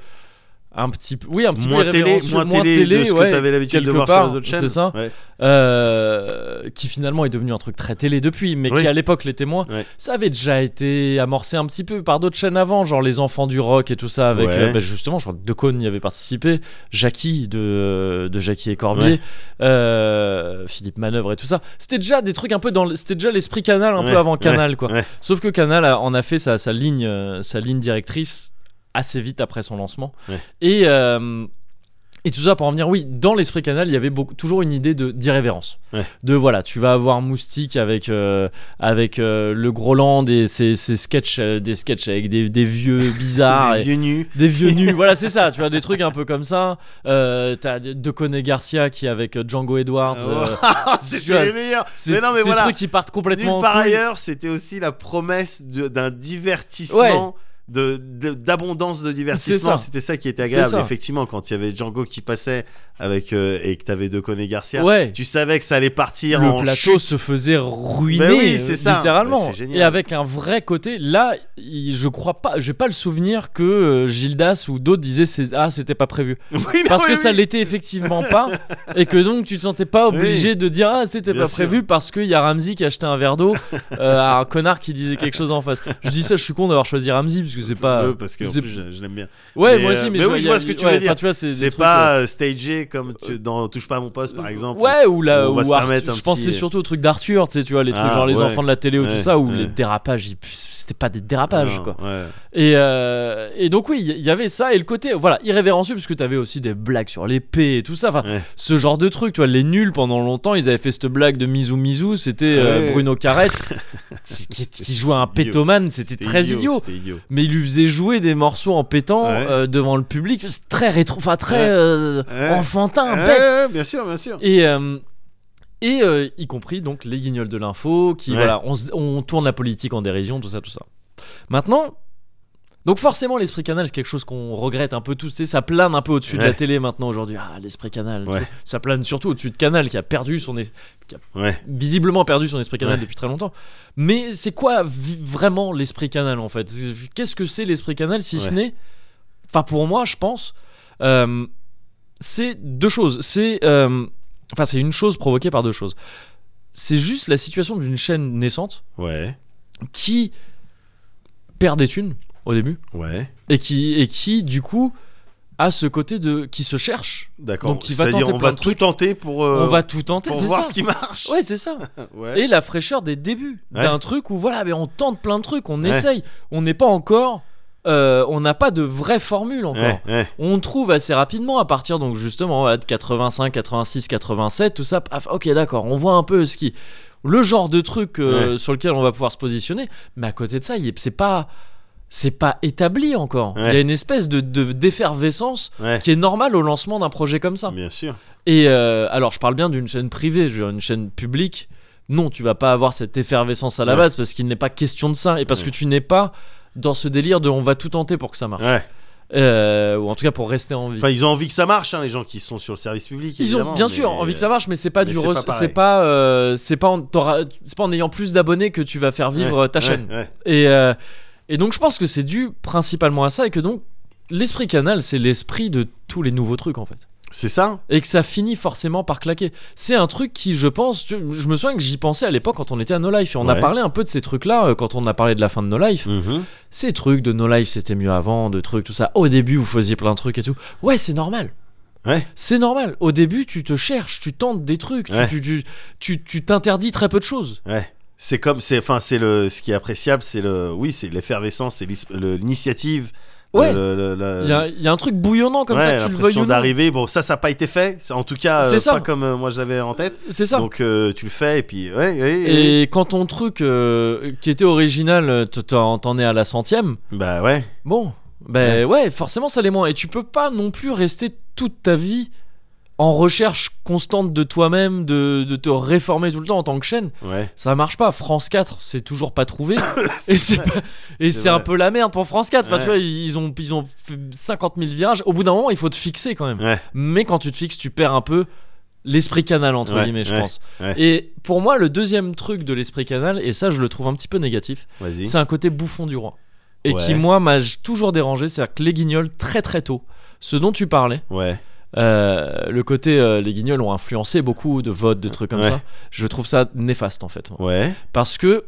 Un petit peu. Oui, un petit Moins peu télé, irrévérencieux, moins télé, de ce ouais, que t'avais l'habitude de quelque voir part, sur les autres chaînes. c'est ça. Ouais. euh, qui finalement est devenu un truc très télé depuis, mais Oui. qui à l'époque l'était moins. Ouais. Ça avait déjà été amorcé un petit peu par d'autres chaînes avant, genre Les Enfants du Rock et tout ça, avec Ouais. euh, bah, justement, je crois que Decaune y avait participé, Jackie de, de Jackie et Corbier, Ouais. euh, Philippe Manœuvre et tout ça. C'était déjà des trucs un peu dans. le- C'était déjà l'esprit Canal un Ouais, peu avant Canal, quoi. ouais. Sauf que Canal a- en a fait sa, sa ligne, euh, sa ligne directrice assez vite après son lancement. Ouais. Et. euh, et tout ça pour en venir, oui, dans l'esprit canal, il y avait beaucoup, toujours une idée de d'irrévérence. Ouais. De voilà, tu vas avoir Moustique avec, euh, avec euh, le Groland et ses, ses sketchs, euh, des sketchs avec des, des vieux bizarres. Des et- vieux nus. des vieux nus, voilà, c'est ça, tu vois, des trucs un peu comme ça. Euh, T'as Deconé Garcia qui est avec euh, Django Edwards. euh, Ah, C'était les meilleurs. c'est- Mais non, mais ces voilà. trucs qui partent complètement. Nulle en part couille. ailleurs, c'était aussi la promesse de- d'un divertissement. de- de- d'abondance de, ça. divertissement c'était ça qui était C'est agréable ça. effectivement quand il y avait Django qui passait avec euh, et que t'avais Deconé Garcia Ouais. tu savais que ça allait partir le en plateau chute. se faisait ruiner Mais oui, c'est euh, ça. littéralement Mais c'est génial. et avec un vrai côté là il- je crois pas j'ai pas le souvenir que euh, Gildas ou d'autres disaient c'est- ah c'était pas prévu Oui, non, parce oui, que ça oui. l'était effectivement pas et que donc tu te sentais pas Oui. obligé de dire ah c'était Bien pas sûr. prévu parce qu'il y a Ramsey qui a acheté un verre d'eau euh, à un connard qui disait quelque chose en face je dis ça je suis con d'avoir choisi Ramsey parce que c'est pas Euh, parce que en c'est- plus, je, je l'aime bien ouais mais, moi aussi euh, mais, mais oui, je y a- vois ce que tu ouais, veux dire. enfin, tu vois, c'est des c'est trucs, euh, pas euh, stagé comme tu- dans Touche pas à mon poste par exemple Ouais, ou la. on va ou se Ar- permettre un je pensais petit- euh, surtout au truc d'Arthur, tu sais, tu vois, les trucs Ah, genre les ouais. enfants de la télé ou Ouais, tout ça, où ouais. les dérapages, ils- c'était pas des dérapages, Non, quoi. ouais. Et, euh, et donc, oui, il y avait ça, et le côté, voilà, irrévérencieux, parce que t'avais aussi des blagues sur l'épée et tout ça, enfin, Ouais. ce genre de truc, tu vois, les nuls pendant longtemps, ils avaient fait cette blague de Mizou Mizou, c'était euh, Ouais. Bruno Carrette, qui, qui- qui jouait un idiot. pétoman, c'était C'était très idiot. c'était idiot Mais il lui faisait jouer des morceaux en pétant Ouais. euh, devant le public, c'est très rétro, enfin très Ouais. euh, Ouais. enfantin, Ouais, bête. ouais, bien sûr bien sûr Et, euh, et euh, y compris donc les guignols de l'info, qui Ouais. voilà, on, se- on tourne la politique en dérision, tout ça, tout ça. Maintenant, donc forcément l'esprit canal c'est quelque chose qu'on regrette un peu tous, tu sais, ça plane un peu au-dessus de Ouais. la télé maintenant aujourd'hui. Ah l'esprit canal, tu Ouais. vois. ça plane surtout au-dessus de Canal qui a perdu son es- qui a Ouais. visiblement perdu son esprit canal Ouais. depuis très longtemps. Mais c'est quoi vi- vraiment l'esprit canal en fait Qu'est-ce que c'est l'esprit canal si ce Ouais. n'est, enfin pour moi je pense. euh, c'est deux choses. C'est euh, enfin c'est une chose provoquée par deux choses. C'est juste la situation d'une chaîne naissante ouais qui perd des thunes au début ouais et qui et qui du coup a ce côté de qui se cherche. d'accord Donc, il va c'est-à-dire tenter on plein va de tout tenter pour euh, On va tout tenter. pour c'est voir ça. ce qui marche Ouais c'est ça. Ouais. Et la fraîcheur des débuts Ouais. d'un truc où voilà mais on tente plein de trucs, on Ouais. essaye, on n'est pas encore. euh, on n'a pas de vraie formule encore. Ouais, ouais. on trouve assez rapidement à partir donc justement voilà, de 85, 86, 87, tout ça. paf, ok, d'accord, on voit un peu ce qui, le genre de truc euh, sur lequel on va pouvoir se positionner. Mais à côté de ça, il est- c'est pas, c'est pas établi encore. Ouais. Il y a une espèce de de- d'effervescence Ouais. qui est normale au lancement d'un projet comme ça. Bien sûr. Et euh, alors, je parle bien d'une chaîne privée, je veux dire, une chaîne publique. Non, tu vas pas avoir cette effervescence à la Ouais. base parce qu'il n'est pas question de ça et parce Ouais. que tu n'es pas dans ce délire de on va tout tenter pour que ça marche. Ouais. Euh, ou en tout cas pour rester en vie. Enfin, ils ont envie que ça marche, hein, les gens qui sont sur le service public. Ils ont évidemment, bien mais- sûr envie que ça marche, mais c'est pas mais du c'est re- pas pareil. c'est pas euh, c'est pas en, t'auras- c'est pas en ayant plus d'abonnés que tu vas faire vivre Ouais, euh, ta ouais, chaîne. ouais. Et euh, et donc je pense que c'est dû principalement à ça et que donc l'esprit canal c'est l'esprit de tous les nouveaux trucs en fait. C'est ça et que ça finit forcément par claquer. C'est un truc qui, je pense, tu- je me souviens que j'y pensais à l'époque quand on était à No Life et on a Ouais. parlé un peu de ces trucs-là euh, quand on a parlé de la fin de No Life. Ces trucs de No Life c'était mieux avant, de trucs, tout ça. Au début, vous faisiez plein de trucs et tout. Ouais, c'est normal. Ouais. C'est normal. Au début, tu te cherches, tu tentes des trucs, tu- Ouais. tu- tu- tu tu t'interdis très peu de choses. Ouais. C'est comme, c'est, enfin, c'est le, ce qui est appréciable, c'est le, oui, c'est l'effervescence, c'est l'is- le- l'initiative. le- Ouais. le- le- le- Il y a, il y a un truc bouillonnant comme Euh, ouais, ça, que tu le veuilles l'impression ou non. d'arriver. Bon, ça, ça n'a pas été fait. C'est- En tout cas, C'est euh, ça. pas comme euh, moi j'avais en tête. C'est ça. Donc euh, tu le fais et puis ouais, ouais, et ouais. quand ton truc euh, qui était original, euh, t- t'en t'en es à la centième, bah ouais. bon, ben ouais. forcément ça l'est moins. Et tu peux pas non plus rester toute ta vie en recherche constante de toi-même, de, de te réformer tout le temps en tant que chaîne. Ouais. Ça marche pas. France 4, c'est toujours pas trouvé. et c'est pas- et C'est c'est un vrai. peu la merde pour France 4. Enfin, Ouais. tu vois, ils ont, ils ont fait 50 000 virages. Au bout d'un moment, il faut te fixer quand même. Ouais. mais quand tu te fixes, tu perds un peu l'esprit canal entre Ouais, guillemets, je ouais, pense. ouais. Et pour moi, le deuxième truc de l'esprit canal, et ça, je le trouve un petit peu négatif, Vas-y. c'est un côté bouffon du roi, et Ouais. qui moi m'a j- toujours dérangé, c'est-à-dire que les guignols très très tôt, ce dont tu parlais, Ouais. euh, le côté euh, les guignols ont influencé beaucoup de votes, de trucs comme Ouais. ça. Je trouve ça néfaste en fait, Ouais. parce que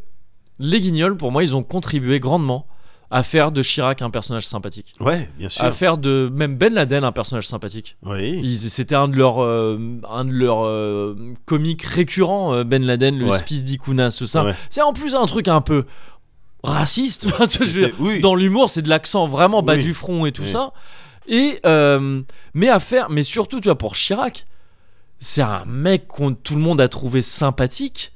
les guignols, pour moi, ils ont contribué grandement à faire de Chirac un personnage sympathique, Ouais. Bien sûr. à faire de même Ben Laden un personnage sympathique. Oui. Ils- C'était un de leurs euh, un de leurs euh, comiques récurrents, euh, Ben Laden, le Ouais. Spice d'Ikuna, tout ça. Ouais. c'est en plus un truc un peu raciste. enfin, tu vois, je veux dire, C'était- oui. Dans l'humour, c'est de l'accent vraiment bas Oui. du front et tout Oui. ça. Et euh, mais à faire, mais surtout, tu vois, pour Chirac, c'est un mec qu'on tout le monde a trouvé sympathique.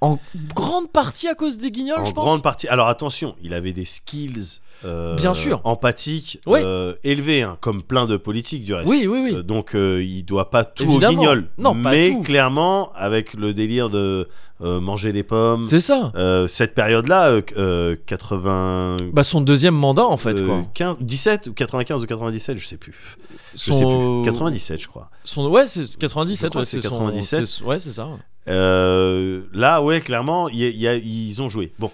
En grande partie à cause des guignols, En je pense. grande partie. Alors attention, il avait des skills. euh, Bien sûr. Empathiques. Oui. euh, élevés, hein, comme plein de politiques du reste. Oui, oui, oui. Euh, donc euh, il doit pas tout Évidemment. au guignol. Non, pas mais tout. clairement, avec le délire de euh, manger des pommes, c'est ça. euh, cette période-là, euh, euh, 80. Bah son deuxième mandat en fait euh, quoi. 15, 17 ou 95 ou 97, je sais plus. Je sais Son- plus. 97, je crois. Son, ouais, c'est Je 97, crois ouais, que c'est c'est son- 97. c'est- ouais, c'est ça. ouais. Euh, là, ouais, clairement, il y a- il y a- ils ont joué. Bon.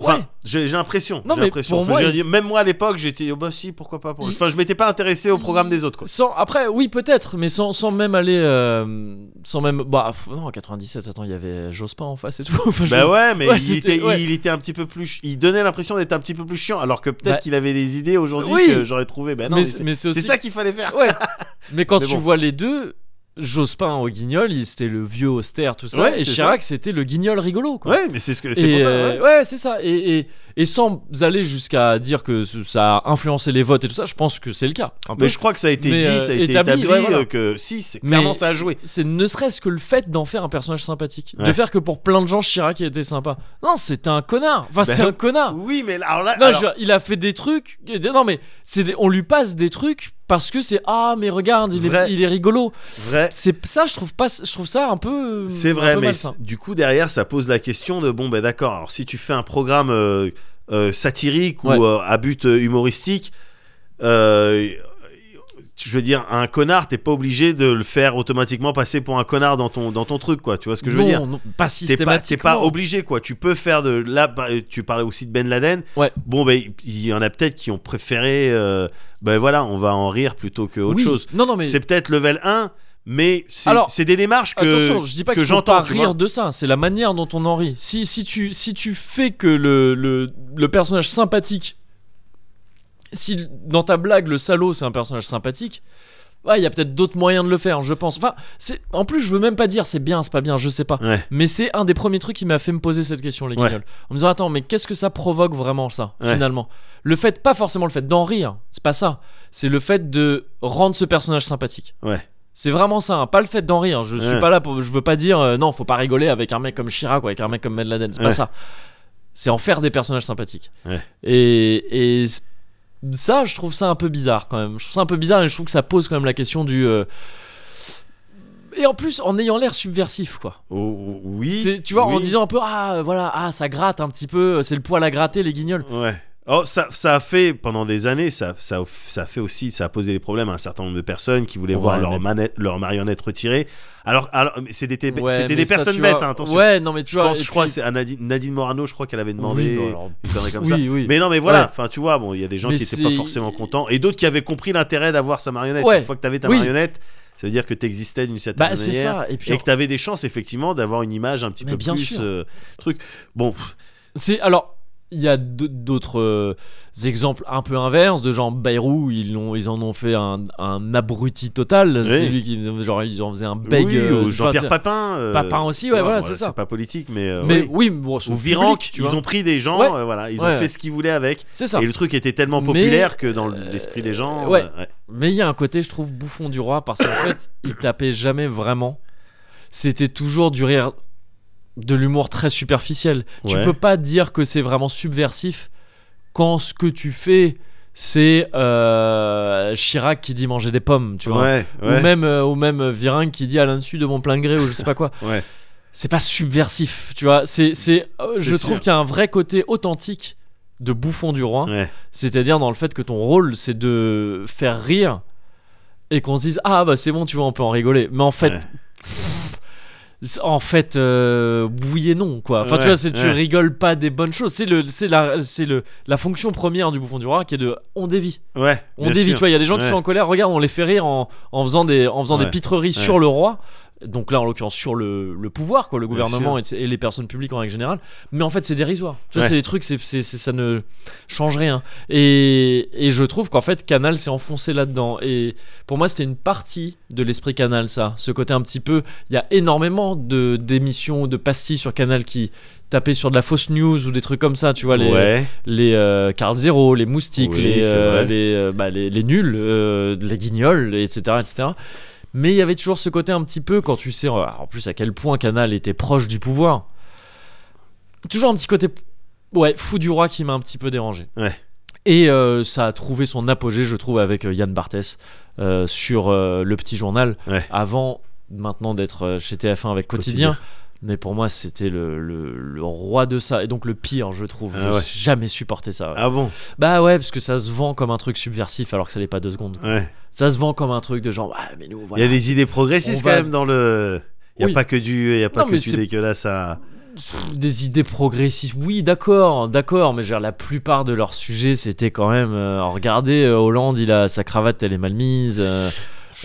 Enfin, Ouais. j'ai j'ai l'impression. Non, j'ai mais l'impression. pour Enfin, moi, j'ai ils- dit- Même moi à l'époque, j'étais. oh, bah si, pourquoi pas. pour- Ils- Enfin, je m'étais pas intéressé au programme des autres. Quoi. Sans, après, oui, peut-être, mais sans, sans même aller. euh, sans même. Bah, pff, non, 97, attends, il y avait Jospin en face et tout. Enfin, je- Bah ouais, mais Ouais, il, c'était- était, ouais. il était un petit peu plus. ch- Il donnait l'impression d'être un petit peu plus chiant, alors que peut-être Bah- qu'il avait des idées aujourd'hui Oui. que j'aurais trouvé. Ben non, mais, mais c'est mais c'est c'est aussi. ça qu'il fallait faire. Ouais. mais quand Mais tu bon. vois les deux, Jospin au guignol, il- c'était le vieux austère, tout ça. Ouais, et c'est Chirac, c'était le guignol rigolo, quoi. Ouais, mais c'est ce que c'est Et, pour ça. euh, ouais. ouais, c'est ça. Et, et, et sans aller jusqu'à dire que ce- ça a influencé les votes et tout ça, je pense que c'est le cas. Un peu. Mais je crois que ça a été Mais, dit, euh, ça a été établi, établi, ouais, voilà. euh, que si, c'est Mais- clairement ça a joué. c'est ne serait-ce que le fait d'en faire un personnage sympathique. De Ouais. faire que pour plein de gens, Chirac était sympa. Non, c'était un connard. Enfin, Ben, c'est un connard. Oui, mais là, alors là, Non, alors- je veux dire, il a fait des trucs. et des- Non, mais c'est des- on lui passe des trucs parce que c'est ah mais regarde, il, est, Vrai. il est rigolo. vrai, C'est ça, je trouve pas, je trouve ça un peu. euh, c'est un vrai, peu mais malsain. c'est- du coup derrière, ça pose la question de bon, ben d'accord. Alors si tu fais un programme euh, euh, satirique Ouais. ou euh, à but euh, humoristique, euh, je veux dire, un connard, t'es pas obligé de le faire automatiquement passer pour un connard dans ton dans ton truc, quoi. Tu vois ce que je veux Non, dire non, pas T'es pas, t'es systématiquement. pas obligé quoi. Tu peux faire de là. bah, euh, Tu parlais aussi de Ben Laden. Ouais. Bon ben il y en a peut-être qui ont préféré. euh, ben voilà, on va en rire plutôt que autre Oui. chose. Non, non, mais C'est peut-être level 1 mais c'est Alors, c'est des démarches que Attention, je dis pas que qu'il faut pas j'entends tu vois. rire de ça, c'est la manière dont on en rit. Si, si, tu, si tu fais que le, le, le personnage sympathique, si dans ta blague le salaud c'est un personnage sympathique, ouais, il y a peut-être d'autres moyens de le faire, je pense. Enfin, c'est- en plus, je veux même pas dire c'est bien, c'est pas bien, je sais pas. Ouais. Mais c'est un des premiers trucs qui m'a fait me poser cette question, les Ouais. guignols. En me disant, attends, mais qu'est-ce que ça provoque vraiment, ça, Ouais. finalement Le fait, pas forcément le fait d'en rire, c'est pas ça. C'est le fait de rendre ce personnage sympathique. Ouais. C'est vraiment ça, hein, pas le fait d'en rire. Je suis Ouais. pas là pour. Je veux pas dire, euh, non, faut pas rigoler avec un mec comme Chirac ou avec un mec comme Ben Laden, c'est pas Ouais. ça. C'est en faire des personnages sympathiques. Ouais. Et. et c- ça, je trouve ça un peu bizarre quand même. Je trouve ça un peu bizarre et je trouve que ça pose quand même la question du. euh, Et en plus, en ayant l'air subversif, quoi. Oh, oui C'est- tu vois, en oui, disant un peu, ah, euh, voilà, ah, ça gratte un petit peu, c'est le poil à gratter, les guignols. ouais Oh, ça, ça a fait pendant des années, ça, ça, ça a fait aussi, ça a posé des problèmes à un certain nombre de personnes qui voulaient voir Ouais, leur, mais- manette- leur marionnette retirée. Alors, alors mais c'était des, Ouais, ben, c'était mais des ça, personnes tu vois- bêtes, hein, attention. Ouais, non, mais tu je vois. pense, et je crois, puis- c'est à Nadine, Nadine Morano, je crois qu'elle avait demandé. Oui, alors, une connerie comme oui, ça. oui. Mais non, mais voilà. Ouais. Enfin, tu vois, bon, il y a des gens Mais qui n'étaient pas c'est- forcément contents et d'autres qui avaient compris l'intérêt d'avoir sa marionnette. Ouais. Une fois que t'avais ta Oui. marionnette, ça veut dire que t'existais d'une certaine Bah, manière c'est ça. Et puis, et que t'avais des chances effectivement d'avoir une image un petit Mais peu bien plus sûr. euh, truc. Bon, pff, C'est alors il y a d- d'autres euh, exemples un peu inverses de genre Bayrou ils l'ont ils en ont fait un, un abruti total Oui. c'est lui qui genre ils en faisaient un beg oui, euh, ou enfin, Jean-Pierre c'est- Papin. euh, Papin aussi, tu ouais, vois, voilà, bon, c'est ça. C'est pas politique, mais. euh, mais oui. oui, mais bon, c'est Ou public, Virank, tu ils vois. ont pris des gens, Ouais. euh, voilà, ils Ouais. ont fait ce qu'ils voulaient avec. c'est ça Et le truc était tellement Mais, populaire que dans euh, l'esprit des gens. ouais. euh, mais il y a un côté je trouve bouffon du roi parce qu'en fait il tapait jamais vraiment c'était toujours du rire de l'humour très superficiel tu Ouais. peux pas dire que c'est vraiment subversif quand ce que tu fais c'est euh, Chirac qui dit manger des pommes tu vois Ouais, ouais. ou même euh, ou même euh, Virin qui dit à l'insu de mon plein gré ou je sais pas quoi Ouais. c'est pas subversif tu vois c'est c'est euh, C'est je sûr. trouve qu'il y a un vrai côté authentique de bouffon du roi Ouais. c'est-à-dire dans le fait que ton rôle c'est de faire rire et qu'on se dise ah bah c'est bon tu vois on peut en rigoler mais en fait Ouais. pff, en fait euh, oui et non quoi enfin tu Ouais, vois c'est tu ouais. rigoles pas des bonnes choses c'est le c'est la c'est le la fonction première du bouffon du roi qui est de on dévie Ouais, on bien dévie, sûr. tu vois, il y a des gens qui Ouais. sont en colère, regarde, on les fait rire en, en faisant des, en faisant Ouais. des pitreries sur le roi, donc là en l'occurrence sur le, le pouvoir, quoi, le gouvernement et, et les personnes publiques en règle générale, mais en fait c'est dérisoire. Tu vois, Ouais. c'est des trucs, c'est, c'est- c'est- ça ne change rien. Et, et je trouve qu'en fait Canal s'est enfoncé là-dedans. Et pour moi c'était une partie de l'esprit Canal, ça, ce côté un petit peu, il y a énormément de, d'émissions, de pastilles sur Canal qui tapaient sur de la fausse news ou des trucs comme ça, tu vois, les, Ouais, les euh, Carl Zero, les moustiques, Oui, les, c'est euh, vrai. les, euh, bah, les, les nuls, euh, les guignols, etc., etc. Mais il y avait toujours ce côté un petit peu, quand tu sais euh, en plus à quel point Canal était proche du pouvoir, toujours un petit côté ouais, fou du roi qui m'a un petit peu dérangé. Ouais. Et euh, ça a trouvé son apogée, je trouve, avec euh, Yann Barthès euh, sur euh, Le Petit Journal, Ouais. avant maintenant d'être euh, chez TF1 avec Quotidien. Mais pour moi, c'était le, le, le roi de ça. Et donc le pire, je trouve. Ah je ouais. jamais supporté ça. ouais. Ah bon Bah ouais, parce que ça se vend comme un truc subversif alors que ça l'est pas deux secondes. Ouais. Ça se vend comme un truc de genre, ouais, mais nous, Il y voilà. a des idées progressistes On quand va- même dans le. Il y a Oui. pas que du, il y a pas Non, que mais du c'est- dégueulasse à. des idées progressistes. Oui, d'accord, d'accord, mais genre la plupart de leurs sujets, c'était quand même. euh, regardez, euh, Hollande, il a sa cravate, elle est mal mise, euh,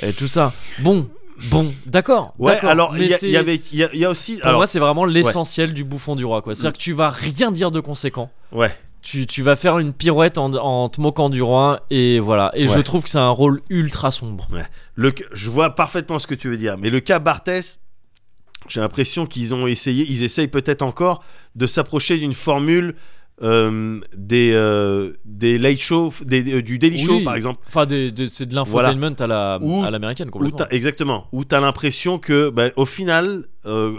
et tout ça. Bon, bon, d'accord. Ouais. d'accord, Alors il mais y, a- c'est- il y avait, il y, a- il y a aussi. Pour Alors moi, c'est vraiment l'essentiel du bouffon du roi, quoi. C'est-à-dire que tu vas rien dire de conséquent. ouais. Tu, tu vas faire une pirouette en, en te moquant du roi, et voilà. Et je Ouais. trouve que c'est un rôle ultra sombre. Le, c- je vois parfaitement ce que tu veux dire, mais le cas Barthès, j'ai l'impression qu'ils ont essayé, ils essayent peut-être encore de s'approcher d'une formule euh, des euh, des late show, des, euh, du daily Oui. show par exemple. Enfin, des- des- c'est de l'infotainment à la- Ou- à l'américaine, Où complètement. t'as- exactement. Où tu as l'impression que, bah, au final, euh,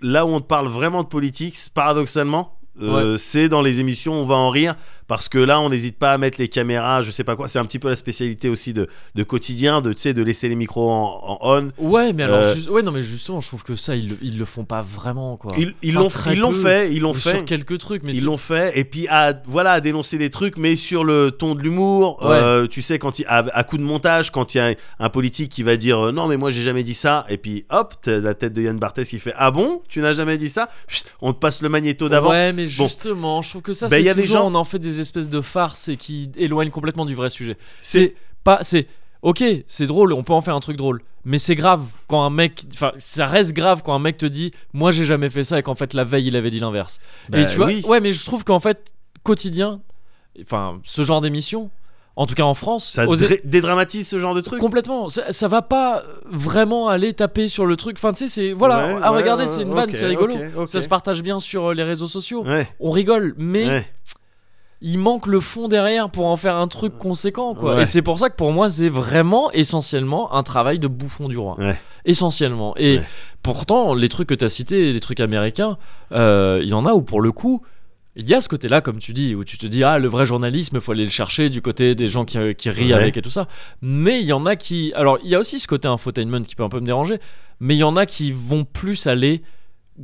là où on te parle vraiment de politique, c'est- paradoxalement, euh, c'est dans les émissions, on va en rire, parce que là, on n'hésite pas à mettre les caméras, je sais pas quoi. C'est un petit peu la spécialité aussi de, de quotidien, de, tu sais, de laisser les micros en, en on. Ouais, mais alors, Euh, juste- ouais, non, mais justement, je trouve que ça, ils, le- ils le font pas vraiment, quoi. Ils ils Enfin, l'ont très ils l'ont peu. fait, ils l'ont Ou fait. Sur quelques trucs, mais Ils c'est- l'ont fait, et puis à, voilà, à dénoncer des trucs, mais sur le ton de l'humour, Ouais. euh, tu sais, quand il, à, à coup de montage, quand il y a un politique qui va dire euh, non, mais moi j'ai jamais dit ça, et puis hop, t'as la tête de Yann Barthès qui fait ah bon, tu n'as jamais dit ça, Chut, on te passe le magnéto d'avant. Ouais, mais Bon. justement, je trouve que ça, Ben, c'est y a des toujours, gens- on en fait des espèces de farces et qui éloignent complètement du vrai sujet. C'est pas, c'est ok, c'est drôle, on peut en faire un truc drôle, mais c'est grave quand un mec, enfin, ça reste grave quand un mec te dit, moi j'ai jamais fait ça et qu'en fait la veille il avait dit l'inverse. Ben et tu vois, oui. ouais, mais je trouve qu'en fait quotidien, enfin, ce genre d'émission, en tout cas en France, ça aux- dré- dédramatise ce genre de truc. Complètement, ça, ça va pas vraiment aller taper sur le truc. Enfin, tu sais, c'est voilà. Ouais, ah, ouais, regardez, ouais, c'est une ok, vanne, c'est rigolo. ok, ok. Ça se partage bien sur euh, les réseaux sociaux. Ouais, On rigole, mais ouais. il manque le fond derrière pour en faire un truc conséquent, quoi. Ouais. Et c'est pour ça que pour moi, c'est vraiment essentiellement un travail de bouffon du roi. Ouais. Essentiellement. Et Ouais. pourtant, les trucs que t'as cités, les trucs américains, euh, il y en a où pour le coup. Il y a ce côté-là, comme tu dis, où tu te dis, ah, le vrai journalisme, faut aller le chercher du côté des gens qui, euh, qui rient Ouais. avec et tout ça. Mais il y en a qui. Alors, il y a aussi ce côté infotainment qui peut un peu me déranger, mais il y en a qui vont plus aller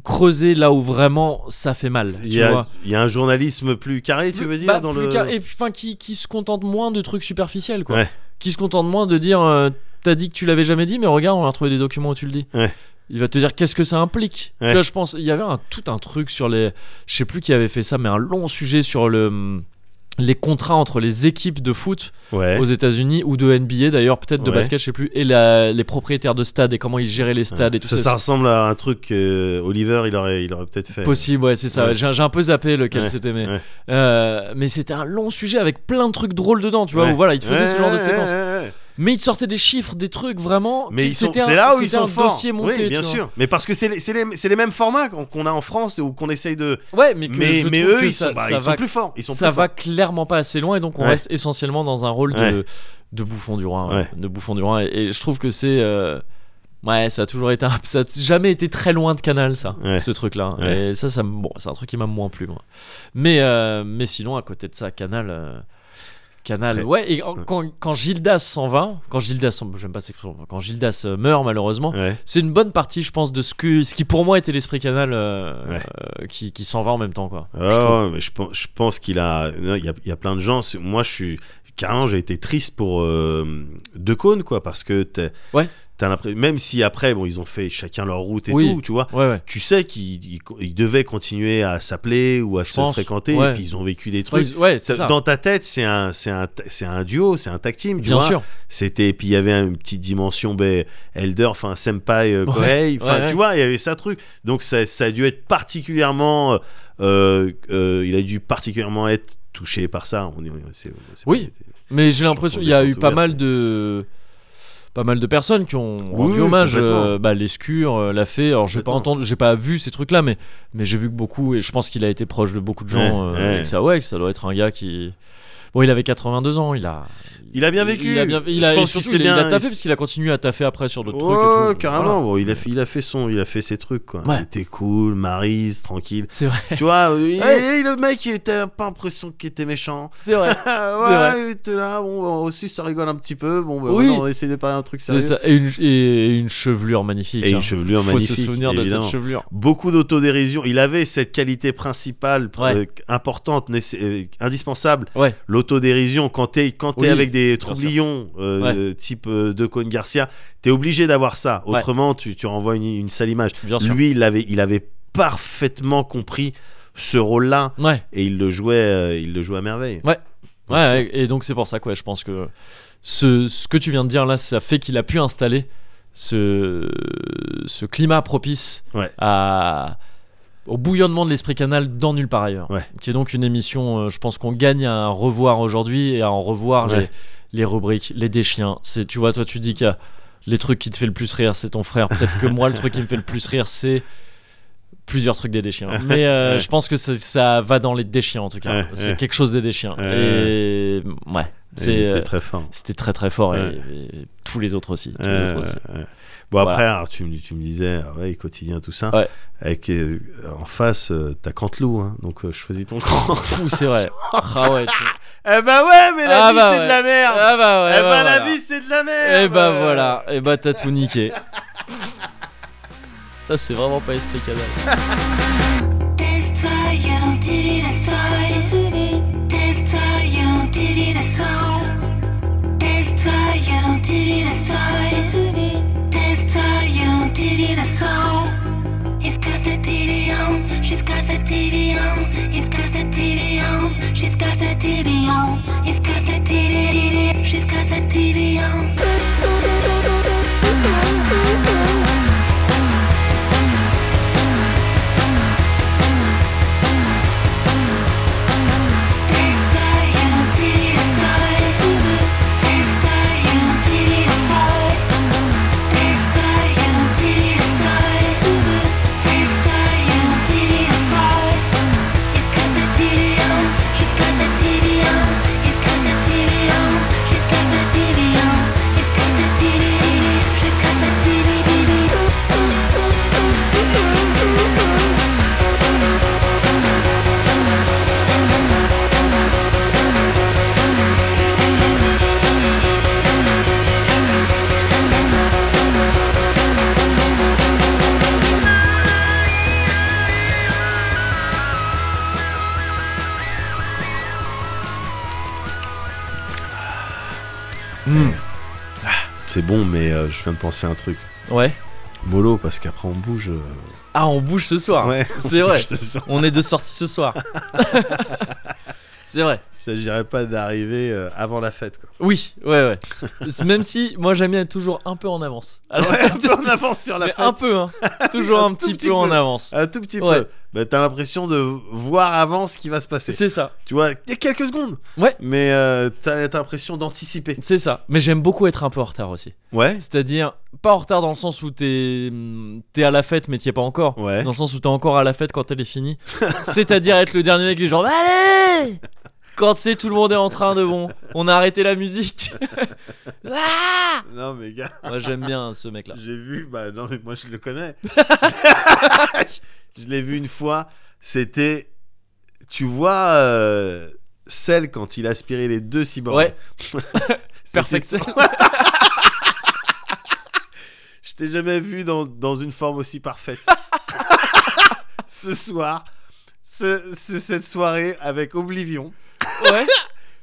creuser là où vraiment ça fait mal. Il tu y, a, vois. il y a un journalisme plus carré, tu Plus- veux dire bah, dans plus le... qu'à- et puis, enfin qui, qui se contente moins de trucs superficiels quoi Ouais. qui se contente moins de dire euh, t'as dit que tu l'avais jamais dit mais regarde on a retrouvé des documents où tu le dis Ouais. il va te dire qu'est-ce que ça implique Ouais. Tu vois, je pense il y avait un, tout un truc sur les je sais plus qui avait fait ça mais un long sujet sur le mm, les contrats entre les équipes de foot Ouais. aux États-Unis ou de NBA d'ailleurs peut-être de Ouais. basket je sais plus et la- les propriétaires de stades et comment ils géraient les stades et tout ça, ça ressemble à un truc que euh, Oliver, il aurait, il aurait peut-être fait. Possible, ouais, c'est ça. Ouais. J'ai j'ai un peu zappé lequel Ouais, c'était, mais, ouais. euh, mais c'était un long sujet avec plein de trucs drôles dedans, tu vois. Ouais. Où, voilà, il faisait ce Ouais, genre de ouais, séquence. ouais, ouais. Mais il te sortait des chiffres, des trucs vraiment. Mais qui- ils sont, c'était un- c'est là où ils c'était sont un forts. dossier monté, oui, bien tu vois. sûr. Mais parce que c'est les, c'est les, c'est les mêmes formats qu'on, qu'on a en France ou qu'on essaye de. Ouais, mais, que Mais, je mais trouve eux, que ils, ça, sont, bah, ça ils sont va, plus forts. Ils sont ça plus va forts. clairement pas assez loin, et donc on Ouais. reste essentiellement dans un rôle de, Ouais. de bouffon du roi, Ouais. de bouffon du roi. Et, et je trouve que c'est, euh, ouais, ça a toujours été, un, ça a jamais été très loin de Canal, ça, Ouais. ce truc-là. Ouais. Et ça, ça, me- bon, c'est un truc qui m'a moins plu, moi. Mais, euh, mais sinon, à côté de ça, Canal. euh, Canal, Après- ouais, et en- Ouais. quand, quand Gildas s'en va, quand Gildas, s'en- j'aime pas cette expression, quand Gildas euh, meurt malheureusement, Ouais. c'est une bonne partie, je pense, de ce, que, ce qui pour moi était l'esprit canal euh, Ouais. euh, qui, qui s'en va en même temps. Quoi, Ah je trouve. ouais, mais je, pense, je pense qu'il a. non, Il y a, il y a plein de gens. c'est- Moi, je suis. Carrément, j'ai été triste pour euh, Decaune, quoi, parce que t'as. Ouais. t'as l'impression- Même si après, bon, ils ont fait chacun leur route et Oui. tout, tu vois. Ouais, ouais. Tu sais qu'ils ils- ils devaient continuer à s'appeler ou à se pense, fréquenter, ouais. et puis ils ont vécu des trucs. Ouais, ouais, c'est Ça- ça. Dans ta tête, c'est un, c'est un, c'est un duo, c'est un tag team, tu Bien vois. sûr. C'était, puis il y avait une petite dimension ben, Elder, enfin Senpai, euh, Ouais, Kohei, enfin ouais, ouais. tu vois, il y avait ça truc. Donc ça, ça a dû être particulièrement, euh, euh, il a dû particulièrement être touché par ça. On est- on est- c'est- c'est pas- Oui. Mais j'ai l'impression pense qu'il y a des eu portes pas ouvertes, mal mais- de pas mal de personnes qui ont Oui, rendu oui, hommage complètement. euh, bah, l'escure euh, l'a fait alors j'ai pas Complètement. entendu j'ai pas vu ces trucs là mais mais j'ai vu que beaucoup et je pense qu'il a été proche de beaucoup de gens Ouais, euh, ouais. et que ça ouais que ça doit être un gars qui bon il avait 82 ans il a Il a bien vécu. il a bien il Je a, et pense qu'il surtout s'est il, a- il bien- a taffé parce qu'il a continué à taffer après sur d'autres Ouais, trucs et tout. Voilà. carrément. Bon, il a fait, il a fait son, il a fait ses trucs quoi. Ouais. Il était cool, Maryse, tranquille. c'est vrai tu vois, et- Ouais. et le mec, il était pas impression qu'il était méchant. c'est vrai Ah, ouais, t'es là, bon, bah, aussi ça rigole un petit peu. Bon, bah, Oui. maintenant, on va essayer de parler un truc C'est sérieux. ça. Et, une, et une chevelure magnifique. Et hein. une chevelure Faut magnifique. se souvenir de évidemment. cette chevelure. Beaucoup d'autodérision. Il avait cette qualité principale, Ouais. euh, importante, nécess- euh, indispensable. Ouais. L'autodérision. Quand t'es quand t'es Oui, avec des sûr. troublions euh, type euh, de Cône Garcia, t'es obligé d'avoir ça. Ouais. Autrement, tu, tu renvoies une, une sale image. Bien sûr. Lui, il avait, il avait parfaitement compris ce rôle-là Ouais. et il le jouait, euh, il le jouait à merveille. Ouais, ouais. Et donc c'est pour ça que ouais, je pense que ce, ce que tu viens de dire là, ça fait qu'il a pu installer ce, ce climat propice Ouais. à au bouillonnement de l'esprit canal dans nulle part ailleurs Ouais. qui est donc une émission euh, je pense qu'on gagne à en revoir aujourd'hui et à en revoir les- Ouais. les, rubriques les déchiens c'est tu vois toi tu dis que les trucs qui te fait le plus rire c'est ton frère peut-être que moi le truc qui me fait le plus rire c'est plusieurs trucs des déchiens mais euh, Ouais. je pense que ça, ça va dans les déchiens en tout cas Ouais, c'est ouais. quelque chose des déchiens Ouais, et ouais Euh, Et c'est C'était euh, très fort. c'était très très fort et- Ouais. et, tous les autres aussi tous les Ouais, autres aussi. ouais, ouais. Bon, Voilà. après, alors, tu, me, tu me disais, ah ouais, quotidien, tout ça. Ouais. Avec, euh, en face, euh, t'as Canteloup, hein, donc euh, choisis ton camp. Fou, c'est vrai ah ouais tu- eh bah ouais, mais la Ah vie, bah c'est ouais. de la merde ah bah ouais Eh bah, bah la voilà. vie, c'est de la merde Eh bah voilà, eh bah t'as tout niqué. Ça c'est vraiment pas esprit canal. Destroyer TV, Destroyer TV, Destroyer TV, Destroyer. Destroyer TV, Destroyer TV, Destroyer TV, Destroyer. He's got the TV on, she's got the TV on. He's got the TV on, she's got the TV on. He's got the TV, she's got the TV on. She's got the TV on, she's got the TV on, she's got the TV on, she's Hmm. C'est bon, mais euh, je viens de penser à un truc. Ouais. Mollo, parce qu'après on bouge. euh, Ah, on bouge ce soir. ouais, C'est on vrai. bouge ce soir. On est de sortie ce soir. C'est vrai. Il s'agirait pas d'arriver euh, avant la fête. Quoi. Oui, ouais, ouais. Même si moi j'aime bien être toujours un peu en avance. Alors, Ouais, un peu en avance sur la mais fête. un peu, hein. Toujours Un un tout petit, petit peu, en peu. Ah, avance. Un tout petit Ouais. peu. Bah, t'as l'impression de voir avant ce qui va se passer. C'est ça, Tu vois, il y a quelques secondes. Ouais. Mais euh, t'as t'as l'impression d'anticiper. c'est ça. Mais j'aime beaucoup être un peu en retard aussi. Ouais. C'est-à-dire, pas en retard dans le sens où t'es es à la fête mais t'y es pas encore. Ouais. Dans le sens où t'es encore à la fête quand elle est finie. C'est-à-dire être le dernier mec qui est genre Allez Quand c'est tout le monde est en train de bon, on a arrêté la musique. Ah Non, mais gars. moi j'aime bien ce mec là. J'ai vu, bah non, mais moi je le connais. je je l'ai vu une fois, c'était. Tu vois, euh, celle quand il aspirait les deux cyborgs. Ouais, C'était- perfect. Je t'ai jamais vu dans, dans une forme aussi parfaite. ce soir, ce- ce- cette soirée avec Oblivion ouais.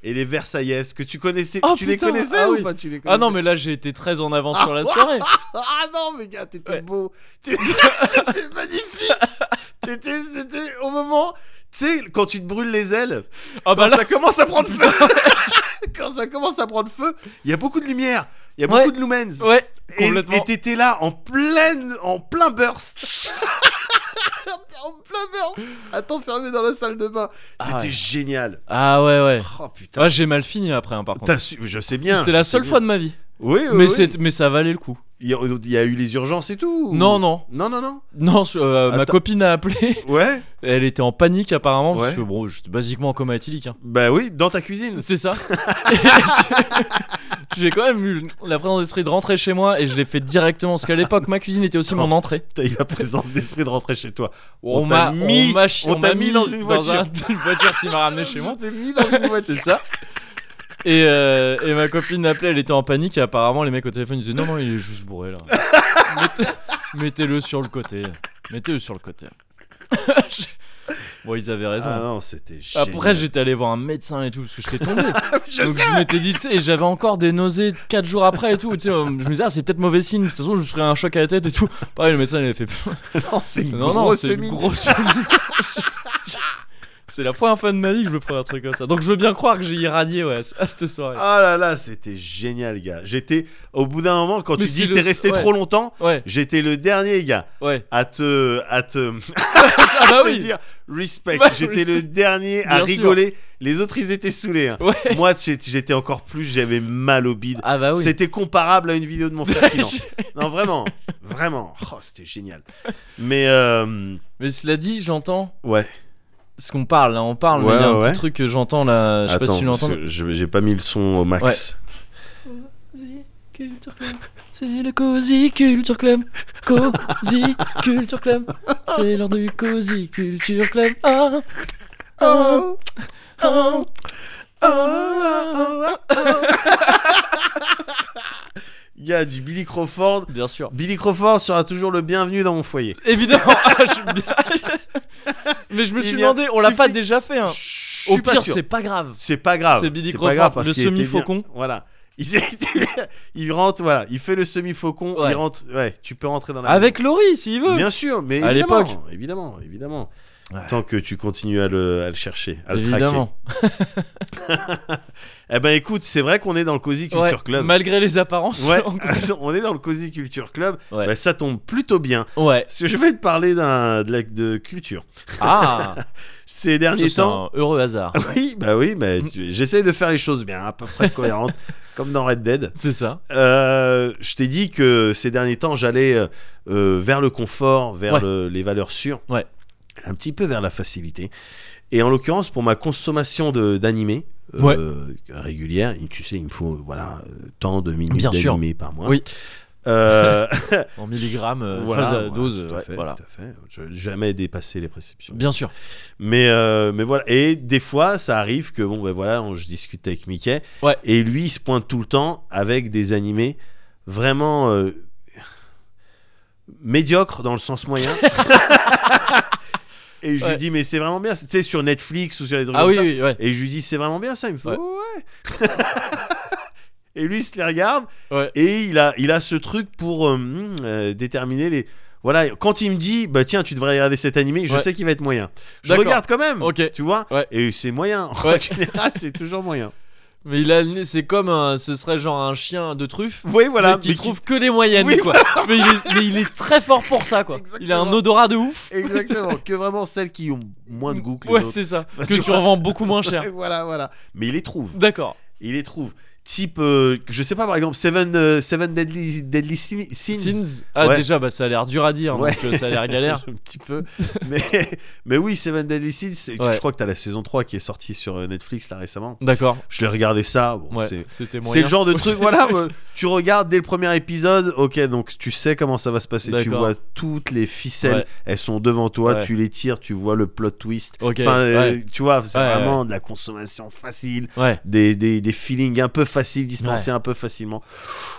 et les Versaillaises que tu connaissais. Oh, tu les putain, connaissais ah ou oui. pas tu les Ah non, connaissais mais là j'ai été très en avance sur la soirée. Ah non, mais gars, t'étais Ouais. beau. T'étais t'étais magnifique. T'étais, c'était au moment. Tu sais, quand tu te brûles les ailes, Ah bah quand là, ça commence à prendre feu, quand ça commence à prendre feu, il y a beaucoup de lumière, il y a Ouais. beaucoup de lumens. ouais, Et- complètement. Et t'étais là en pleine, en plein burst. en plein burst. À t'enfermer dans la salle de bain. Ah C'était ouais. génial. Ah ouais, ouais. Oh putain. Ouais, j'ai mal fini après, hein, par contre. T'as su- Je sais bien. C'est je la sais seule bien. fois de ma vie. Oui, oui, mais, oui. c'est- mais ça valait le coup. Il y a- il y a eu les urgences et tout. ou- Non, non. Non, non, non. Non, ce- euh, ma Attends. copine a appelé. Ouais. Elle était en panique apparemment. Parce Ouais. que bon, j'étais basiquement en coma éthylique. hein. Bah oui, dans ta cuisine. C'est ça. Et j'ai- J'ai quand même eu la présence d'esprit de rentrer chez moi et je l'ai fait directement. Parce qu'à l'époque, ma cuisine était aussi mon entrée. T'as eu la présence d'esprit de rentrer chez toi. On, On m'a t'a mis- on m'a chi- on on m'a t'a mis dans une voiture. un- une voiture qui m'a ramené chez moi. Je t'ai mis dans une C'est voiture. ça. Et, euh, et ma copine appelait, elle était en panique et apparemment les mecs au téléphone ils disaient non non il est juste bourré là. Mettez- Mettez-le sur le côté. Mettez-le sur le côté. bon ils avaient raison. Ah non, c'était génial. Après j'étais allé voir un médecin et tout parce que j'étais tombé. je Donc je m'étais dit tu sais et j'avais encore des nausées 4 jours après et tout. Tu sais, euh, je me disais ah c'est peut-être mauvais signe. De toute façon je me ferais un choc à la tête et tout. Pareil le médecin il avait fait pff, non, c'est une non non grosse c'est une mine. grosse mine. C'est la première fois de ma vie que je me prends un truc comme ça. Donc je veux bien croire que j'ai irradié ouais, à cette soirée. Ah là là, c'était génial, gars. J'étais au bout d'un moment quand Mais tu c'est dis que le- t'es resté ouais. trop longtemps, Ouais, j'étais le dernier gars ouais. à te à te, Ah bah à te oui. dire respect. Bah, j'étais respect. le dernier Bien à sûr. rigoler. Les autres ils étaient saoulés. hein. Ouais. Moi j'ai- j'étais encore plus, j'avais mal au bide. Ah bah oui. C'était comparable à une vidéo de mon frère qui danse. Je- Non, vraiment, vraiment. Oh, c'était génial. Mais euh, Mais cela dit, j'entends ouais. ce qu'on parle là, on parle, mais Ouais, il y a un ouais. petit truc que j'entends là, je sais pas si tu parce l'entends. que je- j'ai pas mis le son au max. C'est le Cozy Culture Club. Cozy Culture Club. C'est l'heure du Cozy Culture Club. Ah, ah, ah. Il y a du Billy Crawford. Bien sûr. Billy Crawford sera toujours le bienvenu dans mon foyer. Évidemment. Ah, je- mais je me Il suis y a- demandé, on l'a pas suffit- déjà fait. hein. Je suis Au pas pire, sûr. c'est pas grave. C'est pas grave. C'est Billy pas Crawford, grave parce le qu'il était bien. semi-faucon. Voilà. Il, s'est- il rentre, voilà, il fait le semi-faucon, Ouais. il rentre, ouais, tu peux rentrer dans la Avec Laurie, s'il veut. Bien sûr, mais À évidemment, l'époque. évidemment, évidemment. Ouais. Tant que tu continues à le, à le chercher, à le traquer. Évidemment. Eh ben écoute, c'est vrai qu'on est dans le Cozy Culture Ouais, Club. Malgré les apparences. Ouais, on est dans le Cozy Culture Club. Ouais. Bah, ça tombe plutôt bien. ouais. Parce que je vais te parler d'un de, la- de culture. Ah. Ces Ça, derniers c'est temps. un heureux hasard. Oui, bah oui, bah, tu- j'essaie de faire les choses bien, à peu près cohérentes, comme dans Red Dead. C'est ça. Euh, je t'ai dit que ces derniers temps, j'allais euh, euh, vers le confort, vers Ouais. le- les valeurs sûres, Ouais. un petit peu vers la facilité. Et en l'occurrence, pour ma consommation de- d'animés euh, Ouais. régulière, tu sais, il me faut voilà, euh, tant de minutes Bien sûr. d'animés par mois. Oui. Euh, En milligrammes, euh, voilà, phase, euh, voilà, dose. tout euh, à fait, voilà. tout à fait. Je- jamais dépasser les prescriptions. Bien sûr. Mais, euh, mais voilà. Et des fois, ça arrive que, bon, ben voilà, on- je discute avec Mickey. Ouais. Et lui, il se pointe tout le temps avec des animés vraiment euh, médiocres dans le sens moyen. et je Ouais. lui dis, mais c'est vraiment bien. Tu sais, sur Netflix ou sur des trucs Ah comme oui, ça. oui, ouais. Et je lui dis, c'est vraiment bien ça. Il me fait, Ouais. ouais. Et lui, il se les regarde. Ouais. Et il a, il a ce truc pour euh, hmm, euh, déterminer les. Voilà, quand il me dit, bah tiens, tu devrais regarder cet animé, je Ouais. sais qu'il va être moyen. Je D'accord. regarde quand même, Ok. tu vois, Ouais. et c'est moyen. En Ouais. général, c'est toujours moyen. Mais il a le nez, c'est comme un, ce serait genre un chien de truffe. Oui, voilà. mais qui mais qui- trouve que les moyennes Oui, quoi. Mais, il est, mais il est très fort pour ça quoi. Il a un Exactement. odorat de ouf. Exactement, que vraiment celles qui ont moins de goût que les Ouais, autres. c'est ça. Enfin, que tu tu vois. revends beaucoup moins cher. Et voilà, voilà. Mais il les trouve. D'accord. Il les trouve. Type, euh, je sais pas, par exemple, Seven, euh, Seven Deadly, Deadly Sin- Sins. Sins. Ah Ouais. déjà bah ça a l'air dur à dire Ouais. donc euh, ça a l'air galère. un petit peu. Mais, mais oui, Seven Deadly Sins, c'est- Ouais. je crois que t'as la saison 3 qui est sortie sur euh, Netflix là récemment. D'accord. Je l'ai regardé ça. Bon, Ouais. c'est- C'était C'est moyen. le genre de truc, voilà, Ouais. euh, tu regardes dès le premier épisode, ok, donc tu sais comment ça va se passer, tu D'accord. vois toutes les ficelles, Ouais. elles sont devant toi, Ouais. tu les tires, tu vois le plot twist, Ok. enfin, euh, ouais. tu vois, c'est Ouais, vraiment de la consommation facile, Ouais. des, des, des feelings un peu faciles, dispensés un peu facilement.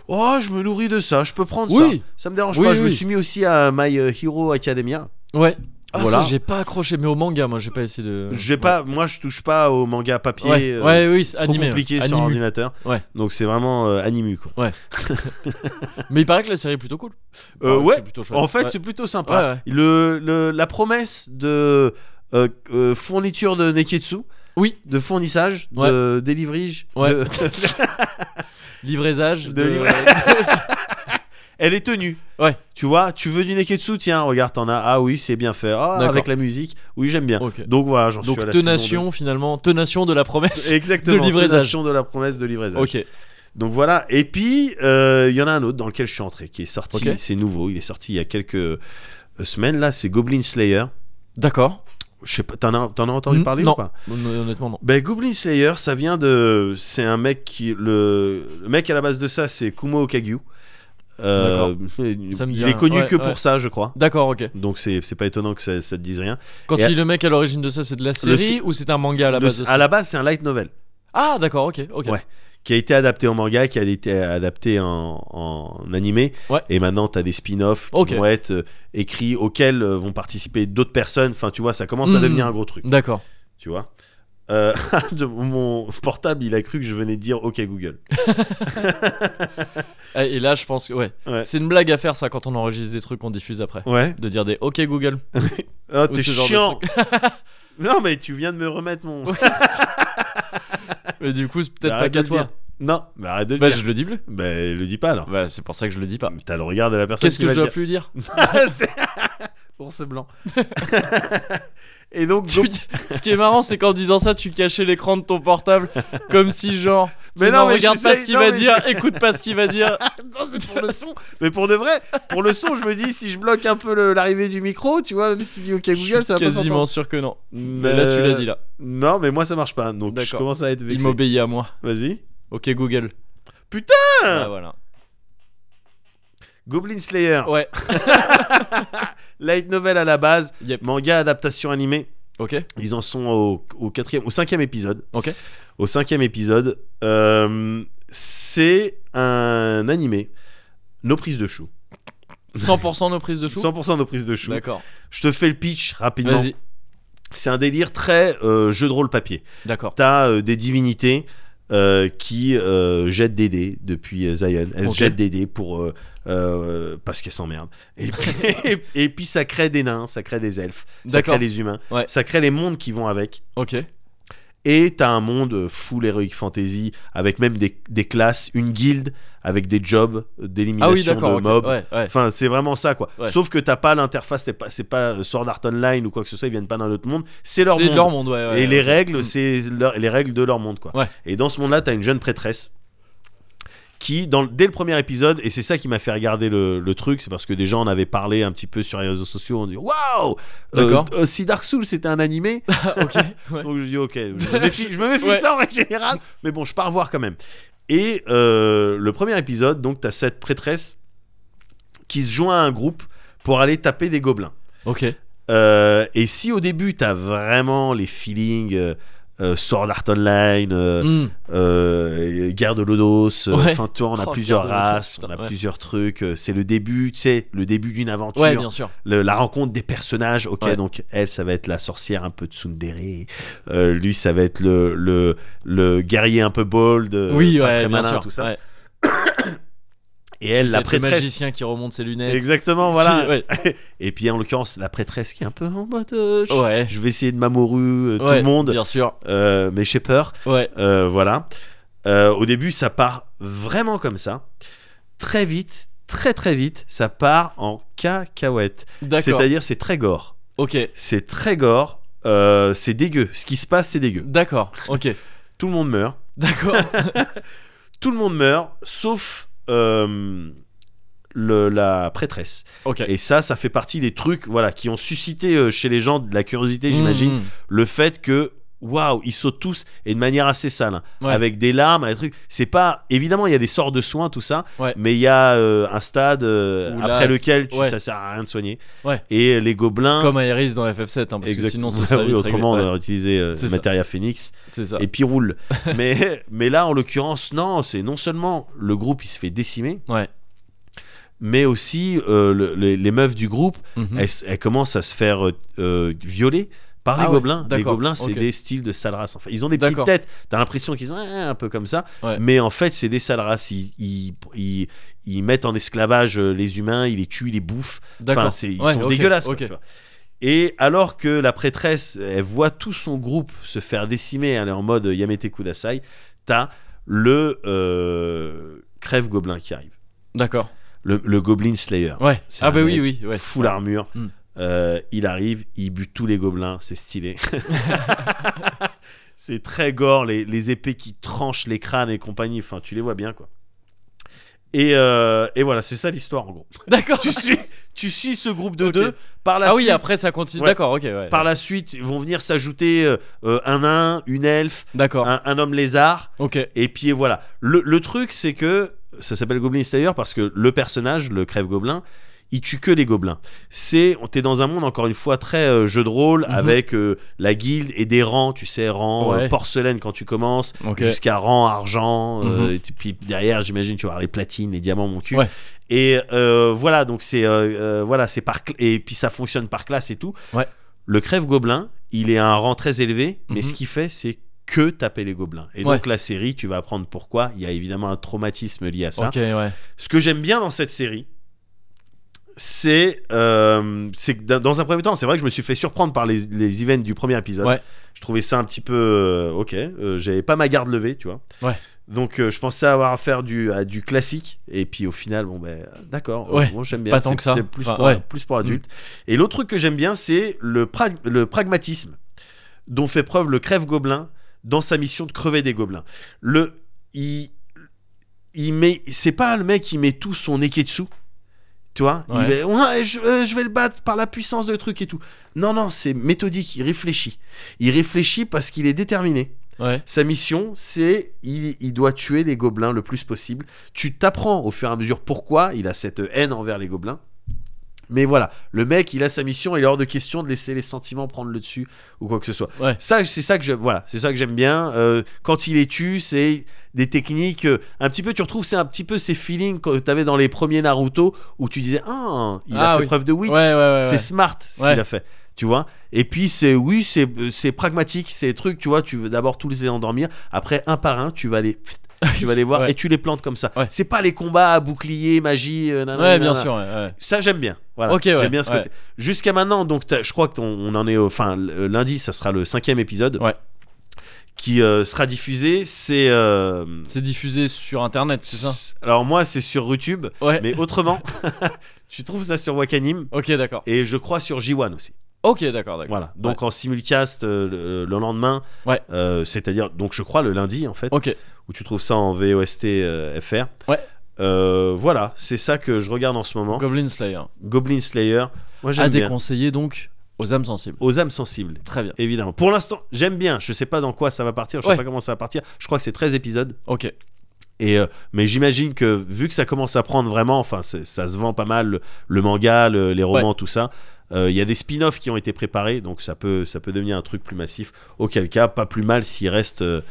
Oh, je me nourris de ça, je peux prendre Oui. ça. Ça me dérange Oui, pas, je me oui. suis mis aussi à My euh, Hero Academia. Ouais. Ah, Voilà. ça, j'ai pas accroché, mais au manga, moi, j'ai pas essayé de. J'ai pas, moi je touche pas au manga papier, Euh, Ouais. euh, Ouais, oui, c'est c'est trop animé, compliqué ouais. sur Animu. ordinateur. Ouais. Donc c'est vraiment euh, animu quoi. Mais il paraît que la série est plutôt cool. Euh, Ah, ouais, c'est plutôt chouette. en fait Ouais. c'est plutôt sympa. Ouais, ouais. Le, le- la promesse de euh, euh, fourniture de Neketsu, Oui. de fournissage, Ouais. de délivrige, Ouais. de- Livraisage. De De... elle est tenue. Ouais. Tu vois, tu veux du Neketsu, tiens, regarde, t'en as. Ah oui, c'est bien fait. Ah, D'accord. avec la musique, oui, j'aime bien. Ok. Donc voilà, j'en suis à Donc, la saison tenation, finalement. Tenation de la promesse. deux. Exactement, de livraisage. tenation de la promesse de livraisage. Ok. Donc voilà, et puis euh, il y en a un autre dans lequel je suis entré qui est sorti, Ok. c'est nouveau, il est sorti il y a quelques euh, semaines là, c'est Goblin Slayer. D'accord. Je sais pas, t'en as, t'en as entendu Mm, parler non. ou pas Hon- Honnêtement, non. Ben Goblin Slayer, ça vient de, c'est un mec qui, le, le mec à la base de ça, c'est Kumo Okagyu. Euh, Ça me dit il est rien. connu Ouais, que pour ouais. ça, je crois. D'accord, ok. Donc c'est, c'est pas étonnant que ça, ça te dise rien. Quand Et tu à- dis le mec à l'origine de ça, c'est de la Le série si- ou c'est un manga à la Le- base de ça à la base, c'est un light novel. Ah, d'accord, ok. ok. Ouais. qui a été adapté en manga, qui a été adapté en, en animé. Ouais. Et maintenant, tu as des spin-offs qui Ok. vont être euh, écrits, auxquels euh, vont participer d'autres personnes. Enfin, tu vois, ça commence à Mm. devenir un gros truc. D'accord. Tu vois Euh, de- Mon portable, il a cru que je venais de dire OK Google. Eh, Et là, je pense que. Ouais. Ouais. C'est une blague à faire, ça, quand on enregistre des trucs qu'on diffuse après. Ouais. De dire des OK Google. Ah, Ou t'es ce genre de chiant Non, mais tu viens de me remettre mon. Mais du coup, c'est peut-être pas Bah, Arrête de qu'à le toi. dire. Non, mais arrête de le Bah, dire. je le dis plus. Bah, le dis pas alors. Bah, c'est pour ça que je le dis pas. T'as le regard de la personne Qu'est-ce qui que va je le dois dire. plus dire C'est- Ours blanc. Et donc, Tu dis- Ce qui est marrant, c'est qu'en disant ça, tu cachais l'écran de ton portable comme si genre. Mais Mais non, non, mais regarde je pas sais- ce qu'il non, va mais dire, écoute pas ce qu'il va dire. Non, c'est pour le son. Mais pour de vrai, pour le son, je me dis, si je bloque un peu le- l'arrivée du micro, tu vois, même si tu dis OK Je suis Google, ça va pas quasiment s'entendre. sûr que non. Mais Mais là, Euh, tu l'as dit là. Non, mais moi, ça marche pas. Donc, je D'accord. commence à être Il vexé. m'obéit à moi. Vas-y. Ok Google. Putain Ah, voilà. Goblin Slayer, Ouais. light novel à la base, Yep. manga adaptation animée. Ok. Ils en sont au, au quatrième, au cinquième épisode. Ok. Au cinquième épisode, euh, c'est un animé. Nos prises de chou. 100% nos prises de chou. 100% nos prises de chou. D'accord. Je te fais le pitch rapidement. Vas-y. C'est un délire très euh, jeu de rôle papier. D'accord. T'as euh, des divinités euh, qui euh, jettent des dés depuis euh, Zion. Elles Ok. jettent des dés pour euh, euh, parce qu'elles s'emmerdent. Et, puis- et, et puis ça crée des nains, ça crée des elfes, ça D'accord. crée les humains, Ouais. ça crée les mondes qui vont avec. Ok. Et t'as un monde euh, full heroic fantasy avec même des, des classes, une guilde avec des jobs euh, Ah oui, d'élimination de d'accord. ok. mobs. Ouais, ouais. Enfin, c'est vraiment ça quoi. Ouais. Sauf que t'as pas l'interface, c'est pas, c'est pas euh, Sword Art Online ou quoi que ce soit, ils viennent pas d'un autre monde, c'est leur monde. monde, ouais. ouais, Et les ok. règles, Mm. c'est leur- les règles de leur monde, quoi. Ouais. Et dans ce monde-là, t'as une jeune prêtresse qui, dans, le- dès le premier épisode, et c'est ça qui m'a fait regarder le, le truc, c'est parce que des gens en avaient parlé un petit peu sur les réseaux sociaux, on dit waouh, D'accord. euh, euh, si Dark Souls c'était un animé, ok. ouais. donc je dis ok, je me méfie, je me méfie de Ouais. ça en règle générale, mais bon, je pars voir quand même. Et euh, le premier épisode, donc t'as cette prêtresse qui se joint à un groupe pour aller taper des gobelins. Ok. Euh, et si au début t'as vraiment les feelings euh, euh, Sword Art Online, euh, Hmm. euh, Guerre de Lodos, euh, Ouais. enfin tu vois, on a Oh, plusieurs Guerre de Lodos, races, putain, on a ouais. plusieurs trucs, euh, c'est le début, tu sais, le début d'une aventure, Ouais, bien sûr. le- la rencontre des personnages, ok, Ouais. donc elle ça va être la sorcière un peu tsundere, euh, lui ça va être le, le, le guerrier un peu bold, euh, oui, pas ouais, très bien malin, sûr. tout ça, ouais. et elle la C'est le prêtresse, magicien qui remonte ses lunettes. exactement, voilà, Si, ouais. et puis en l'occurrence la prêtresse qui est un peu en mode, euh, je- Ouais. je vais essayer de m'amourer euh, tout Ouais, le monde, Bien sûr. euh, mais j'ai peur, Ouais. Euh, voilà. Euh, au début, ça part vraiment comme ça. Très vite, très très vite, ça part en cacahuète. D'accord. C'est-à-dire, c'est très gore. Ok. C'est très gore. euh, c'est dégueu. Ce qui se passe, c'est dégueu. D'accord. Ok. Tout le monde meurt. D'accord. Tout le monde meurt, sauf euh, le- la prêtresse. Ok. Et ça, ça fait partie des trucs, voilà, qui ont suscité euh, chez les gens de la curiosité, j'imagine, Mm, le fait que waouh ils sautent tous et de manière assez sale hein. Ouais. avec des larmes avec des trucs c'est pas évidemment il y a des sorts de soins tout ça Ouais. mais il y a euh, un stade euh, Où là, après lequel tu, ouais. ça sert à rien de soigner Ouais. et les gobelins mm. Comme Aeris dans FF7, hein, parce que sinon exactement Bah ce serait oui, vite réglé. autrement on Ouais, aurait utilisé euh, C'est ça. Materia Phoenix C'est ça. et puis roule mais mais là en l'occurrence non c'est non seulement le groupe il se fait décimer Ouais. mais aussi euh, le- les, les meufs du groupe Mhm. elles, elles commencent à se faire euh, euh, violer par les Ah ouais, gobelins. les d'accord, gobelins, c'est ok. des styles de sales races. Enfin, ils ont des petites D'accord. têtes. T'as l'impression qu'ils sont euh, un peu comme ça. Ouais. Mais en fait, c'est des sales races. Ils, ils, ils, ils mettent en esclavage euh, les humains, ils les tuent, ils les bouffent. D'accord. Enfin, c'est- ils Ouais, sont ok, dégueulasses. quoi, ok. tu vois. Et alors que la prêtresse, elle voit tout son groupe se faire décimer, elle est en mode Yamete Kudasai, t'as le euh, crève gobelin qui arrive. D'accord. Le, le Goblin Slayer. Ouais. C'est Ah un bah oui, mec oui. Ouais. Full armure. Mm. Euh, il arrive, il bute tous les gobelins, c'est stylé. c'est très gore, les, les épées qui tranchent les crânes et compagnie. Enfin, tu les vois bien, quoi. Et, euh, et voilà, c'est ça l'histoire en gros. D'accord. tu, suis, tu suis ce groupe de Ok. deux. Par la Ah suite, oui, après ça continue. Ouais. D'accord. Ok. Ouais. par la suite, vont venir s'ajouter euh, euh, un nain, une elfe, D'accord. un, un homme lézard. Ok. Et puis voilà. Le, le truc, c'est que ça s'appelle Goblin Slayer parce que le personnage, le crève gobelin, il tue que les gobelins. C'est, on t'es dans un monde encore une fois très euh, jeu de rôle avec euh, la guilde et des rangs, tu sais, rang Mhm. Ouais. euh, porcelaine quand tu commenmes, Ok. jusqu'à rang argent. euh, Mhm. et puis derrière, j'imagine, tu vas avoir les platines, les diamants, mon cul. Ouais. Et euh, voilà, donc c'est euh, euh, voilà, c'est par cl- et puis ça fonctionne par classe et tout. Ouais. Le crève gobelin, il est à un rang très élevé, mais Mhm. ce qu'il fait, c'est que taper les gobelins. Et Ouais. donc la série, tu vas apprendre pourquoi. Il y a évidemment un traumatisme lié à ça. Ok. Ouais. Ce que j'aime bien dans cette série, c'est euh, c'est que dans- dans un premier temps, c'est vrai que je me suis fait surprendre par les, les events du premier épisode. Ouais. Je trouvais ça un petit peu euh, ok. euh, J'avais pas ma garde levée, tu vois. Ouais. Donc euh, je pensais avoir affaire du, à du classique et puis au final bon ben d'accord euh, Ouais, bon, j'aime bien pas tant C'est- que ça. c'est plus, Enfin, pour, ouais. Mm. plus pour adultes et l'autre truc que j'aime bien c'est le, prag- le pragmatisme dont fait preuve le crève gobelin dans sa mission de crever des gobelins le il, il met c'est pas le mec qui met tout son eketsu tu vois il Ouais. est, Ouais, je, euh, je vais le battre par la puissance de truc et tout non non c'est méthodique il réfléchit il réfléchit parce qu'il est déterminé Ouais. sa mission c'est il, il doit tuer les gobelins le plus possible tu t'apprends au fur et à mesure pourquoi il a cette haine envers les gobelins mais voilà, le mec, il a sa mission, il est hors de question de laisser les sentiments prendre le dessus ou quoi que ce soit. Ouais. Ça, c'est ça que je, voilà, c'est ça que j'aime bien. Euh, quand il les tue, c'est des techniques euh, un petit peu. Tu retrouves, c'est un petit peu ces feelings que t'avais dans les premiers Naruto où tu disais ah, il a Ah fait oui. preuve de wits, Ouais. Ouais. Ouais. c'est ouais. smart ce Ouais. qu'il a fait. Tu vois Et puis c'est oui, c'est c'est pragmatique, c'est des trucs, tu vois, tu veux d'abord tous les endormir, après un par un, tu vas les tu vas les voir Ouais. et tu les plantes comme ça. Ouais. C'est pas les combats à bouclier, magie, euh, nanana, Ouais, bien nanana sûr. ouais, ouais. ça j'aime bien voilà Ok, ouais, j'aime bien ce ouais. côté jusqu'à maintenant donc t'as- je crois que on en est au- enfin l- lundi ça sera le cinquième épisode Ouais. qui euh, sera diffusé c'est euh, C'est diffusé sur internet, c'est ça s- alors moi c'est sur YouTube Ouais. mais autrement tu trouves ça sur Wakanim Ok, d'accord. et je crois sur J1 aussi Ok, d'accord, d'accord. voilà donc en simulcast euh, le, le lendemain Ouais. euh, c'est-à-dire donc je crois le lundi en fait Ok. où tu trouves ça en VOST euh, FR Ouais. Euh, voilà c'est ça que je regarde en ce moment Goblin Slayer. Goblin Slayer moi hein. À j'aime bien déconseiller donc aux âmes sensibles. aux âmes sensibles Très bien. évidemment. Pour l'instant, j'aime bien. Je sais pas dans quoi ça va partir. Je Ouais. sais pas comment ça va partir. Je crois que c'est 13 épisodes. Ok. Et euh, mais j'imagine que vu que ça commence à prendre vraiment, enfin c'est- ça se vend pas mal le, le manga, le- les romans, tout ça. Euh, Il y a des spin-offs qui ont été préparés, donc ça peut, ça peut devenir un truc plus massif. Auquel cas, pas plus mal s'il reste euh,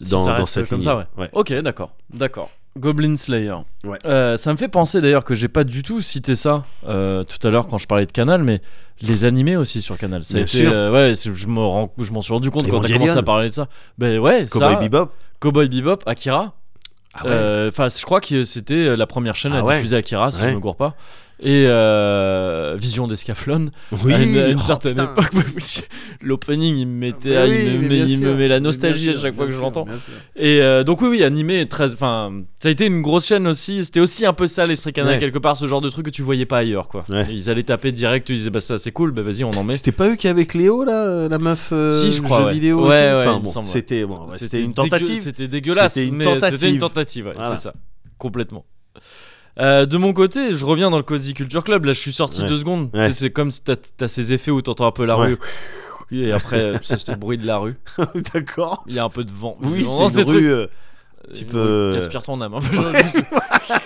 Si dans, ça dans reste cette comme lignée. ça, ouais. Ouais. Ok, d'accord, d'accord. Goblin Slayer. Ouais. Euh, ça me fait penser d'ailleurs que j'ai pas du tout cité ça euh, tout à l'heure quand je parlais de Canal, mais les animés aussi sur Canal. Ça a Bien été, sûr. euh, ouais, c'est- je m'en rends- je m'en suis rendu compte quand t'as Evangelion. commencé à parler de ça. Ben ouais, Cowboy ça, Bebop. Cowboy Bebop, Akira. Ah ouais. Euh, Enfin, je crois que c'était la première chaîne à Ah ouais. diffuser Akira, si Ouais. je me gourre pas. Et euh, Vision d'Escaflon oui. à une, à une Oh, certaine putain. Ah, époque. parce que L'opening, il me mettait, Bah à- oui, il, me, mais bien il me sûr, met la mais nostalgie bien à sûr, chaque fois que bien je sûr, l'entends. bien sûr. Et euh, donc oui, oui, animé, très, enfin, ça a été une grosse chaîne aussi. C'était aussi un peu ça l'esprit canal Ouais. quelque part, ce genre de truc que tu voyais pas ailleurs, quoi. Ouais. Ils allaient taper direct, ils disaient bah ça c'est cool, bah vas-y on en met. C'était pas eux qui avec Léo là, euh, la meuf euh, Si, je crois, jeu ouais. vidéo. et Ouais, tout ouais, Enfin, il me bon, semble, ouais. c'était bon, ouais, c'était une dégueu- tentative. C'était dégueulasse, C'était une mais c'était tentative. une tentative, ouais, Voilà. c'est ça, complètement. Euh, de mon côté, je reviens dans le Cozy Culture Club. Là, je suis sorti Ouais. deux secondes. Tu Ouais. sais, C'est comme si t'as t'as ces effets où t'entends un peu la Ouais. rue. Et après, euh, ça, c'était le bruit de la rue. D'accord. Il y a un peu de vent. Oui, Vraiment, c'est ces une rue trucs- euh, une type, rue euh, qui aspire ton âme. hein.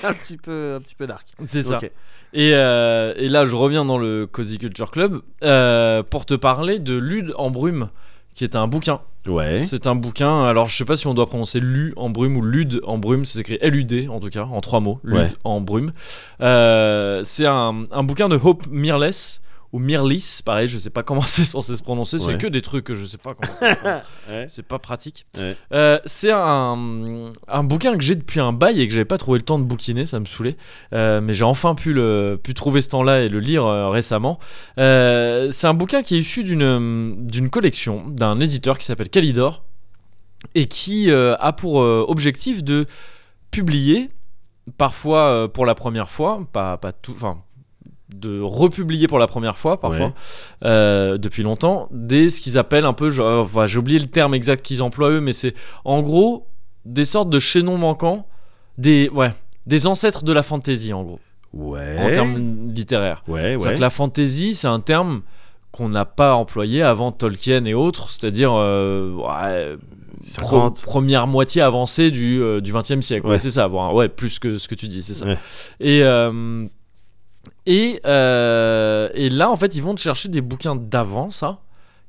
un petit peu, un petit peu dark. c'est ça. Ok. Et, euh, et là, je reviens dans le Cozy Culture Club euh, pour te parler de Lude en brume, qui est un bouquin. Ouais. C'est un bouquin, alors je sais pas si on doit prononcer Lu en brume ou Lude en brume, c'est écrit L-U-D en tout cas, en trois mots, Lude Ouais. en brume. Euh, c'est un, un bouquin de Hope Mirless, ou Mirlis, pareil, je sais pas comment c'est censé se prononcer, c'est Ouais. que des trucs que je sais pas comment ça se prononce. Ouais. C'est pas pratique. Ouais. Euh, c'est un, un bouquin que j'ai depuis un bail et que j'avais pas trouvé le temps de bouquiner, ça me saoulait. Euh, mais j'ai enfin pu, le, pu trouver ce temps-là et le lire euh, récemment. Euh, c'est un bouquin qui est issu d'une euh, d'une collection d'un éditeur qui s'appelle Calidor et qui euh, a pour euh, objectif de publier, parfois euh, pour la première fois, pas, pas tout, enfin de republier pour la première fois parfois Ouais. euh, depuis longtemps des ce qu'ils appellent un peu je- euh, enfin, j'ai oublié le terme exact qu'ils emploient eux mais c'est en gros des sortes de chaînons manquants des ouais des ancêtres de la fantasy en gros Ouais. en termes littéraires Ouais, c'est-à-dire Eh ouais. que la fantaisie, c'est un terme qu'on n'a pas employé avant Tolkien et autres, c'est-à-dire euh, ouais, pro- 50. première moitié avancée du, euh, du 20e siècle. Ouais, Ouais. c'est ça, avoir un- ouais, plus que ce que tu dis, c'est ça. Ouais. Et, euh, et, euh, et là, en fait, ils vont te chercher des bouquins d'avant ça,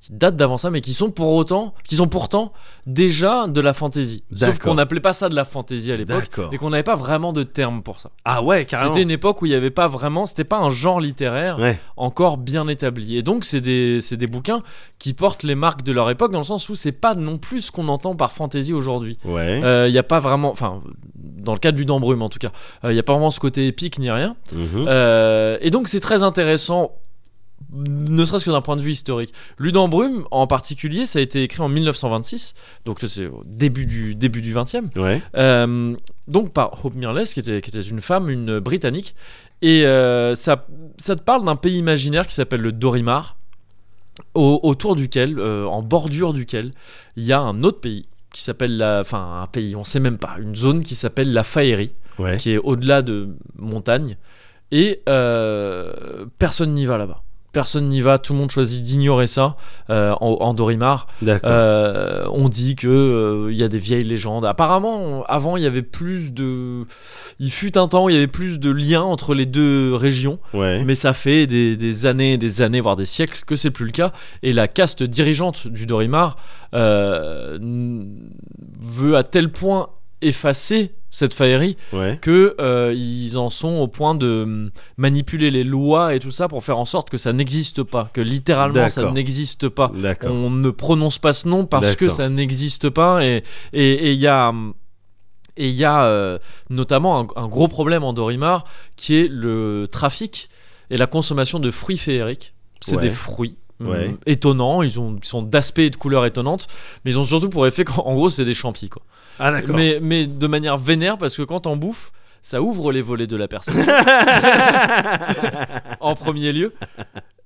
qui datent d'avant ça, mais qui sont pour autant, qui sont pourtant déjà de la fantaisie. Sauf D'accord. qu'on n'appelait pas ça de la fantaisie à l'époque, D'accord. et qu'on n'avait pas vraiment de terme pour ça. Ah ouais, carrément. C'était une époque où il n'y avait pas vraiment, c'était pas un genre littéraire Ouais. encore bien établi. Et donc, c'est des, c'est des bouquins qui portent les marques de leur époque, dans le sens où c'est pas non plus ce qu'on entend par fantasy aujourd'hui. Ouais. Il n'y a pas vraiment, enfin, dans le cadre du Dambrume en tout cas, il y n'y a pas vraiment ce côté épique ni rien. Mhm. Euh, et donc, c'est très intéressant. Ne serait-ce que d'un point de vue historique. Ludambrume, en particulier, ça a été écrit en 1926, donc c'est au début du, début du 20e. Ouais. Euh, donc par Hope Mirless, qui était, qui était une femme, une Britannique. Et euh, ça, ça te parle d'un pays imaginaire qui s'appelle le Dorimar, au- autour duquel, euh, en bordure duquel, il y a un autre pays qui s'appelle la... Enfin, un pays, on sait même pas, une zone qui s'appelle la Faérie, Ouais. qui est au-delà de montagne. Et euh, personne n'y va là-bas. Personne n'y va, tout le monde choisit d'ignorer ça euh, en- en Dorimar. D'accord. Euh, on dit que euh, il y a des vieilles légendes. Apparemment, on- avant, il y avait plus de. Il fut un temps où il y avait plus de liens entre les deux régions, ouais. mais ça fait des, des années, des années, voire des siècles que c'est plus le cas. Et la caste dirigeante du Dorimar euh, n- veut à tel point effacer cette faillerie Ouais. que euh, ils en sont au point de hum, manipuler les lois et tout ça pour faire en sorte que ça n'existe pas, que littéralement ça D'accord. n'existe pas D'accord. on ne prononce pas ce nom parce que D'accord. ça n'existe pas et et et il y a hum, et il y a euh, notamment un, un gros problème en Dorimar qui est le trafic et la consommation de fruits féeriques. C'est Ouais. des fruits hum, Ouais. étonnants, ils, ont, ils sont d'aspect et de couleur étonnantes, mais ils ont surtout pour effet qu'en en gros c'est des champis. Quoi. Ah d'accord. Mais, mais de manière vénère parce que quand on bouffe, ça ouvre les volets de la personne en premier lieu.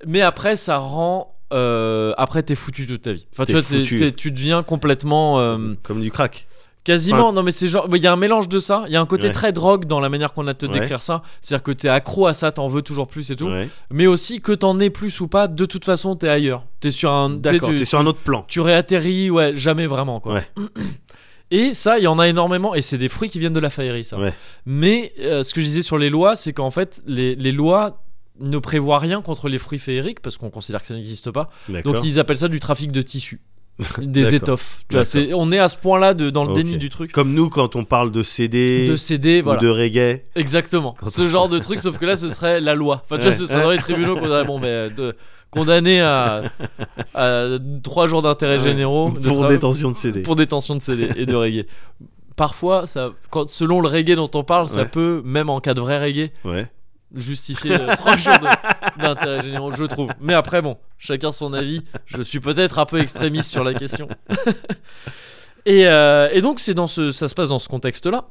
Mais après, ça rend. euh, après, t'es foutu toute ta vie. Enfin, tu T'es vois, t'es- foutu. t'es- tu deviens complètement. euh, Comme du crack. quasiment. non, mais c'est genre. Il y a un mélange de ça. Il y a un côté Ouais. très drogue dans la manière qu'on a de te Ouais. décrire ça. C'est-à-dire que t'es accro à ça, t'en veux toujours plus et tout. Ouais. Mais aussi, que t'en aies plus ou pas, de toute façon, t'es ailleurs. T'es sur un. tu sais, D'accord. tu- T'es sur un autre plan. tu réatterris, ouais, jamais vraiment quoi. Ouais. Et ça, il y en a énormément, et c'est des fruits qui viennent de la faillerie, ça. Ouais. Mais euh, ce que je disais sur les lois, c'est qu'en fait, les, les lois ne prévoit rien contre les fruits féeriques parce qu'on considère que ça n'existe pas. D'accord. Donc ils appellent ça du trafic de tissus, des D'accord. étoffes. Tu vois, D'accord. c'est- on est à ce point-là de- dans le déni Ok. du truc. Comme nous, quand on parle de CD De CD, ou voilà. de reggae. Exactement. Quand Ce genre de truc, sauf que là, ce serait la loi. Enfin, tu vois, Ouais. ce serait dans les tribunaux qu'on dirait, bon, mais euh, de, condamné à, à trois jours d'intérêt généraux de pour travail- détention de CD. pour détention de CD et de reggae. Parfois, ça, quand, selon le reggae dont on parle, ça Ouais. peut, même en cas de vrai reggae, Ouais. justifier euh, trois jours de- d'intérêt généraux, je trouve. Mais après, bon, chacun son avis. Je suis peut-être un peu extrémiste sur la question. et, euh, et donc, c'est dans ce, ça se passe dans ce contexte-là.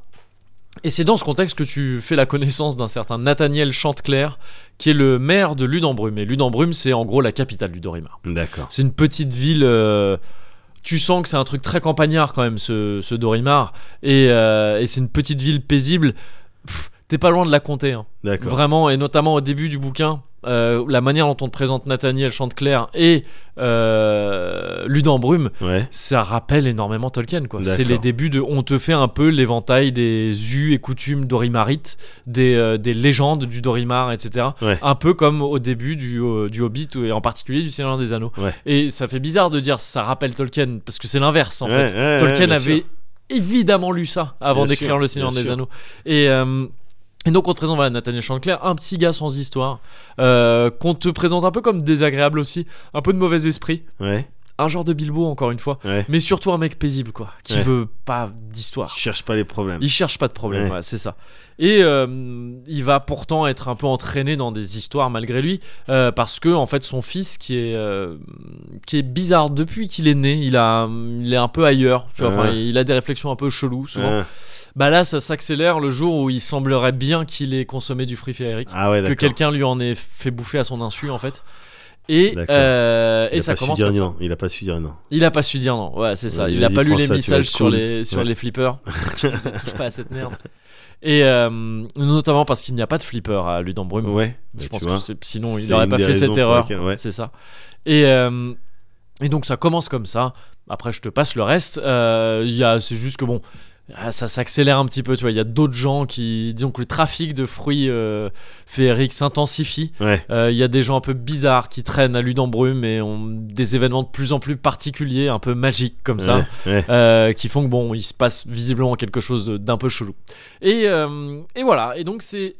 Et c'est dans ce contexte que tu fais la connaissance d'un certain Nathaniel Chanteclerc, qui est le maire de Ludenbrume. Et Ludenbrume, c'est en gros la capitale du Dorimar. D'accord. C'est une petite ville. euh, tu sens que c'est un truc très campagnard quand même, ce, ce Dorimar. Et, euh, et c'est une petite ville paisible. Pff, T'es pas loin de la compter. hein. D'accord. Vraiment, et notamment au début du bouquin, euh, la manière dont on te présente Nathaniel Chanteclerc et euh, Ludenbrume, Ouais. ça rappelle énormément Tolkien. quoi. D'accord. C'est les débuts de. On te fait un peu l'éventail des us et coutumes dorimarites, des, euh, des légendes du Dorimar, etc. Ouais. Un peu comme au début du, euh, du Hobbit, et en particulier du Seigneur des Anneaux. Ouais. Et ça fait bizarre de dire ça rappelle Tolkien, parce que c'est l'inverse en Ouais, fait. ouais, ouais, Tolkien bien avait sûr. évidemment lu ça avant Bien d'écrire sûr, Le Seigneur bien des sûr. Anneaux. Et, euh, et donc on te présente voilà, Nathaniel Chanclair, un petit gars sans histoire, euh, qu'on te présente un peu comme désagréable aussi, un peu de mauvais esprit, Ouais. un genre de Bilbo encore une fois, Ouais. mais surtout un mec paisible quoi, qui Ouais. veut pas d'histoire. Tu cherches pas les problèmes. Ah. Il cherche pas de problème, Ouais. voilà, c'est ça. Et euh, il va pourtant être un peu entraîné dans des histoires malgré lui, euh, parce que en fait son fils qui est euh, qui est bizarre depuis qu'il est né, il a il est un peu ailleurs. tu vois, enfin, Ouais. il a des réflexions un peu cheloues souvent. Ah, Bah là, ça s'accélère le jour où il semblerait bien qu'il ait consommé du fruit féerique, Ah ouais, que d'accord. quelqu'un lui en ait fait bouffer à son insu en fait. Et, D'accord. euh, Il et a ça pas su commence dire comme ça. non. Il a pas su dire non. Il a pas su dire non, ouais, c'est ça. Ouais, il a vas-y, pas lu prends les ça, tu vas messages être sur cool. les, sur Ouais. les flippers. Touche pas à cette merde. Et euh, notamment parce qu'il n'y a pas de flipper à Ludenbrume. Ouais. Je Bah, pense tu que vois. c'est- sinon il c'est n'aurait une pas des fait cette raisons pour erreur. laquelle- ouais. C'est ça. Et, euh, et donc ça commence comme ça. Après, je te passe le reste. Euh, il y a- c'est juste que bon. ah, Ça s'accélère un petit peu, tu vois. Il y a d'autres gens qui. Disons que le trafic de fruits euh, féeriques s'intensifie. Ouais. Euh, Il y a des gens un peu bizarres qui traînent à Ludenbrume et ont des événements de plus en plus particuliers, un peu magiques comme ça. Ouais, ouais. Euh, qui font que bon, il se passe visiblement quelque chose de- d'un peu chelou. Et, euh, et voilà, et donc c'est.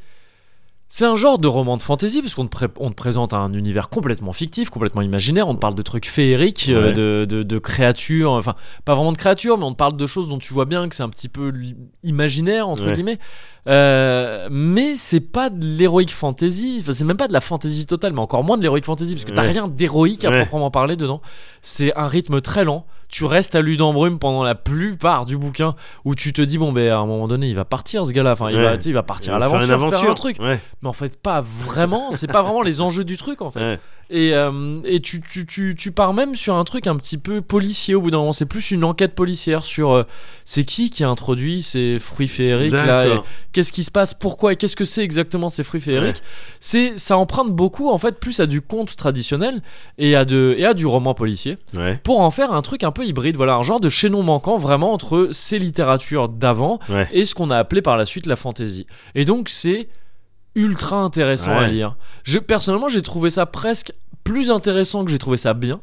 C'est un genre de roman de fantasy, puisqu'on te, pré- on te présente un univers complètement fictif, complètement imaginaire, on te parle de trucs féeriques, euh, Ouais. de, de- de créatures, enfin, pas vraiment de créatures, mais on te parle de choses dont tu vois bien que c'est un petit peu li- imaginaire, entre Ouais. guillemets. Euh, mais c'est pas de l'heroic fantasy, enfin, c'est même pas de la fantasy totale, mais encore moins de l'heroic fantasy, parce que t'as Ouais. rien d'héroïque à Ouais. proprement parler dedans. C'est un rythme très lent, tu restes à Ludenbrume pendant la plupart du bouquin où tu te dis bon ben à un moment donné il va partir ce gars-là enfin il Ouais. va tu sais, il va partir à Il va faire l'aventure une faire, un aventure. truc Ouais. mais en fait pas vraiment c'est pas vraiment les enjeux du truc en fait ouais. et, euh, et tu, tu, tu, tu pars même sur un truc un petit peu policier au bout d'un moment c'est plus une enquête policière sur euh, c'est qui qui a introduit ces fruits féeriques là et D'accord. qu'est-ce qui se passe pourquoi et qu'est-ce que c'est exactement ces fruits féeriques c'est ça emprunte beaucoup en fait plus à du conte traditionnel et à de et à du roman policier Ouais. pour en faire un truc un peu hybride, voilà, un genre de chaînon manquant vraiment entre ces littératures d'avant Ouais. et ce qu'on a appelé par la suite la fantasy. Et donc c'est ultra intéressant à Ouais. lire. Je, personnellement, j'ai trouvé ça presque plus intéressant que j'ai trouvé ça bien,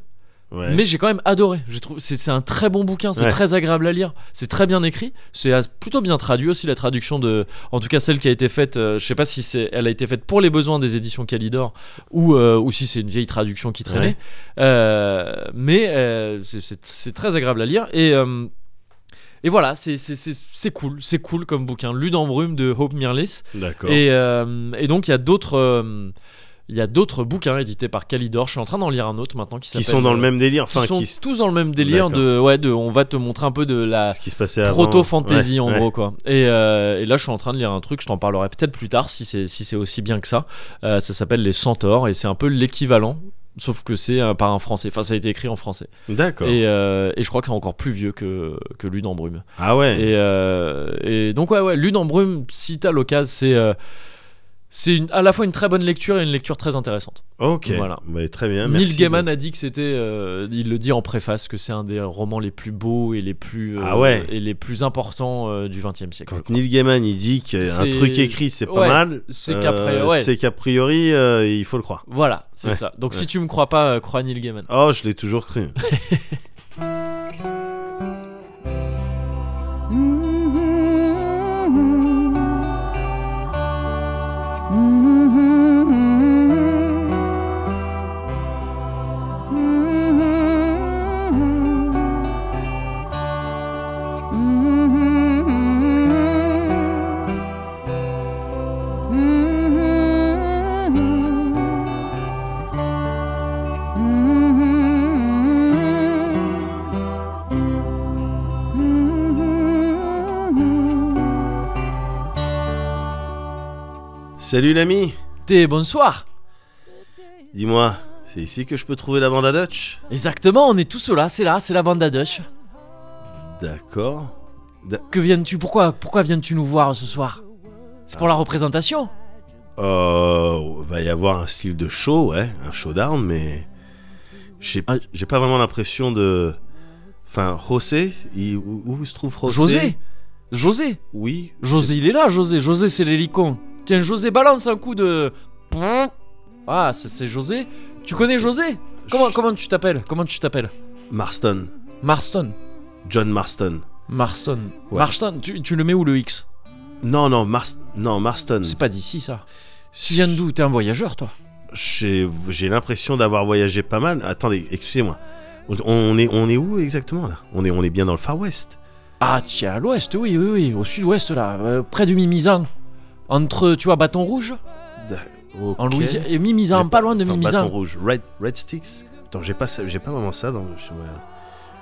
Ouais. mais j'ai quand même adoré. J'ai trouvé c'est, c'est un très bon bouquin, c'est Ouais. très agréable à lire, c'est très bien écrit, c'est as- plutôt bien traduit aussi la traduction de, en tout cas celle qui a été faite, euh, je sais pas si c'est, elle a été faite pour les besoins des éditions Calidor ou, euh, ou si c'est une vieille traduction qui traînait. Ouais. Euh, mais euh, c'est- c'est c'est très agréable à lire et euh, et voilà, c'est- c'est c'est- c'est cool, c'est cool comme bouquin. Lune en brume de Hope Mirlis. D'accord. Et, euh, et donc il y a d'autres, euh, il y a d'autres bouquins édités par Calidor. Je suis en train d'en lire un autre maintenant qui Qui s'appelle. euh, sont dans le même délire. qui Enfin, sont qui s- tous dans le même délire de ouais de, on va te montrer un peu de la ce qui se passait avant. proto fantasy Ouais, en ouais. gros quoi. Et, euh, et là je suis en train de lire un truc, je t'en parlerai peut-être plus tard si c'est si c'est aussi bien que ça. Euh, ça s'appelle les Centaures et c'est un peu l'équivalent, sauf que c'est euh, par un français. Enfin ça a été écrit en français. D'accord. Et, euh, et je crois que c'est encore plus vieux que que Lune en brume. Ah ouais. Et, euh, et donc ouais ouais Lune en brume, si t'as l'occasion, c'est euh, c'est une- à la fois une très bonne lecture et une lecture très intéressante. Ok. Voilà. Bah, très bien. Neil merci Gaiman a dit que c'était, euh, il le dit en préface, que c'est un des romans les plus beaux et les plus euh, Ah ouais. et les plus importants euh, du XXe siècle. Quand Neil Gaiman il dit qu'un C'est- truc écrit c'est pas Ouais, mal, c'est euh, qu'a priori- ouais. c'est qu'a priori, euh, il faut le croire. Voilà, c'est Ouais. ça. Donc Ouais. si tu me crois pas, euh, crois Neil Gaiman. Oh, je l'ai toujours cru. Salut l'ami. Et bonsoir. Dis-moi, c'est ici que je peux trouver la bande à Dutch Exactement, on est tous là, c'est là, c'est la bande à Dutch. D'accord. Que viens-tu Pourquoi pourquoi viens-tu nous voir ce soir C'est pour la représentation. Euh, va y avoir un style de show, ouais, un show d'armes, mais j'ai Ah. j'ai pas vraiment l'impression de. Enfin, José, il- où, où se trouve José José, José, Oui. José, il est là, José. José, c'est l'hélicon. Tiens, José, balance un coup de. Ah, ça, c'est José. Tu connais José Comment Je- comment tu t'appelles Comment tu t'appelles Marston, Marston. John Marston. Marston. Ouais. Marston, tu, tu le mets où le X Non, non, Mars, non, Marston. C'est pas d'ici ça. Tu viens d'où T'es un voyageur toi J'ai j'ai l'impression d'avoir voyagé pas mal. Attendez, excusez-moi. On est, on est où exactement là on est, on est bien dans le Far West. Ah, tiens, à l'ouest, oui, oui, oui, au sud-ouest là, euh, près du Mimizan. Entre, tu vois, Bâton Rouge D'a- ok. en Louisiane. Et Mimizan, pas loin de Attends, Bâton Mimizan. rouge. Red, Red Sticks Attends, j'ai pas, ça- j'ai pas vraiment ça dans le. sur ma-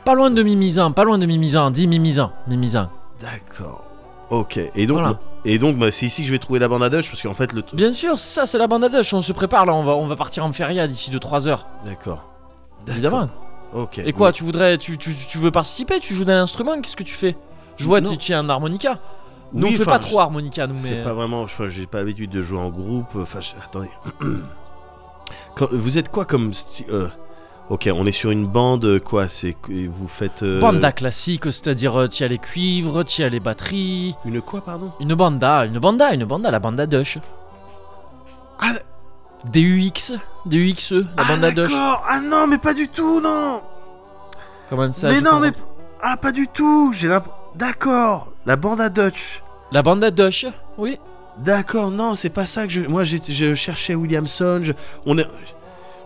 Pas loin de Mimizan, pas loin de Mimizan, dis Mimizan, Mimizan. D'accord. Ok. Et donc, Voilà. et donc bah, c'est ici que je vais trouver la bande à Dutch parce qu'en fait le. t- Bien sûr, c'est ça, c'est la bande à Dutch, on se prépare là, on va, on va partir en feria d'ici 2-3 heures, D'accord. Eh, évidemment. Ok. Et quoi, tu voudrais, tu, tu, tu veux participer Tu joues d'un instrument Qu'est-ce que tu fais Je vois, Non. tu tiens un harmonica. Nous, Oui, on fait enfin, pas je- trop harmonica, nous, C'est mais. euh, pas vraiment. Enfin, j'ai pas l'habitude de jouer en groupe. Enfin, je- attendez. Quand- vous êtes quoi comme. sti- euh, Ok, on est sur une bande euh, quoi C'est que vous faites. euh, Banda classique, c'est-à-dire, euh, t'y as les cuivres, t'y as les batteries. Une quoi, pardon Une banda, une banda, une banda, la banda Dush. Ah, DUX, DUXE, la banda ah, Dush. d'accord. Ah non, mais pas du tout, non. Comment ça mais j'ai non, pas mais compris. ah pas du tout. J'ai l'imp- D'accord. La bande à Dutch. La banda Dush, oui. D'accord, non, c'est pas ça que je. Moi, j'ai- je cherchais Williamson. Je, on est.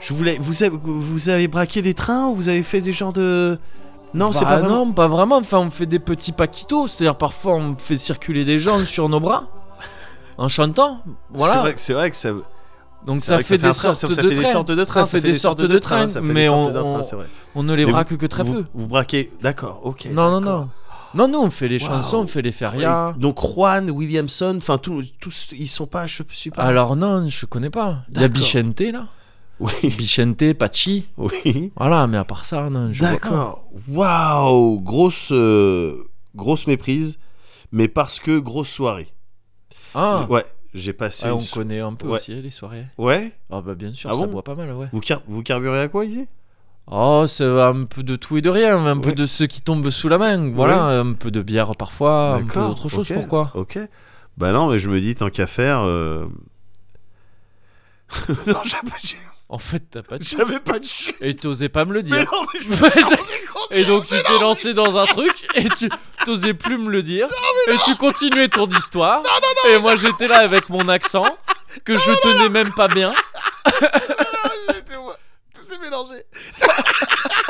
Je voulais. Vous avez, vous avez braqué des trains ou vous avez fait des genres de. Non, c'est Bah pas vraiment. Non, pas vraiment. Enfin, on fait des petits paquitos, c'est-à-dire parfois on fait circuler des gens sur nos bras. En chantant, C'est voilà. vrai, que- c'est vrai que ça. Donc c'est ça vrai que fait, un des, train, sortes ça- de ça fait des trains. sortes de trains. Ça fait des sortes de trains, ça fait des mais sortes on- de trains, on- c'est vrai. on ne les Mais braque que très vous, peu. Vous braquez. D'accord, ok. Non, non, d'accord. non. Non, non, on fait les Waouh. chansons, on fait les ferias. Et Donc Juan, Williamson, enfin tous, tous, ils sont pas, je suis pas. Alors non, je connais pas. Il y a Ah. D'accord. Bichente là. Oui, Bichente, Pachi. oui. Voilà, mais à part ça, non, je vois pas. D'accord. Waouh, grosse euh, grosse méprise, mais parce que grosse soirée. Ah, Ouais, j'ai passé. Ouais, une on so- connaît un peu Ouais. aussi hein, les soirées. Ouais. Ah bah bien sûr, Ah ça bon boit pas mal, ouais. Vous, car- vous carburez à quoi ici Oh, c'est un peu de tout et de rien, un peu Ouais. de ceux qui tombent sous la main, voilà, un peu de bière parfois, un peu D'accord, d'autre chose, ok, pourquoi Ok. Bah non, mais je me dis tant qu'à faire. euh, non, j'avais pas- En fait, t'as pas de chou- j'avais pas de chute. Et t'osais pas me le Mais dire. non, mais je me suis rendu Ouais, compte. et donc tu t'es lancé dans un truc et tu t'osais plus me le dire et tu continuais ton histoire et moi j'étais là avec mon accent que je tenais même pas bien. J'étais- ouais, Tout s'est mélangé.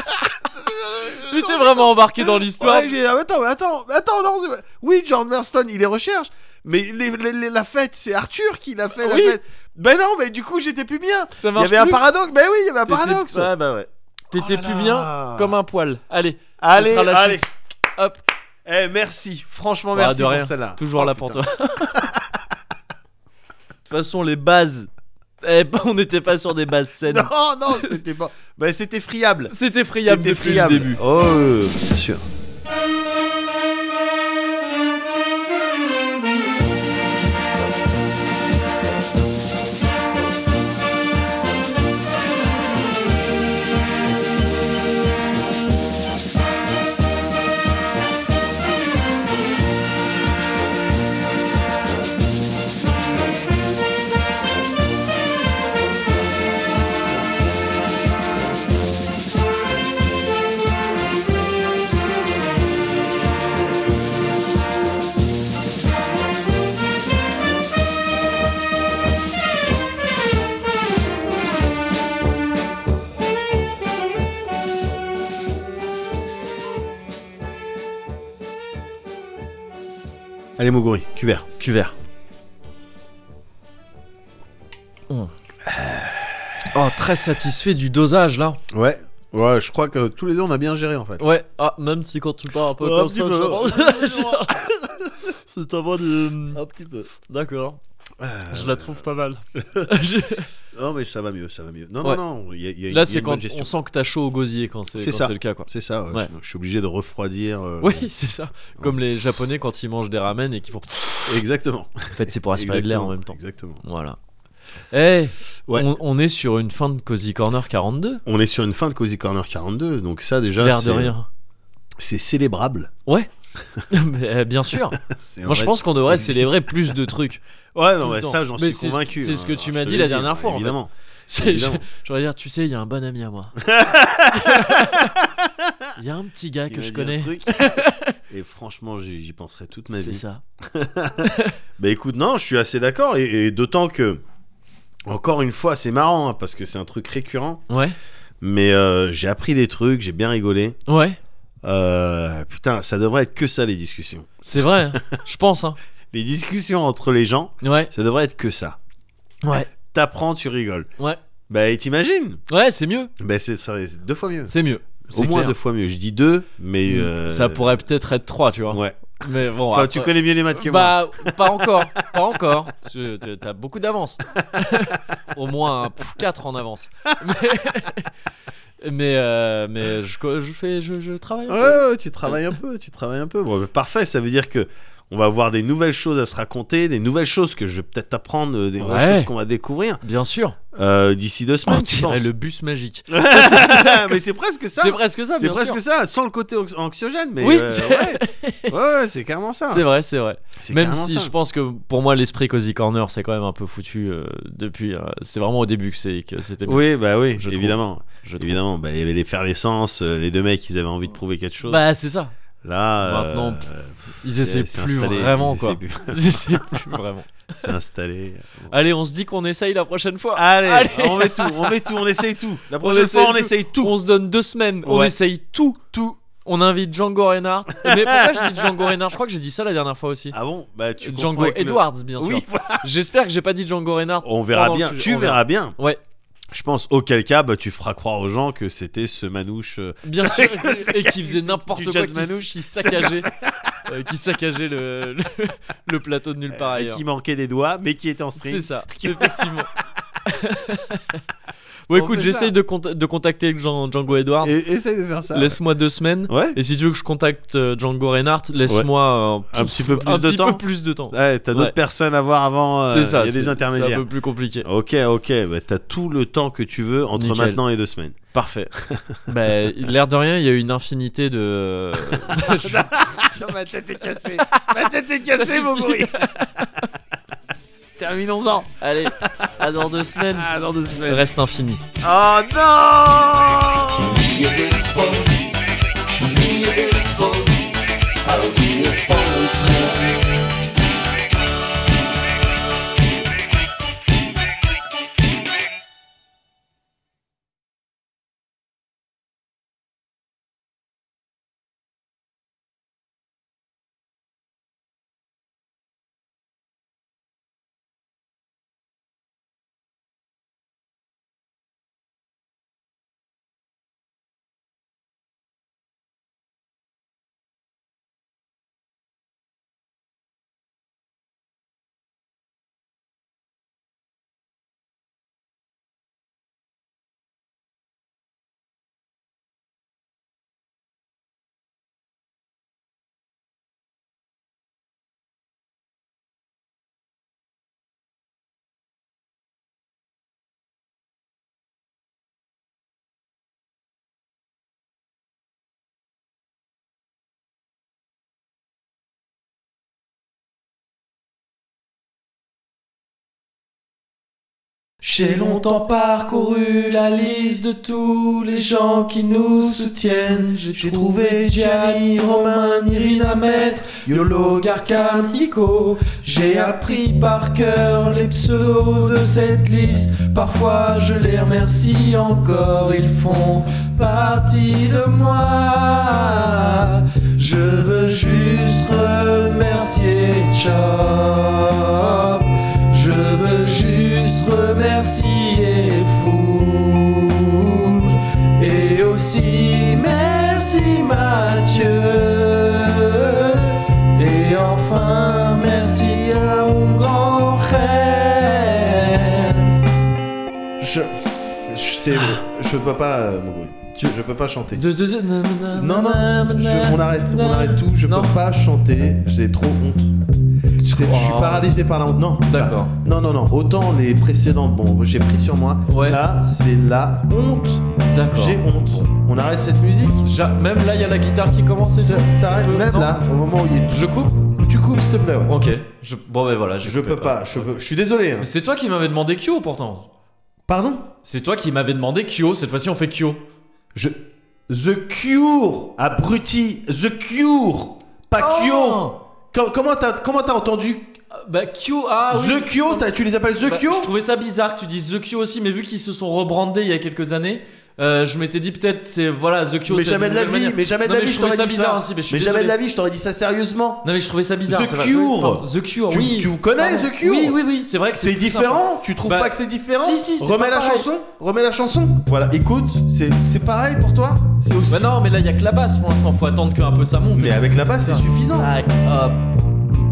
Tu étais vraiment embarqué dans l'histoire. Ouais, j'ai- ah, attends, mais attends, mais attends, non, c'est- oui, John Marston, il est recherche, mais les- les- les- la fête, c'est Arthur qui l'a fait, la Oui. fête. Ben non, mais du coup, j'étais plus bien. Ça Il y marche avait un plus. paradoxe, ben oui, il y avait un T'étais- paradoxe. Ouais, bah ouais. T'étais Oh là plus là. bien comme un poil. Allez, Allez, sera la allez. chute. Hop. Eh, merci, franchement, Bah, merci de rien. pour celle-là. toujours Oh, là pour putain. toi. De toute façon, les bases. Eh, ben, on n'était pas sur des bases saines. Non, non, c'était pas. Ben, c'était friable. C'était friable C'était depuis friable. le début. Oh, euh, bien sûr. Allez, Moguri, cuvert. Cuvert. Mm. Oh, très satisfait du dosage là. Ouais. Ouais, je crois que tous les deux on a bien géré en fait. Ouais, ah, même si quand tu pars un peu Ouais, un comme petit ça, peu. ça- c'est un mode. euh, Un petit peu. D'accord, Euh, je la trouve pas mal. Non, mais ça va mieux, ça va mieux. Non, Ouais. non, non. il Y a, il y a une- il y a Là, c'est une quand bonne gestion. on sent que t'as chaud au gosier quand c'est C'est quand ça. c'est le cas quoi. C'est ça, ouais, Ouais. sinon je suis obligé de refroidir. euh, Oui, c'est ça. Comme les japonais quand ils mangent des ramen et qu'ils font. Exactement. En fait, c'est pour aspirer de l'air en même temps. Exactement. Voilà. Eh, Ouais. on, on est sur une fin de Cozy Corner 42. On est sur une fin de Cozy Corner 42, donc ça déjà, L'air de c'est- rien. c'est célébrable. Mais, euh, bien sûr. C'est Moi, un je vrai- pense qu'on devrait c'est- célébrer plus de trucs. Ouais, tout non, le ouais, temps. ça j'en Mais suis c'est- convaincu. c'est ce que hein, tu je m'as te dit l'ai la dernière fois, en fait. Évidemment. C'est- je- Évidemment. J'aurais dire, tu sais, il y a un bon ami à moi. Il y a un petit gars Il que m'a je dit un connais. truc, Et franchement, j'y j'y penserai toute ma C'est vie. ça. Bah écoute, non, je suis assez d'accord, et, et d'autant que, encore une fois, c'est marrant, hein, parce que c'est un truc récurrent, Ouais. mais euh, j'ai appris des trucs, j'ai bien rigolé. Ouais. Euh, putain, ça devrait être que ça, les discussions. C'est vrai. hein. Je pense. Hein. Les discussions entre les gens, Ouais. ça devrait être que ça. Ouais. T'apprends, tu rigoles. Ouais. Bah, et t'imagines Ouais, c'est mieux. Bah, c'est ça- c'est deux fois mieux. C'est mieux. Au C'est moins clair. Mm. deux fois mieux. Je dis deux, mais... euh, Ça pourrait peut-être être 3, tu vois. Ouais. Mais bon. Enfin, après- tu connais mieux les maths que moi. Bah, pas encore, pas encore. Parce que tu- T'as beaucoup d'avance. Au moins 4 en avance. Mais, mais, euh, mais je, co- je fais, je, je travaille. un Ouais, peu. ouais, tu travailles un peu, tu travailles un peu. Bon, bah, parfait, ça veut dire que on va avoir des nouvelles choses à se raconter, des nouvelles choses que je vais peut-être apprendre, euh, des nouvelles Ouais. choses qu'on va découvrir Bien sûr. euh, d'ici deux semaines. On je dirait pense. le bus magique. mais c'est presque ça. C'est presque ça, C'est bien sûr. presque ça, sans le côté anx- anxiogène, mais Oui, euh, c'est- ouais, Ouais, ouais, c'est carrément ça. C'est vrai, c'est vrai. C'est Même carrément si ça. je pense que pour moi, l'esprit Cozy Corner, c'est quand même un peu foutu euh, depuis. euh, c'est vraiment au début que c'est- que c'était bien, Oui, bah oui, Je trouve. évidemment, je trouve. évidemment. Bah, il y avait l'effervescence, euh, les deux mecs, ils avaient envie de prouver quelque chose. Bah, c'est ça. Là, euh, maintenant, pff, euh, Ils c'est- essaient c'est plus installé, vraiment, ils quoi. essaient plus. Ils essaient plus vraiment. C'est installé. Allez, on se dit qu'on essaye la prochaine fois. Allez, Allez. on met tout, on met tout, on essaye tout. La prochaine essaye fois, on tout. essaye tout. On se donne deux semaines, on Ouais. essaye tout, tout. On invite Django Reinhardt. Mais pourquoi je dis Django Reinhardt Je crois que j'ai dit ça la dernière fois aussi. Ah bon Bah tu confonds Django avec le- Edwards, bien sûr. Oui, Oh. voilà. J'espère que j'ai pas dit Django Reinhardt. on verra pendant bien. le sujet. Tu On verras bien. Ouais, Je pense auquel cas bah, tu feras croire aux gens que c'était ce manouche euh, bien sûr. C'est- Et qui faisait c'est n'importe du quoi, jazz qui, manouche. qui saccageait, euh, qui saccageait le, le, le plateau de nulle part ailleurs. qui manquait des doigts mais qui était en C'est string. ça, effectivement. bon, écoute, fait ça. j'essaye de, conta- de contacter Jean- Django Edwards. Et, essaye de faire ça. Laisse-moi deux semaines. Ouais. Et si tu veux que je contacte euh, Django Reinhardt, laisse-moi euh, Un petit peu plus un de petit temps. peu plus de temps. Ouais, t'as d'autres Ouais. personnes à voir avant. euh, c'est ça. Il y a c'est- des C'est intermédiaires. un peu plus compliqué. Ok, ok. Bah, t'as tout le temps que tu veux entre Nickel. maintenant et deux semaines. Parfait. bah, l'air de rien, il y a eu une infinité de. ma tête est cassée. Ma tête est Ça mon suffit. Terminons-en. Allez, à dans deux semaines. Ah, dans deux semaines. Reste infini. Oh non Me a good sport. Me a good sport. I'll be a sportsman. J'ai longtemps parcouru la liste de tous les gens qui nous soutiennent. J'ai trouvé Gianni, Romain, Irina Maître, Yolo, Garkam, Hiko. J'ai appris par cœur les pseudos de cette liste. Parfois je les remercie encore, ils font partie de moi. Je veux juste remercier enfin merci à un grand frère. Je. Je sais. Je peux pas. euh, mon bruit. Je peux pas chanter. De- de- de- Non, non, je- on arrête, on arrête tout. Je Non. peux pas chanter, j'ai trop honte. C'est- Je suis Oh. paralysé par la honte. Non, D'accord. non, non, non. Autant les précédentes, bon, j'ai pris sur moi. Ouais. Là, c'est la honte. D'accord. J'ai honte. On arrête cette musique. J'a- Même là, il y a la guitare qui commence et tout. T'arrêtes Tu peux- même non là, au moment où il est. Je coupe Tu coupes, s'il te plaît. ouais. Ok. Je- Bon, ben voilà. j'ai Je coupé, peux pas. Je, peux- je suis désolé. hein. Mais c'est toi qui m'avais demandé Kyo pourtant. Pardon C'est toi qui m'avais demandé Kyo. Cette fois-ci, on fait Kyo. Je. The Cure, abruti. The Cure, pas Oh Cure. Kyo Co- Comment t'as comment t'as entendu Bah, Kyo, ah oui. The Cure t'as- Tu les appelles The Bah, Cure Je trouvais ça bizarre que tu dises The Kyo aussi, mais vu qu'ils se sont rebrandés il y a quelques années, euh, je m'étais dit peut-être c'est voilà The Kyo. mais c'est jamais de la nouvelle vie, manière. mais jamais de Non, la mais vie, je je trouvais t'aurais ça dit bizarre ça. aussi, mais je suis Mais jamais de désolé. la vie, je t'aurais dit ça sérieusement. Non mais je trouvais ça bizarre. The ça va. Cure. Oui, pardon. The Cure. Tu- oui. tu vous connais, Pardon. The Cure Oui, oui, oui. C'est vrai que C'est plus différent, tu trouves Bah, pas que c'est différent si, si, c'est Remets pas la pareil. chanson, remets la chanson. Voilà, écoute, c'est c'est pareil pour toi C'est aussi. sympa. Bah non, mais là il y a que la basse pour l'instant. Faut attendre qu'un peu ça monte. mais avec la basse, c'est suffisant. Tac, hop,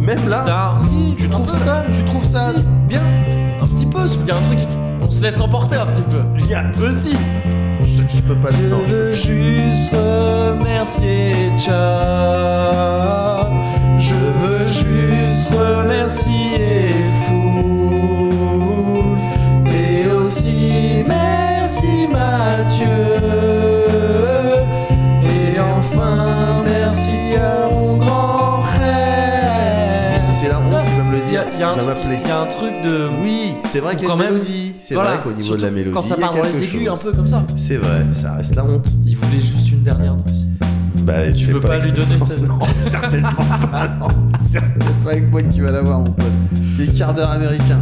Même là, tac. Ah, Si, tu un trouves peu ça, quand même. tu trouves ça Si. bien Un petit peu. Il y a un truc. On se laisse emporter un petit peu. Il y a- Aussi. Je, je peux pas. Je non, je- veux juste remercier Tcha. Je veux juste remercier Foul. Et aussi merci Mathieu. Et enfin merci à mon grand frère. C'est la honte, il va me le Il y dire, a, il il y a un va truc- m'appeler. il y a un truc de. Oui, c'est vrai qu'il y a Quand une même. mélodie. C'est Voilà, vrai qu'au niveau de la surtout mélodie, Quand ça il y a part dans les quelque aigus, un chose. peu comme ça. C'est vrai, ça reste la honte. Il voulait juste une dernière dose. Bah, Tu c'est veux pas lui avec- donner cette- Non, certainement pas. Non, certainement pas avec moi que tu vas l'avoir, mon pote. C'est le quart d'heure américain.